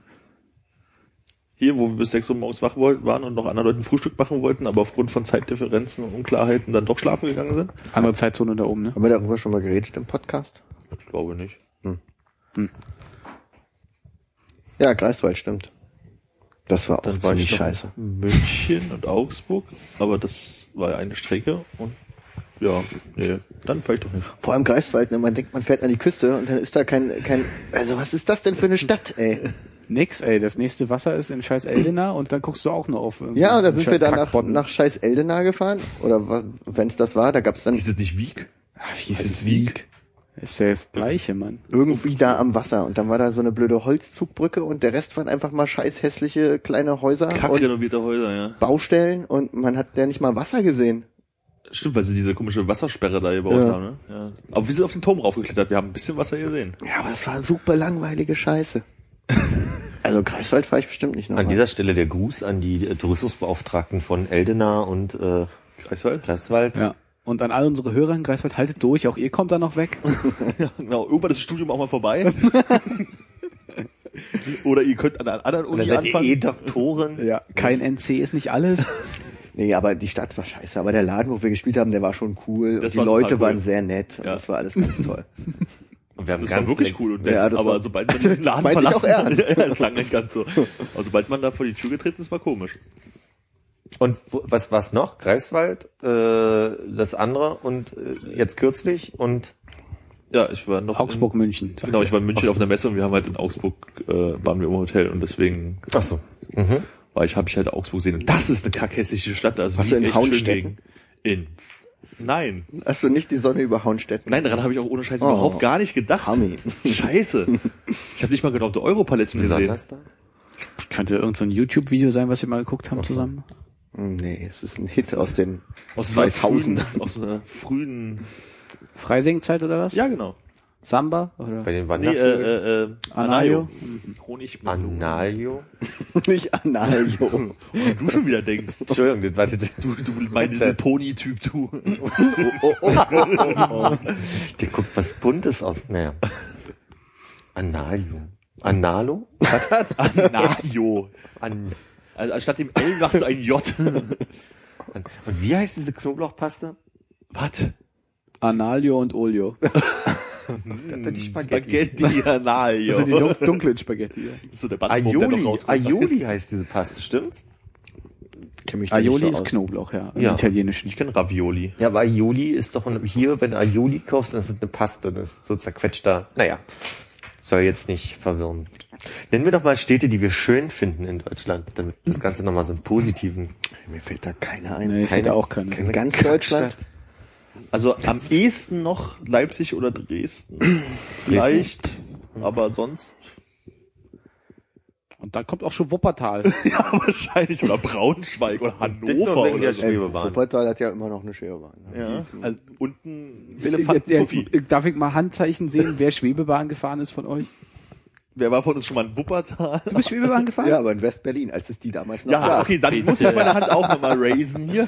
Hier, wo wir bis 6 Uhr morgens wach wollten, waren und noch anderen Leuten Frühstück machen wollten, aber aufgrund von Zeitdifferenzen und Unklarheiten dann doch schlafen gegangen sind. Andere Zeitzone da oben, ne? Haben wir darüber schon mal geredet im Podcast? Ich glaube nicht. Ja, Greifswald stimmt. Das war auch Dann war ziemlich ich noch scheiße. in München und Augsburg, aber das war eine Strecke und ja, nee, dann vielleicht doch nicht. Vor allem Greifswald, ne? man denkt, man fährt an die Küste und dann ist da kein, kein, also was ist das denn für eine Stadt, ey? Nix, ey. Das nächste Wasser ist in scheiß Eldena und dann guckst du auch nur auf. irgendwie Ja, und da einen sind wir scheiß dann nach, Kackbotten. nach scheiß Eldena gefahren. Oder wenn es das war, da gab's dann Ist es nicht Wieg? hieß es Wieg? Ist ja das Gleiche, Mann. irgendwie da am Wasser. Und dann war da so eine blöde Holzzugbrücke und der Rest waren einfach mal scheiß hässliche kleine Häuser Kack und renovierte Ah, Häuser, ja. Baustellen und man hat ja nicht mal Wasser gesehen. Stimmt, weil sie diese komische Wassersperre da gebaut Ja. haben, ne? Ja. Aber wir sind auf den Turm raufgeklettert, wir haben ein bisschen Wasser gesehen. Ja, aber das war super langweilige Scheiße. also Greifswald fahre ich bestimmt nicht An nochmal. dieser Stelle der Gruß an die äh, Tourismusbeauftragten von Eldena und äh, Greifswald? Greifswald. Ja. Und an all unsere Hörer in Greifswald, haltet durch, auch ihr kommt da noch weg. Ja, genau. Irgendwann ist das Studium auch mal vorbei. Oder ihr könnt an einer anderen Und dann Uni seid ihr anfangen. eh Doktoren. Ja. Kein NC ist nicht alles. Nee, aber die Stadt war scheiße. Aber der Laden, wo wir gespielt haben, der war schon cool. Das und die war Leute total cool. waren sehr nett. Und Ja. das war alles ganz toll. Und wir haben das war ganz wirklich leck- cool. Und Ja, nett, das aber war- sobald man diesen Laden meinte ich auch verlassen hat, ernst. ja, klang nicht ganz so. Aber sobald man da vor die Tür getreten ist, war komisch. Und wo- was was noch? Greifswald, äh, das andere und äh, jetzt kürzlich und Ja, ich war noch. Augsburg, In, München. sagt genau, er. ich war in München auf einer Messe und wir haben halt in Augsburg, äh, waren wir im Hotel und deswegen ach so. Mhm. war ich, habe ich halt Augsburg gesehen. Und das ist eine kackhässliche Stadt. Also Warst du in gegen. Hauenstetten? In. Nein. Hast du nicht die Sonne über Hauenstetten? Nein, daran habe ich auch ohne Scheiß Oh. überhaupt gar nicht gedacht. Hami. Scheiße. Ich habe nicht mal geglaubt, der Europaläste Wie sah gesehen. das da? Könnte irgendein so ein YouTube-Video sein, was wir mal geguckt haben Ach so. zusammen. Hm, Nee, es ist ein Hit aus den Aus 2000. 2000. Aus einer frühen. Freisingzeit oder was? Ja, genau. Samba? Oder? Bei den Nee, Wandervögeln? äh, äh, äh, Anayo? Anayo. Honig. äh, Analio? nicht Analio. Du schon wieder denkst. Entschuldigung, das war das, Du, du mein Headset. Little Pony-Typ, du. der guckt was Buntes aus. Naja. Analio. Analo? Anayo. An, Also anstatt dem L machst du ein J. an, und wie heißt diese Knoblauchpaste? Was? Analio und Olio. Hm, Spaghetti Das sind Also die Anayo. dun- dunklen Spaghetti. ja. Das ist so der Bandwurm, der noch Aioli. rauskommt. Aioli heißt diese Paste, stimmt's? Kenn mich da nicht Aioli so ist aus. Knoblauch, ja. Im Ja. Italienischen. Ich kenne Ravioli. Ja, aber Aioli ist doch hier, wenn du Aioli kaufst, dann ist das eine Paste, das ist so zerquetschter. Naja, soll jetzt nicht verwirren. Nennen wir doch mal Städte, die wir schön finden in Deutschland, damit das Ganze nochmal so einen positiven. Mir fällt da keiner ein. Nee, ich Keine- hätte auch keine. In ganz Deutschland? Also am ehesten noch Leipzig oder Dresden. Vielleicht. Aber sonst. Und dann kommt auch schon Wuppertal. Ja, wahrscheinlich. Oder Braunschweig oder Das nur Hannover wegen oder der so. Schwebe Äh, waren. Wuppertal hat ja immer noch eine Schwebebahn. ne? Ja. Also, Und ein jetzt, Elefant-Puffi. jetzt, äh, darf ich mal Handzeichen sehen, wer Schwebebahn gefahren ist von euch? Wer war von uns schon mal in Wuppertal? Du bist Schwebebahn gefahren? Ja, aber in West-Berlin, als es die damals noch Ja, gab. okay, dann muss ich meine Hand auch nochmal raisen hier.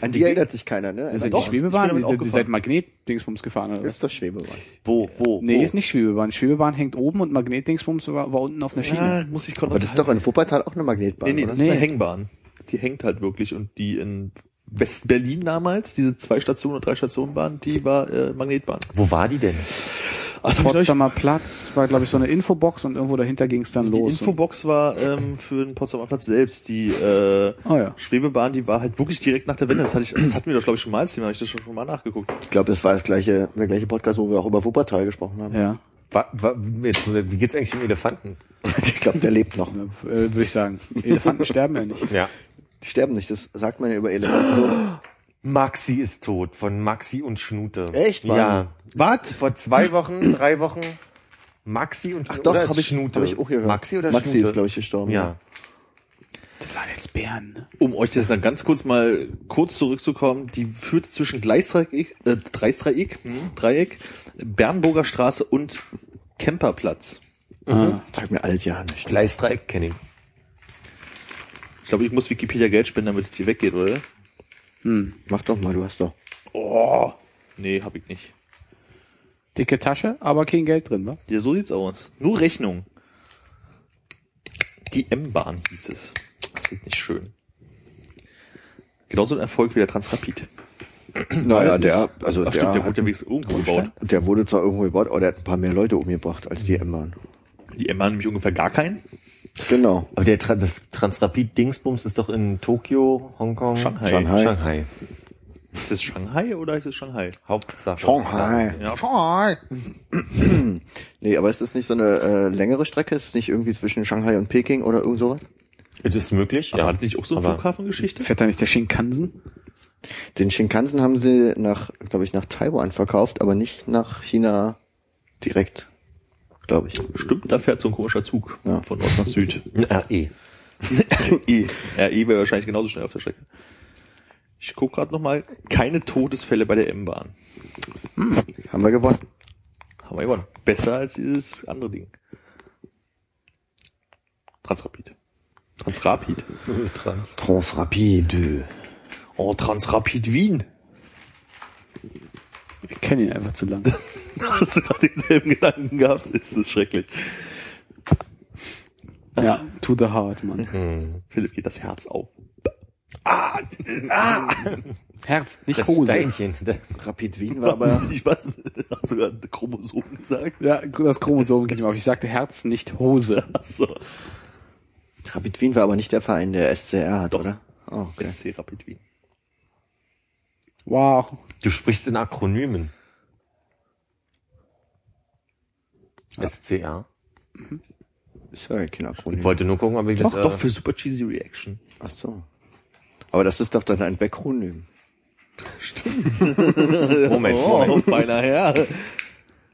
An die erinnert sich keiner, ne? Also Also die Doch, ich bin Schwebebahn, damit die, auch die gefahren. seid Magnet-Dingsbums gefahren, oder was? ist doch Schwebebahn. Wo, wo? Nee, wo? ist nicht Schwebebahn. Schwebebahn hängt oben und Magnet-Dingsbums war, war unten auf einer Schiene. Ja, muss ich konnte Aber das ist doch in Wuppertal auch eine Magnetbahn, Nee, nee, oder? das ist eine Nee. Hängbahn. Die hängt halt wirklich und die in West-Berlin damals, diese zwei Stationen oder drei Stationen Bahn, die war äh, Magnetbahn. Wo war die denn? Ach, Potsdamer Platz war, glaube ich, so eine Infobox und irgendwo dahinter ging es dann die los. Infobox war ähm, für den Potsdamer Platz selbst. Die äh, Oh ja. Schwebebahn, die war halt wirklich direkt nach der Wende. Das, hatte ich, das hatten wir doch, glaube ich, schon mal als Thema. Habe ich das schon, schon mal nachgeguckt. Ich glaube, das war das gleiche, der gleiche Podcast, wo wir auch über Wuppertal gesprochen haben. ja, Wa- wa- jetzt, Wie geht's eigentlich dem Elefanten? Ich glaube, der lebt noch. äh, würde ich sagen. Elefanten sterben ja nicht. Ja. Die sterben nicht, das sagt man ja über Elefanten Maxi ist tot von Maxi und Schnute. Echt, Mann? Ja. Was? Vor zwei Wochen, drei Wochen Maxi und so. Doch, oder ist habe ich, Schnute. hab ich auch gehört. Maxi oder Maxi Schnute? ist, glaube ich, gestorben. ja. Das waren jetzt Bären. Ne? Um euch jetzt dann ganz kurz mal kurz zurückzukommen, die führte zwischen Gleisdreieck, äh, Gleisdreieck, hm, Dreieck, Bernburger Straße und Kemperplatz. Ah. Sag mir alt ja nicht. Gleisdreieck kenne ich. Ich glaube, ich muss Wikipedia Geld spenden, damit es hier weggeht, oder? Hm. Mach doch mal, du hast doch. Oh, nee, hab ich nicht. Dicke Tasche, aber kein Geld drin, wa? Ja, so sieht's aus. Nur Rechnung. Die M-Bahn hieß es. Das ist nicht schön. Genauso ein Erfolg wie der Transrapid. Naja, der, also Hm. Ach der, stimmt, der hat, wurde wenigstens irgendwo gebaut. der wurde zwar irgendwo gebaut, aber der hat ein paar mehr Leute umgebracht als die M-Bahn. Die M-Bahn nämlich ungefähr gar keinen. Genau. Aber der Tra das Transrapid Dingsbums ist doch in Tokio, Hongkong, Shanghai. Shanghai. Ist es Shanghai oder ist es Shanghai? Hauptsache. Shanghai. Ja, Shanghai. Nee, aber ist das nicht so eine äh, längere Strecke? Ist es nicht irgendwie zwischen Shanghai und Peking oder irgend sowas? Das ist möglich, Ja. ja. War das nicht auch so eine Aber- Flughafengeschichte? Fährt da nicht der Shinkansen? Den Shinkansen haben sie nach, glaube ich, nach Taiwan verkauft, aber nicht nach China direkt, glaube ich. Stimmt, da fährt so ein komischer Zug Ja. von Nord nach Süd. RE. E. RE wäre wahrscheinlich genauso schnell auf der Strecke. Ich gucke gerade nochmal. Keine Todesfälle bei der M-Bahn. Haben wir gewonnen. Haben wir gewonnen. Besser als dieses andere Ding. Transrapid. Transrapid. Trans. Transrapide. Oh, Transrapid Wien. Ich kenne ihn einfach zu lang. Hast du gerade denselben Gedanken gehabt? Ist das schrecklich. ja, to the heart, Mann. Philipp geht das Herz auf. Herz, nicht Das Hose. Steinchen. Rapid Wien war aber. Ich weiß, hast sogar ein Chromosom gesagt. Ja, das Chromosom geht ihm auf. Ich sagte Herz, nicht Hose. Achso. Rapid Wien war aber nicht der Verein, der SCR hat, oder? Oh, okay. SC Rapid Wien. Wow. Du sprichst in Akronymen. SCR. Sorry, Kinderkronik. Ich wollte nur gucken, ob ich Mhm. Doch, das, äh, doch, für Super Cheesy Reaction. Ach so. Aber das ist doch dann ein Backronym. äh, Moment, Oh. Moment. feiner Herr.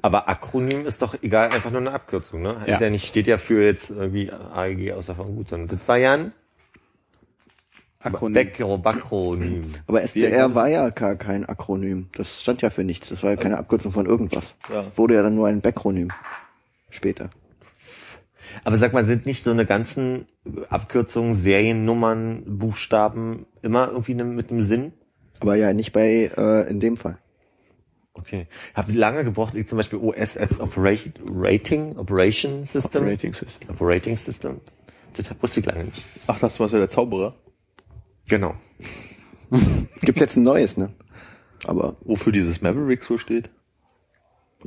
Aber Akronym ist doch egal, einfach nur eine Abkürzung, ne? Ja. Ist ja nicht, steht ja für jetzt irgendwie AEG außer von gut, sondern das war ja ein Akronym. Bekro, Bakronym. Aber erklären SCR war ja gar kein Akronym. Das stand ja für nichts. Das war ja keine Abkürzung von irgendwas. Ja. Es wurde ja dann nur ein Backronym. Später. Aber sag mal, sind nicht so eine ganzen Abkürzungen, Seriennummern, Buchstaben immer irgendwie ne- mit einem Sinn? Aber ja, nicht bei, äh, in dem Fall. Okay. Hab lange gebraucht, ich zum Beispiel OS als Operation, Rating, Operation System. Rating System. Operating System. Das wusste ich lange nicht. Ach, das war ja der Zauberer. Genau. Gibt's jetzt ein neues, ne? Aber Wofür dieses Maverick so steht?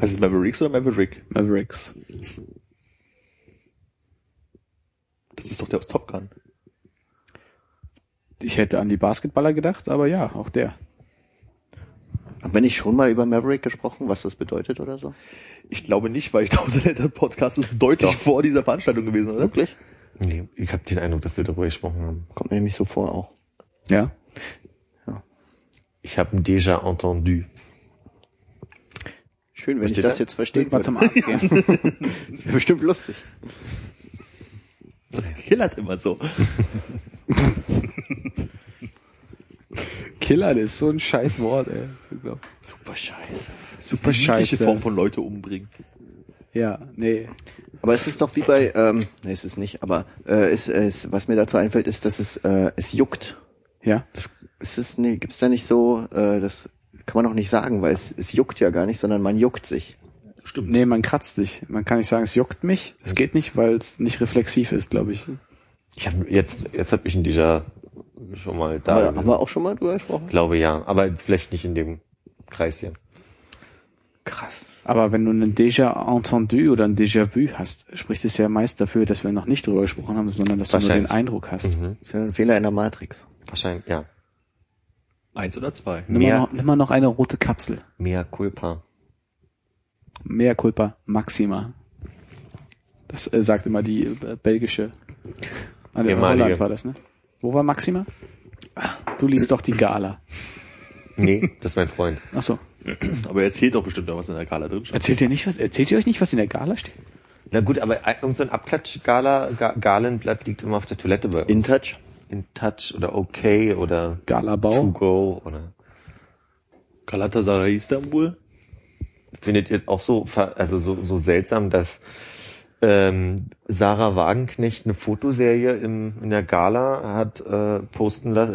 Heißt es Mavericks oder Maverick? Mavericks. Das ist doch der aus Top Gun. Ich hätte an die Basketballer gedacht, aber ja, auch der. haben wir nicht schon mal über Maverick gesprochen, was das bedeutet oder so? Ich glaube nicht, weil ich glaube, der letzte Podcast ist deutlich vor dieser Veranstaltung gewesen, oder? Wirklich? Nee, ich habe den Eindruck, dass wir darüber gesprochen haben. Kommt mir nämlich so vor auch. Ja. Ich habe déjà entendu. Schön, wenn Versteht ich das er? jetzt verstehen Irgendwann würde. zum Arzt gehen. Das wäre bestimmt lustig. Das killert immer so. Killer, das ist so ein scheiß Wort, ey. Super scheiße. Super Super scheiße. scheiße. Form von Leute umbringen. Ja, nee. Aber es ist doch wie bei, ähm, nee, es ist nicht, aber äh, es, es, was mir dazu einfällt, ist, dass es, äh, es juckt. Ja. Das, es ist, nee, gibt's da nicht so, äh, das kann man auch nicht sagen, weil es, es juckt ja gar nicht, sondern man juckt sich. Stimmt. Nee, man kratzt dich. Man kann nicht sagen, es juckt mich. Das geht nicht, weil es nicht reflexiv ist, glaube ich. Ich hab, jetzt, jetzt habe ich ihn déjà schon mal da. Aber, haben gewesen. wir auch schon mal drüber gesprochen? Ich glaube ja, aber vielleicht nicht in dem Kreis hier. Krass. Aber wenn du einen Déjà entendu oder ein Déjà-vu hast, spricht es ja meist dafür, dass wir noch nicht drüber gesprochen haben, sondern dass du nur den Wahrscheinlich. Eindruck hast. Das ist ja ein Fehler in der Matrix. Wahrscheinlich, ja. Eins oder zwei. Nimm, mal Mehr- noch, nimm mal noch eine rote Kapsel. Mea culpa. Mea culpa maxima. Das äh, sagt immer die äh, belgische. Ah, der Ehemalige. Holland war das, ne? Wo war Maxima? Du liest doch die Gala. Nee, das ist mein Freund. Ach so. Aber er erzählt doch bestimmt noch was in der Gala drin. steht. Erzählt ihr nicht was? Erzählt ihr euch nicht, was in der Gala steht? Na gut, aber irgendein so ein Abklatsch-Gala, Ga- Galenblatt liegt immer auf der Toilette bei uns. In Touch? In Touch oder Okay oder To Galabau. Go oder. Galatasaray Istanbul. Findet ihr auch so, ver- also so, so seltsam, dass ähm, Sarah Wagenknecht eine Fotoserie im, in der Gala hat äh, posten lassen,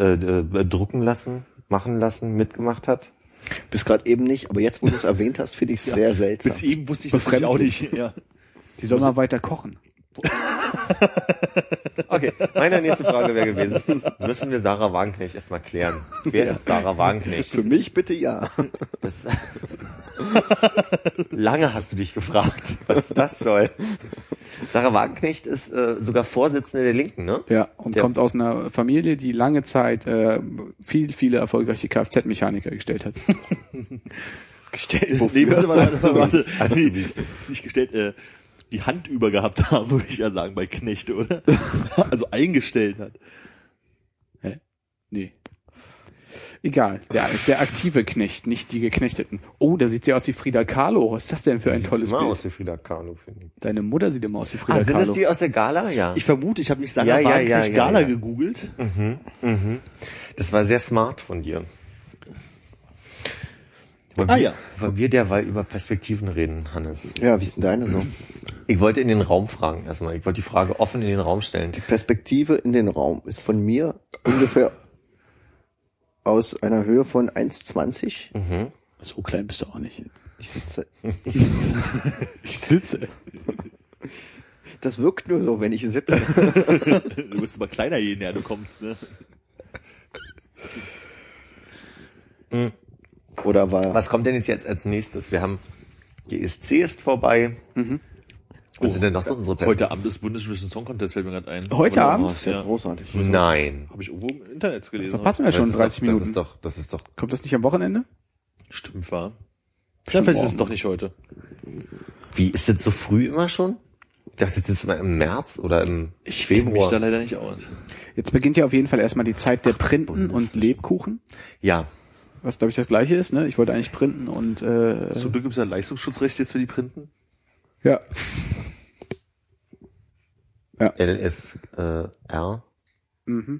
äh, äh, drucken lassen, machen lassen, mitgemacht hat? Bis gerade eben nicht, aber jetzt, wo du es erwähnt hast, finde ich es sehr seltsam. Bis eben wusste ich das natürlich auch nicht. Ja. Die soll mal weiter kochen. Okay, meine nächste Frage wäre gewesen, müssen wir Sarah Wagenknecht erstmal klären. Wer ist Sarah Wagenknecht? Für mich bitte ja. Das, Lange hast du dich gefragt, was das soll. Sarah Wagenknecht ist äh, sogar Vorsitzende der Linken, ne? Ja, und Der- kommt aus einer Familie, die lange Zeit äh, viel, viele erfolgreiche Kfz-Mechaniker gestellt hat. Gestellt. Nee, warte, warte, warte, warte. Nee, Azubis. nicht gestellt, äh, die Hand über gehabt haben, würde ich ja sagen, bei Knechte, oder? Also eingestellt hat. Nee. Egal, der, der aktive Knecht, nicht die Geknechteten. Oh, da sieht sie aus wie Frida Kahlo. Was ist das denn für ein tolles Immer Bild? aus wie Frida Kahlo, finde ich. Deine Mutter sieht immer aus wie Frida Ah, sind das Kahlo. die aus der Gala? Ja. Ich vermute, ich habe nicht Sarah Ja, ja, Wagenknecht ja, ja, Gala ja. gegoogelt. Mhm. Das war sehr smart von dir. Wollen Ah, wir, ja. Wollen wir derweil über Perspektiven reden, Hannes? Ja, wie ist denn deine so? Ich wollte in den Raum fragen erstmal. Ich wollte die Frage offen in den Raum stellen. Perspektive in den Raum ist von mir ungefähr aus einer Höhe von 1,20. So klein bist du auch nicht. Ich sitze. Ich sitze. Das wirkt nur so, wenn ich sitze. Du bist immer kleiner, je näher du kommst, ne? Oder war Was kommt denn jetzt, jetzt als nächstes? Wir haben, die ESC ist vorbei. Mhm. Was sind denn Oh. noch so unsere Heute Abend ist Bundesvision Song Contest, fällt mir gerade ein. Heute Oder- Abend? Oh, ist ja, Ja. Hm. großartig. Nein. Habe ich irgendwo im Internet gelesen. Verpassen wir schon Das ist 30 doch, Minuten. Das ist doch, das ist doch, Kommt das nicht am Wochenende? Stimmt war. Ja, Bestimmt vielleicht ist es morgen. doch nicht heute. wie ist das so früh immer schon? Ich dachte, das ist mal im März oder im Ich kenne mich da Februar. leider nicht aus. Jetzt beginnt ja auf jeden Fall erstmal die Zeit der Printen und Lebkuchen, Ja. was glaube ich das gleiche ist. Ne? Ich wollte eigentlich printen und äh, Zum Glück gibt es ja Leistungsschutzrechte jetzt für die Printen. ja, äh, LSR. Mhm.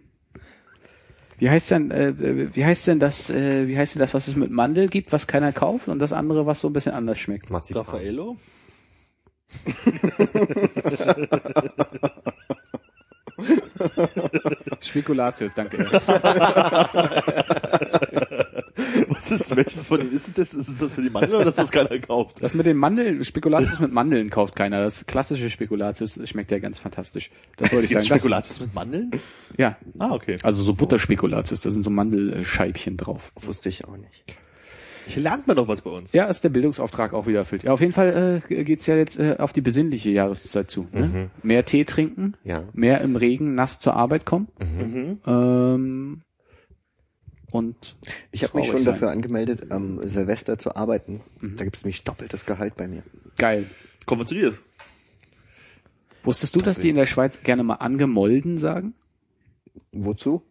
Wie heißt denn, äh, äh, wie heißt denn das, äh, wie heißt denn das, was es mit Mandel gibt, was keiner kauft und das andere, was so ein bisschen anders schmeckt? Marzipan. Raffaello? Spekulatius, danke. Was ist, welches von denen ist es jetzt? Ist es das für die Mandel oder das, was keiner kauft? Das mit den Mandeln, Spekulatius mit Mandeln kauft keiner. Das klassische Spekulatius schmeckt ja ganz fantastisch. Das wollte ich sagen. Das, Spekulatius mit Mandeln? ja, Ah, okay. also so Butterspekulatius, da sind so Mandelscheibchen drauf. Wusste ich auch nicht. Hier lernt man doch was bei uns. Ja, ist der Bildungsauftrag auch wieder erfüllt. Ja, auf jeden Fall äh, geht's ja jetzt äh, auf die besinnliche Jahreszeit zu. Ne? Mehr Tee trinken, Ja. mehr im Regen nass zur Arbeit kommen. Mhm. Ähm, und Ich habe traurig mich schon sein. dafür angemeldet, am Silvester zu arbeiten. Da gibt's nämlich doppeltes Gehalt bei mir. Geil. Kommen wir zu dir. Wusstest du, dass die in der Schweiz gerne mal angemolden sagen? Wozu?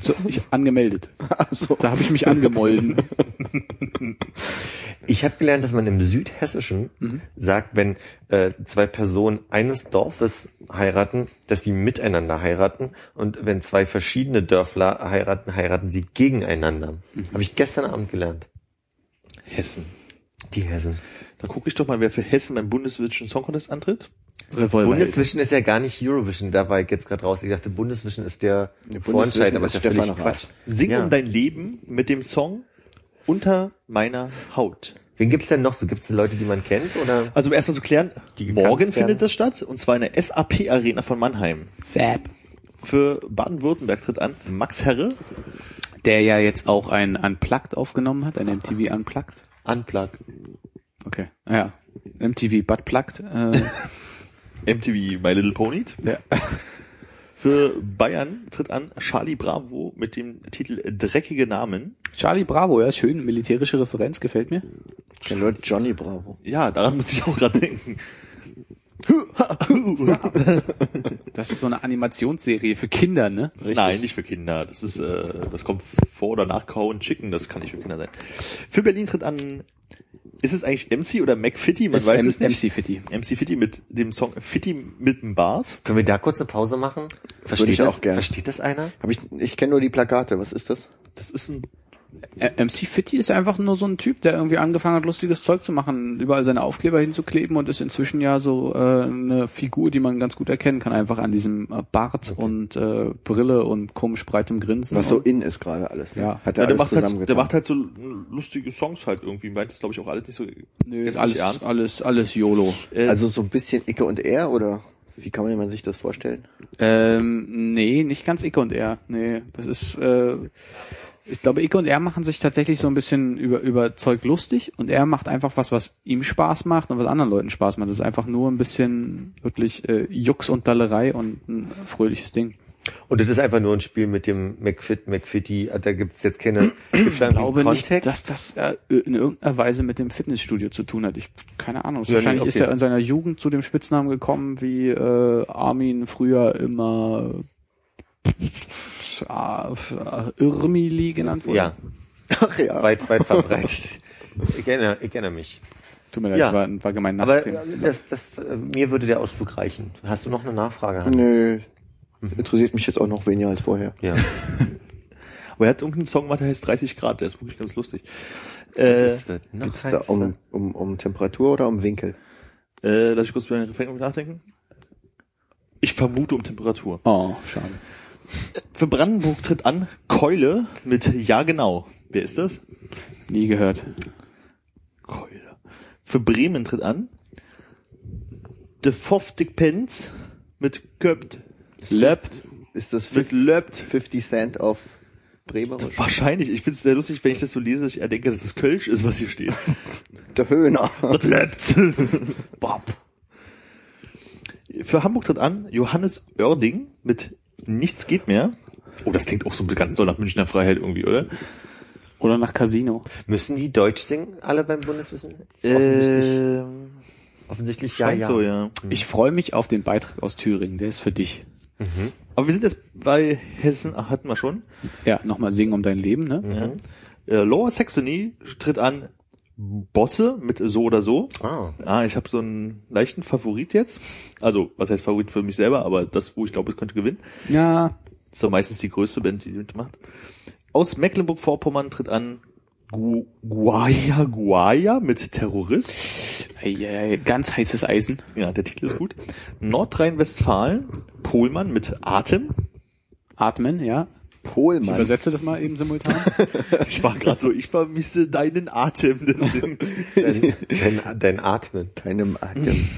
So, ich angemeldet. Also, Da habe ich mich angemolden. Ich habe gelernt, dass man im Südhessischen Mhm. sagt, wenn äh, zwei Personen eines Dorfes heiraten, dass sie miteinander heiraten und wenn zwei verschiedene Dörfler heiraten, heiraten sie gegeneinander. Mhm. Habe ich gestern Abend gelernt. Hessen. Die Hessen. Da gucke ich doch mal, wer für Hessen beim Bundeswirtschaften Song Contest antritt. Revolver. Bundesvision ist ja gar nicht Eurovision, da war ich jetzt gerade raus. Ich dachte, Bundesvision ist der Nee, Vorentscheid, Bundesvision aber ist ist ja völlig Stefan Rath. Quatsch. Sing Ja. um dein Leben mit dem Song Unter meiner Haut. Wen gibt's denn noch so? Gibt's Leute, die man kennt? Oder? Also um erstmal zu klären, Die gekannt morgen werden. findet das statt und zwar in der SAP Arena von Mannheim. Zap. Für Baden-Württemberg tritt an Max Herre. Der ja jetzt auch ein Unplugged aufgenommen hat, ein MTV Unplugged. Unplugged. Okay. Ja. MTV Butt Plugged. Äh, MTV My Little Pony. ja. Für Bayern tritt an Charlie Bravo mit dem Titel Dreckige Namen. Charlie Bravo, ja, schön. Militärische Referenz, gefällt mir. der Leute Johnny Bravo. Ja, daran muss ich auch gerade denken. Das ist so eine Animationsserie für Kinder, ne? Nein, nicht für Kinder. Das ist, äh, das kommt vor oder nach Cow and Chicken. Das kann nicht für Kinder sein. Für Berlin tritt an. Ist es eigentlich MC oder Mac Fitty? Man Ist weiß M- es nicht. MC Fitty. MC Fitty mit dem Song Fitty mit dem Bart. Können wir da kurz eine Pause machen? Versteht, ich auch das, gern. versteht das einer? Hab ich ich kenne nur die Plakate. Was ist das? Das ist ein. Ä- MC Äh, Fitty ist einfach nur so ein Typ, der irgendwie angefangen hat, lustiges Zeug zu machen, überall seine Aufkleber hinzukleben und ist inzwischen ja so äh, eine Figur, die man ganz gut erkennen kann, einfach an diesem äh, Bart und äh, Brille und komisch breitem Grinsen. Was so und, in ist gerade alles. Ne? Ja. Hat Ja, der, er alles macht halt, der zusammengetan. macht halt so lustige Songs halt irgendwie. Meint das glaube ich auch alles nicht so. nö, ist jetzt nicht alles, ernst. alles, alles YOLO. Äh, also so ein bisschen Icke und Er oder wie kann man sich das vorstellen? Ähm, nee, nicht ganz Icke und er. Nee, das ist äh, ich glaube, Icke und er machen sich tatsächlich so ein bisschen über, über Zeug lustig und er macht einfach was, was ihm Spaß macht und was anderen Leuten Spaß macht. Das ist einfach nur ein bisschen wirklich äh, Jux und Dallerei und ein fröhliches Ding. Und das ist einfach nur ein Spiel mit dem McFit, McFitty, äh, da gibt's jetzt keine gibt's da Ich glaube einen nicht, Kontext. dass das äh, in irgendeiner Weise mit dem Fitnessstudio zu tun hat. Ich keine Ahnung. Ja, Wahrscheinlich nee, ist okay. er in seiner Jugend zu dem Spitznamen gekommen, wie äh, Armin früher immer äh, Irmili genannt wurde. ja, Ach ja. weit, weit verbreitet. ich, erinnere, ich erinnere mich. Tut mir leid, Ja. das war, ein- war gemein Aber nachziehen. äh, das, das, äh, mir würde der Ausflug reichen. Hast du noch eine Nachfrage, Hans? Nö. Mhm. Interessiert mich jetzt auch noch weniger als vorher. Ja. Aber er hat irgendeinen Song, gemacht, der heißt 30 Grad, der ist wirklich ganz lustig. Äh, Es wird noch Geht's da heißer. um, um, um Temperatur oder um Winkel? äh, lass ich kurz über den Refrain nachdenken. Ich vermute um Temperatur. Oh, schade. Für Brandenburg tritt an Keule mit Ja genau. Wer ist das? Nie gehört. Keule. Für Bremen tritt an De Foftig Pence mit Köpt. Lebt. Ist das Mit Löbt. 50 Cent auf Breverisch? Wahrscheinlich. Ich find's sehr lustig, wenn ich das so lese, dass ich eher denke, dass es Kölsch ist, was hier steht. Der Höhner. Das lebt. Bob. Für Hamburg tritt an Johannes Oerding mit Nichts geht mehr. Oh, das klingt auch so ganz doll nach Münchner Freiheit irgendwie, oder? Oder nach Casino. Müssen die Deutsch singen, alle beim Bundeswissen? Offensichtlich, Ähm, offensichtlich ja, ja, ja. Äh, So, ja. Hm. Ich freue mich auf den Beitrag aus Thüringen. Der ist für dich. Aber wir sind jetzt bei Hessen, ach, hatten wir schon. Ja, nochmal singen um dein Leben, ne? Äh, Lower Saxony tritt an Bosse mit so oder so. Ah. Ah, ich habe so einen leichten Favorit jetzt. Also, was heißt Favorit für mich selber, aber das, wo ich glaube, es könnte gewinnen. Hm. Ja. Ist doch meistens die größte Band, die mitmacht. Aus Mecklenburg-Vorpommern tritt an Gu Guaya Guaya mit Terrorist. Eieiei, ganz heißes Eisen. Ja, der Titel ist gut. Nordrhein-Westfalen, Pohlmann mit Atem. Atmen, ja. Ich Pohlmann. übersetze das mal eben simultan. Ich war gerade so, ich vermisse deinen Atem. Deswegen. Dein, dein, dein Atmen. Deinem Atem.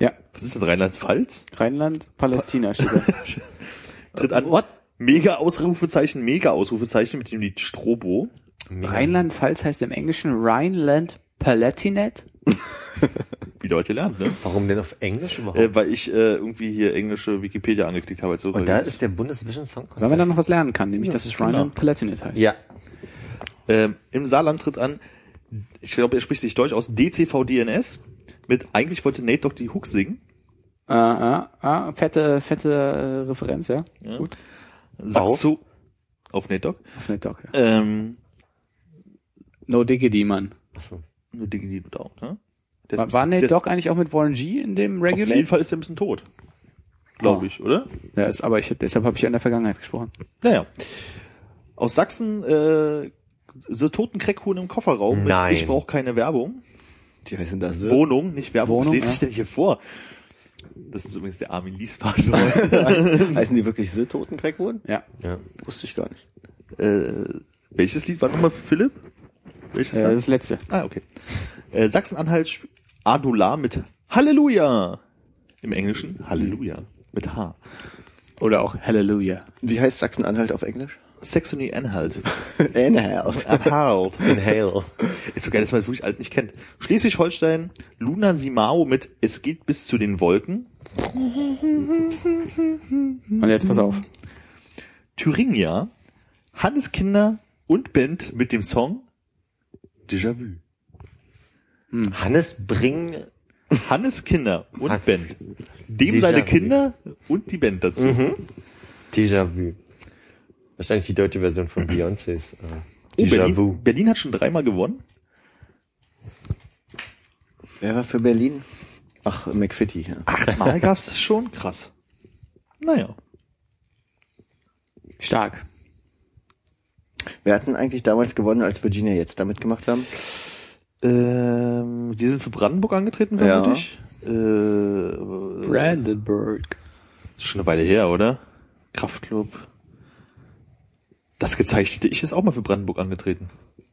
ja. Was ist das, Rheinland-Pfalz? Rheinland, Palästina steht da. Tritt an What? Mega Ausrufezeichen, Mega Ausrufezeichen mit dem Lied Strobo. Rheinland-Pfalz heißt im Englischen Rheinland Palatinet. Wieder heute lernt, ne? Warum denn auf Englisch überhaupt? Äh, weil ich äh, irgendwie hier englische Wikipedia angeklickt habe. Also Und da ist der Bundesvision Song Weil man Contest. da noch was lernen kann, nämlich dass es Rheinland Palatinet heißt. Ja. ähm, Im Saarland tritt an, ich glaube, er spricht sich Deutsch aus, DCVDNS. Mit eigentlich wollte Nate doch die Hook singen. Äh, äh, äh, fette, fette äh, Referenz, ja. Ja. Gut. Saxo. Auf Nate Dogg. Auf TikTok, ja. Ähm, No Diggity, Mann. Achso. nur Dinge, die du da auch, ne? Der ist ein War, bisschen- war Nate der ist- Dogg eigentlich auch mit Warren G in dem Auf jeden Regulate? Fall ist er ein bisschen tot. Glaube Ah. ich, oder? Ja, ist, aber ich, deshalb habe ich ja in der Vergangenheit gesprochen. Naja. Aus Sachsen, äh, The Toten Kreckhuhn im Kofferraum. mit Nein. Ich brauche keine Werbung. Die heißen da so. Wohnung, nicht Werbung. Wohnung, Was lese ja. ich denn hier vor? Das ist übrigens der Armin Liesbart für heute. Heißen die wirklich so Totenkreck wurden? Ja. Ja. Wusste ich gar nicht. äh, welches Lied war nochmal für Philipp? Welches Äh, das Lied? ist das letzte. Ah, okay. Äh, Sachsen-Anhalt sp- Adular mit Halleluja. Im Englischen Halleluja. Mit H. Oder auch Hallelujah. Wie heißt Sachsen-Anhalt auf Englisch? Saxony-Anhalt. Äh, Anhalt. Anhalt. Inhale. Ist so geil, dass man das wirklich alt nicht kennt. Schleswig-Holstein, Luna Simao mit Es geht bis zu den Wolken. Und jetzt pass auf. Thüringia, Hannes Kinder und Band mit dem Song Déjà-vu. Hannes bring Hannes Kinder und Hans- Band. Dem seine Déjà-vu. Kinder und die Band dazu. Déjà-vu. Wahrscheinlich die deutsche Version von Beyoncés. äh, Oh, Déjà-vu. Berlin, Berlin hat schon dreimal gewonnen. Wer war für Berlin? Ach, McFitty. Ja. Achtmal gab's das schon. Krass. Naja. Stark. Wer hat denn eigentlich damals gewonnen, als Virginia jetzt damit gemacht haben? Ähm, die sind für Brandenburg angetreten, Ja. vermutlich. Äh, Brandenburg. Ist schon eine Weile her, oder? Kraftclub. Das gezeichnete Ich ist auch mal für Brandenburg angetreten.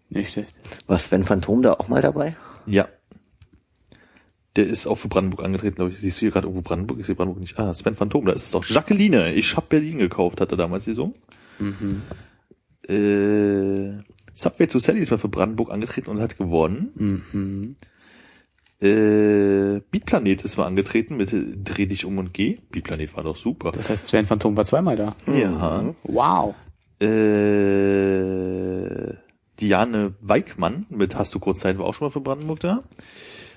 Nicht schlecht. War Sven Phantom da auch mal dabei? Ja. Der ist auch für Brandenburg angetreten, glaube ich. Siehst du hier gerade irgendwo Brandenburg? Ich sehe Brandenburg nicht. Ah, Sven Phantom, da ist es doch. Jacqueline, ich hab Berlin gekauft, hat er damals gesungen. Mhm. Äh, Subway to Sally ist mal für Brandenburg angetreten und hat gewonnen. Mhm. Äh, Beatplanet ist mal angetreten mit äh, Dreh dich um und geh. Beatplanet war doch super. Das heißt, Sven Phantom war zweimal da. ja. Wow. Äh, Diane Weikmann mit Hast du kurz Zeit war auch schon mal für Brandenburg da.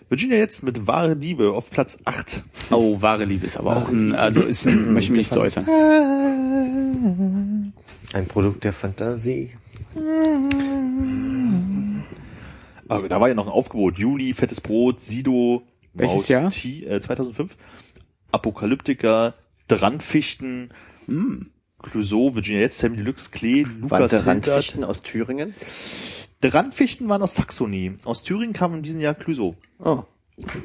Virginia jetzt mit Wahre Liebe auf Platz 8. Oh, wahre Liebe ist aber auch ein, also ist ein, möchte ich mich nicht zu äußern. Ein Produkt der Fantasie. Aber Ah, da war ja noch ein Aufgebot. Juli, Fettes Brot, Sido, Welches Maus Jahr? T, äh, 2005, Apokalyptiker, Dranfichten, Clouseau, Virginia jetzt, Sammy Deluxe, Klee, Waren Lukas der Hildert. Randfichten aus Thüringen? Dranfichten waren aus Saxony. Aus Thüringen kam in diesem Jahr Clouseau, Oh,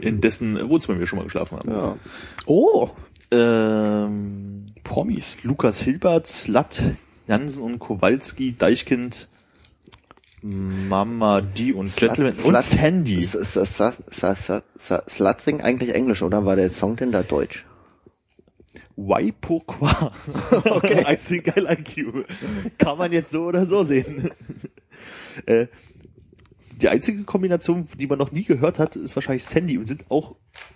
in dessen Wohnzimmer wir schon mal geschlafen haben. ja. Oh, Ähm, Promis. Lukas Hilbert, Slatt, Jansen und Kowalski, Deichkind, Mama D und Gentleman und Sandy. S- s- s- s- s- s- Slutsing eigentlich Englisch, oder? War der Song denn da Deutsch? Why pourquoi? Okay. I think I like you. Kann man jetzt so oder so sehen. Äh, die einzige Kombination, die man noch nie gehört hat, ist wahrscheinlich Sandy und sind auch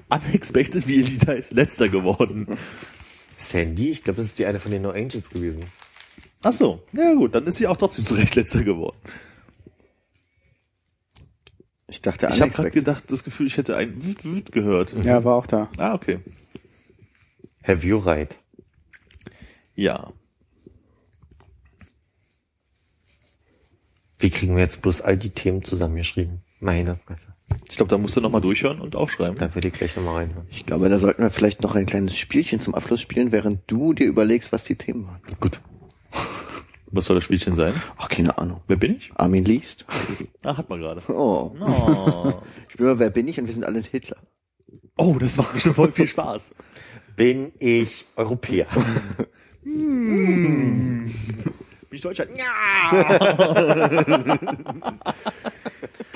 unexpected, wie Elita ist letzter geworden. Sandy, ich glaube, das ist die eine von den No Angels gewesen. Ach so, ja gut, dann ist sie auch trotzdem zu Recht letzter geworden. Ich dachte Ich habe gerade Unexpected. gedacht, das Gefühl, ich hätte ein Wut Wut gehört. Ja, war auch da. Ah, okay. Have you right? Ja. Wie kriegen wir jetzt bloß all die Themen zusammengeschrieben? Meine Fresse. Ich glaube, da musst du nochmal durchhören und aufschreiben. Da will ich gleich nochmal reinhören. Ich glaube, da sollten wir vielleicht noch ein kleines Spielchen zum Abschluss spielen, während du dir überlegst, was die Themen waren. Gut. Was soll das Spielchen sein? Ach, keine Ahnung. Wer bin ich? Armin liest. Ah, hat man gerade. Oh. Oh. Ich bin mal, wer bin ich? Und wir sind alle Hitler. oh, das macht schon voll viel Spaß. Bin ich Europäer? Bin ich Deutscher? Ja.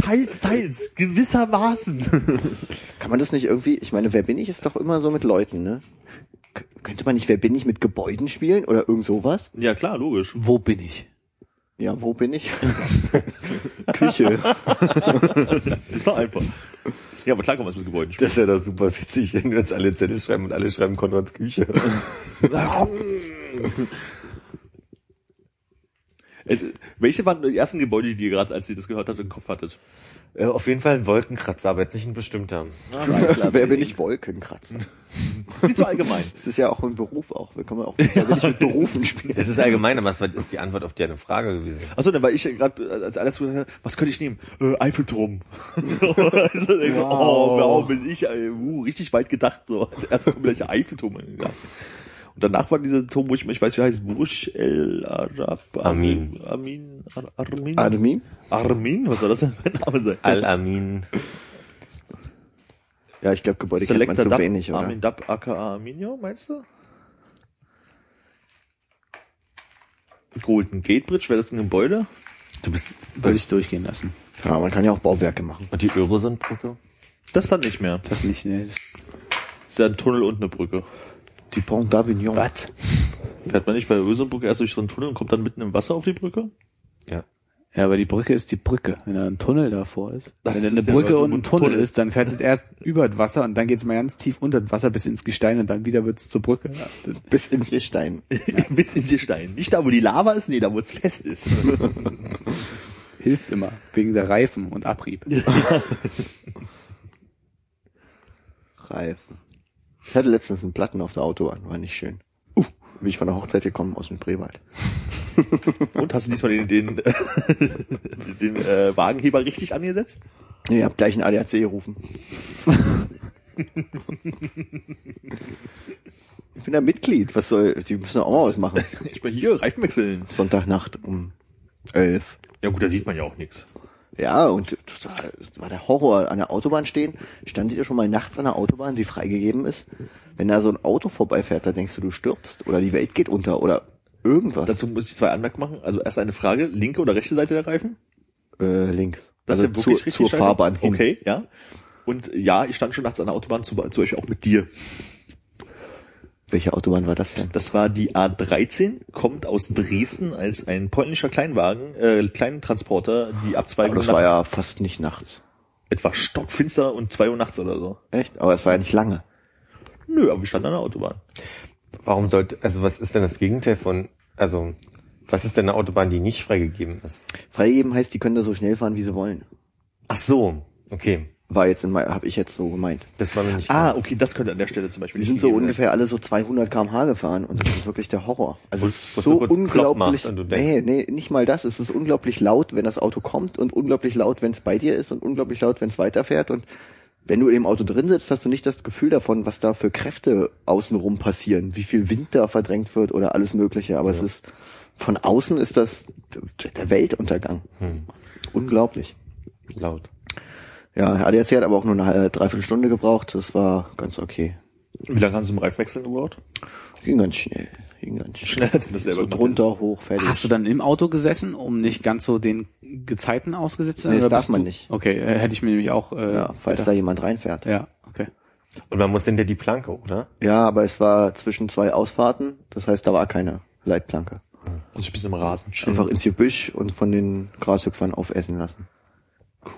teils, teils, gewissermaßen. Kann man das nicht irgendwie, ich meine, wer bin ich ist doch immer so mit Leuten, ne? K könnte man nicht wer bin ich mit Gebäuden spielen oder irgend sowas? Ja, klar, logisch. Wo bin ich? Ja, wo bin ich? Küche. Das war einfach. Ja, aber klar kann man es mit Gebäuden spielen. Das ist ja doch super witzig, wenn wir jetzt alle Zettel schreiben und alle schreiben Konrads Küche. Äh, Welche waren die ersten Gebäude, die ihr gerade, als ihr das gehört habt, im Kopf hattet? äh, auf jeden Fall ein Wolkenkratzer, aber jetzt nicht ein bestimmter. wer bin ich? Wolkenkratzer. Das ist mir zu allgemein. Das ist ja auch ein Beruf auch. Wir können auch wer bin ich mit Berufen spielen. Das ist allgemein, aber das war- ist die Antwort auf deine Frage gewesen. Achso, dann war ich gerade als alles was könnte ich nehmen? Äh, Eiffelturm. also, dann so, Oh, Wow. warum bin ich äh, uh, richtig weit gedacht so als erstes kommt gleich der Eiffelturm angegangen. Und danach war dieser Turm, wo ich, ich weiß, wie heißt Burj El Arab Amin. Amin Ar Armin Armin? Armin, was soll das denn für ein Name sein? Al-Amin. Ja, ich glaube, Gebäude kennt man zu Dab, wenig, oder? Armin Dab aka Arminio, meinst du? Golden Gate Bridge, wäre das ein Gebäude? Du bist Würde ich durchgehen lassen. Ja, man kann ja auch Bauwerke machen. Und die Öresundbrücke? Das dann nicht mehr. Das nicht, ne? Das, Ist ja ein Tunnel und eine Brücke. Die Pont d'Avignon. was? Fährt man nicht bei Ösenbrück erst durch so einen Tunnel und kommt dann mitten im Wasser auf die Brücke? Ja. Ja, aber die Brücke ist die Brücke. Wenn da ein Tunnel davor ist. Ach, wenn da das eine ist ja Brücke immer so und ein ein Tunnel, Tunnel. ist, dann fährt es erst über das Wasser und dann geht's mal ganz tief unter das Wasser bis ins Gestein und dann wieder wird's zur Brücke. Bis ins Gestein. Bis in den Stein. Nicht da, wo die Lava ist, nee, da, wo es fest ist. Hilft immer. Wegen der Reifen und Abrieb. Reifen. Ich hatte letztens einen Platten auf der Autobahn, war nicht schön. Uh. Bin ich von der Hochzeit gekommen aus dem Brewald. und hast du diesmal den, den, den äh, Wagenheber richtig angesetzt? Nee, hab gleich einen ADAC gerufen. ich bin da Mitglied, was soll, die müssen auch mal was machen. Ich bin hier, Reifen wechseln. Sonntagnacht um elf. Ja gut, da sieht man ja auch nichts. Ja, und das war- das war der Horror. An der Autobahn stehen, standet ihr schon mal nachts an der Autobahn, die freigegeben ist? Wenn da so ein Auto vorbeifährt, da denkst du, du stirbst oder die Welt geht unter oder irgendwas. Dazu muss ich zwei Anmerkungen machen. Also erst eine Frage, linke oder rechte Seite der Reifen? äh, links. Das also ist ja wirklich zur, richtig zur scheiße. Fahrbahn hin. Okay, ja. Und ja, ich stand schon nachts an der Autobahn, zum, zum Beispiel auch mit dir. Welche Autobahn war das denn? Das war die A13, kommt aus Dresden als ein polnischer Kleinwagen, äh, kleinen Transporter, die Aber Abzweigung das war ja fast nicht nachts. etwa stockfinster und zwei Uhr nachts oder so. Echt? Aber es war ja nicht lange. Nö, aber wir standen an der Autobahn. Warum sollte, also was ist denn das Gegenteil von, also was ist denn eine Autobahn, die nicht freigegeben ist? Freigeben heißt, die können da so schnell fahren, wie sie wollen. Ach so, okay. War jetzt in mein, habe ich jetzt so gemeint. Das war mir nicht Ah, klar. okay, das könnte an der Stelle zum Beispiel Die nicht ne? eh sind so gegeben sein. ungefähr alle so 200 km/h gefahren und das ist wirklich der Horror. Also Wo- es ist wo es so so kurz plopp unglaublich. macht und du Nee, denkst- nee, nicht mal das. Es ist unglaublich laut, wenn das Auto kommt und unglaublich laut, wenn es bei dir ist und unglaublich laut, wenn es weiterfährt und wenn du in dem Auto drin sitzt, hast du nicht das Gefühl davon, was da für Kräfte außenrum passieren, wie viel Wind da verdrängt wird oder alles Mögliche. Aber es ist von außen ist das der Weltuntergang. Hm, Unglaublich. laut. Ja, Herr ADAC hat aber auch nur eine äh, Dreiviertelstunde gebraucht. Das war ganz okay. Wie lange kannst du zum Reifwechseln gebraucht? Ging ganz schnell. Ging ganz schnell. Schneller als wir das selber So gemacht drunter, hoch, fertig. Hast du dann im Auto gesessen, um nicht ganz so den Gezeiten ausgesetzt zu sein? Nee, das oder darf bist man du- nicht. Okay, äh, hätte ich mir nämlich auch. Äh, ja, falls da gedacht. jemand reinfährt. Ja. ja, okay. Und man muss hinter die Planke, oder? aber es war zwischen zwei Ausfahrten. Das heißt, da war keine Leitplanke. Also ich bin im Rasen chillen. Einfach ins Gebüsch und von den Grashüpfern aufessen lassen.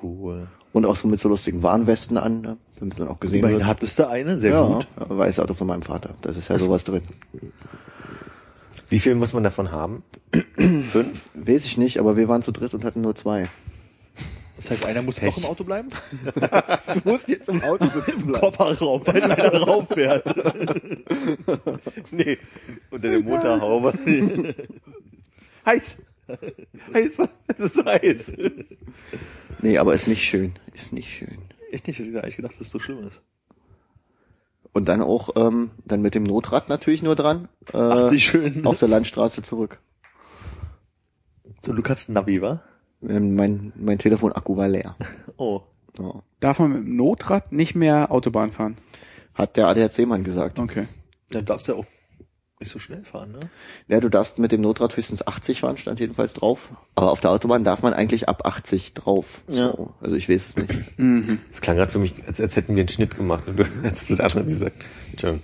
cool. Und auch so mit so lustigen Warnwesten an, ne? damit man auch gesehen Immerhin wird. hattest du eine, sehr Ja, gut. weiß Auto von meinem Vater. Das ist ja sowas drin. Wie viel muss man davon haben? Fünf? Weiß ich nicht, aber wir waren zu dritt und hatten nur zwei. Das heißt, einer muss Pech. doch im Auto bleiben? Du musst jetzt im Auto sitzen Kofferraum, weil einer drauf fährt. Nee, unter der Motorhaube. heiß! Heiß! Es ist heiß! Nee, aber ist nicht schön. Ist nicht schön. Echt nicht, ich hätte eigentlich gedacht, dass es so schlimm ist. Und dann auch, ähm, dann mit dem Notrad natürlich nur dran. Äh, 80 schön. auf der Landstraße zurück. So, du kannst ein Navi, wa? Ähm, Mein, mein Telefonakku war leer. Oh. Ja. Darf man mit dem Notrad nicht mehr Autobahn fahren? Hat der ADAC-Mann gesagt. Okay. Dann darfst du ja auch nicht so schnell fahren, ne? Ja, du darfst mit dem Notrad höchstens 80 fahren, stand jedenfalls drauf. Aber auf der Autobahn darf man eigentlich ab 80 drauf. Ja. So, also ich weiß es nicht. Mhm. Das klang gerade für mich, als, als hätten wir einen Schnitt gemacht und du hättest das andere gesagt. Entschuldigung.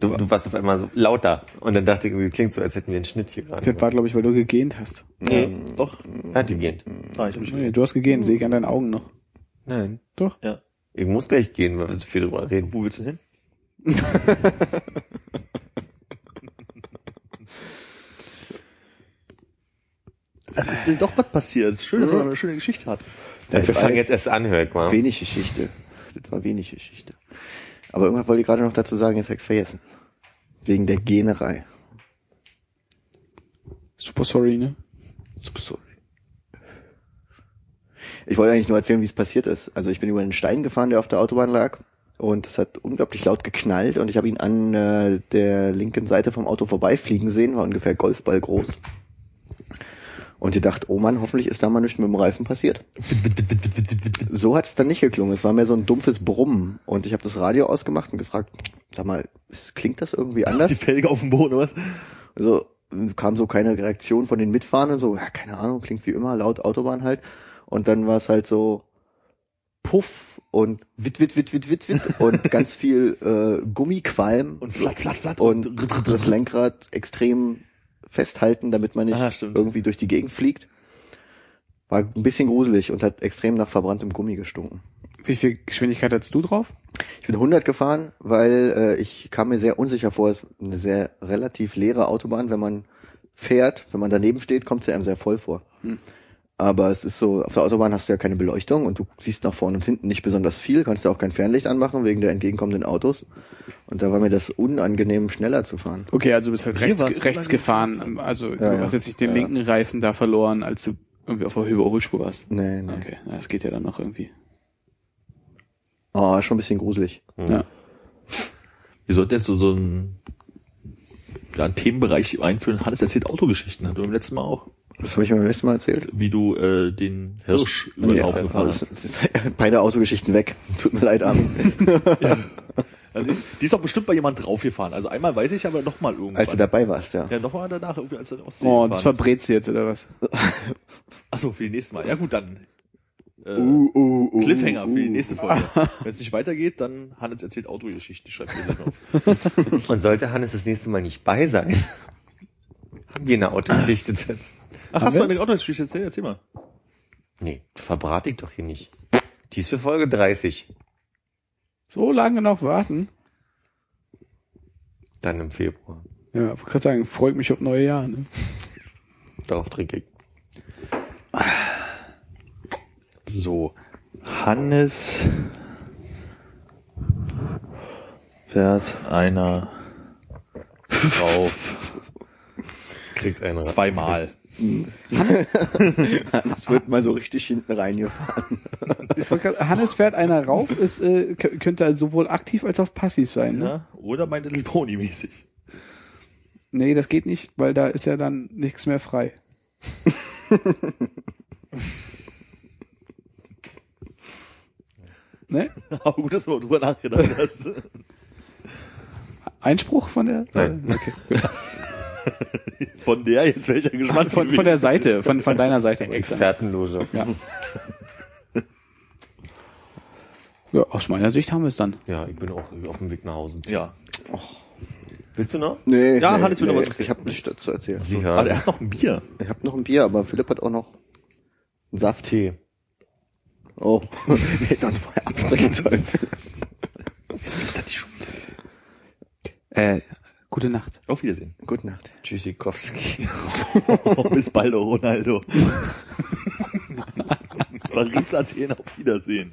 Du, du warst auf einmal so lauter und dann dachte ich, irgendwie, klingt so, als hätten wir einen Schnitt hier gerade. Das war, glaube ich, weil du gegähnt hast. Nee, Ähm, doch. gemacht. Hat die gehen. Nein, ich hab mich Nee, du hast gegähnt, sehe ich an deinen Augen noch. Nein. Doch. Ja. Ich muss gleich gehen, weil wir so viel drüber reden. Wo willst du hin? Es ist denn doch was passiert. Schön, dass man eine schöne Geschichte hat. wir ich fangen weiß. jetzt erst an, hör ich mal. Wenig Geschichte. Das war wenig Geschichte. Aber irgendwas wollte ich gerade noch dazu sagen, jetzt habe ich vergessen. Wegen der Generei. Super sorry, ne? Sorry. Ich wollte eigentlich nur erzählen, wie es passiert ist. Also ich bin über einen Stein gefahren, der auf der Autobahn lag. Und es hat unglaublich laut geknallt und ich habe ihn an äh, der linken Seite vom Auto vorbeifliegen sehen, war ungefähr Golfball groß. Und ich dachte, oh Mann, hoffentlich ist da mal nichts mit dem Reifen passiert. So hat es dann nicht geklungen. Es war mehr so ein dumpfes Brummen. Und ich habe das Radio ausgemacht und gefragt, sag mal, klingt das irgendwie anders? Die Felge auf dem Boden, oder was? Also kam so keine Reaktion von den Mitfahrenden, so, ja, keine Ahnung, klingt wie immer, laut Autobahn halt. Und dann war es halt so Puff und wit, wit, wit, wit, wit, wit und ganz viel äh, Gummiqualm Und flatt, flatt, flatt. und das Lenkrad extrem festhalten, damit man nicht Ah, stimmt. irgendwie durch die Gegend fliegt. War ein bisschen gruselig und hat extrem nach verbranntem Gummi gestunken. Wie viel Geschwindigkeit hattest du drauf? Ich bin 100 gefahren, weil äh, ich kam mir sehr unsicher vor. Es ist eine sehr relativ leere Autobahn. Wenn man fährt, wenn man daneben steht, kommt sie einem sehr voll vor. Hm. Aber es ist so, auf der Autobahn hast du ja keine Beleuchtung und du siehst nach vorne und hinten nicht besonders viel, kannst ja auch kein Fernlicht anmachen wegen der entgegenkommenden Autos. Und da war mir das unangenehm, schneller zu fahren. Okay, also du bist halt Hier war's rechts, unangenehm. rechts gefahren. Also du Ja, ja. hast jetzt nicht den Ja, ja. linken Reifen da verloren, als du irgendwie auf der Überholspur warst. Nee, nee. Okay, ja, das geht ja dann noch irgendwie. Oh, schon ein bisschen gruselig. Hm. Ja. Wir sollten jetzt so, so einen, ja, einen Themenbereich einführen. Hannes erzählt Autogeschichten, hat du beim letzten Mal auch. Das habe ich mir beim letzten Mal erzählt. Wie du äh, den Hirsch über den Ja, Haufen gefahren das- hast. das ist- Beide Autogeschichten weg. Tut mir leid, Armin. Also, die ist doch bestimmt bei jemand draufgefahren. Also einmal weiß ich aber nochmal irgendwann. Als Oh, du dabei warst, ja. ja, nochmal danach, irgendwie als er aus Oh, das verbrät sie jetzt, oder was? Achso, für die nächste Mal. Ja gut, dann Äh, Uh, uh, uh, Cliffhanger uh. für die nächste Folge. Wenn es nicht weitergeht, dann Hannes erzählt Autogeschichten. Schreibt mir gleich auf. Und sollte Hannes das nächste Mal nicht bei sein, haben wir eine Autogeschichte jetzt. Ach, hast du eine Autogeschichte erzählt? Erzähl mal. Nee, verbrate ich doch hier nicht. Die ist für Folge 30. So lange noch warten. Dann im Februar. Ja, ich kann sagen, freut mich auf neue Jahr. Ne? Darauf trinke ich. So. Hannes Pferd. einer drauf. Kriegt einer. Zweimal. Das wird mal so richtig hinten reingefahren. Ich wollte grad- Hannes fährt einer rauf, ist, äh, kö- könnte also sowohl aktiv als auch passiv sein. Ne? Ja? Oder mein Little Pony mäßig. Nee, das geht nicht, weil da ist ja dann nichts mehr frei. ne? Aber gut, dass du mal drüber nachgedacht hast. Einspruch von der Nein. äh, okay. Von der, jetzt wäre ich ja gespannt. von, von der Seite, von, von deiner Seite. wollte ich sagen. Expertenlose. Ja. ja, aus meiner Sicht haben wir es dann. Ja, ich bin auch auf dem Weg nach Hause. Ja. Willst du noch? Nee, Ja, nee, Hannes will noch was erzählen. Ich habe nichts zu erzählen. Sie Aber hören. der hat noch ein Bier. Ich habe noch ein Bier, aber Philipp hat auch noch einen Saft. Tee. Oh, wir hätten uns vorher abbrechen sollen. Jetzt bist du nicht schon wieder. Äh, gute Nacht. Auf Wiedersehen. Gute Nacht. Tschüssikowski. Bis bald, oh Ronaldo. Paris Athen, auf Wiedersehen.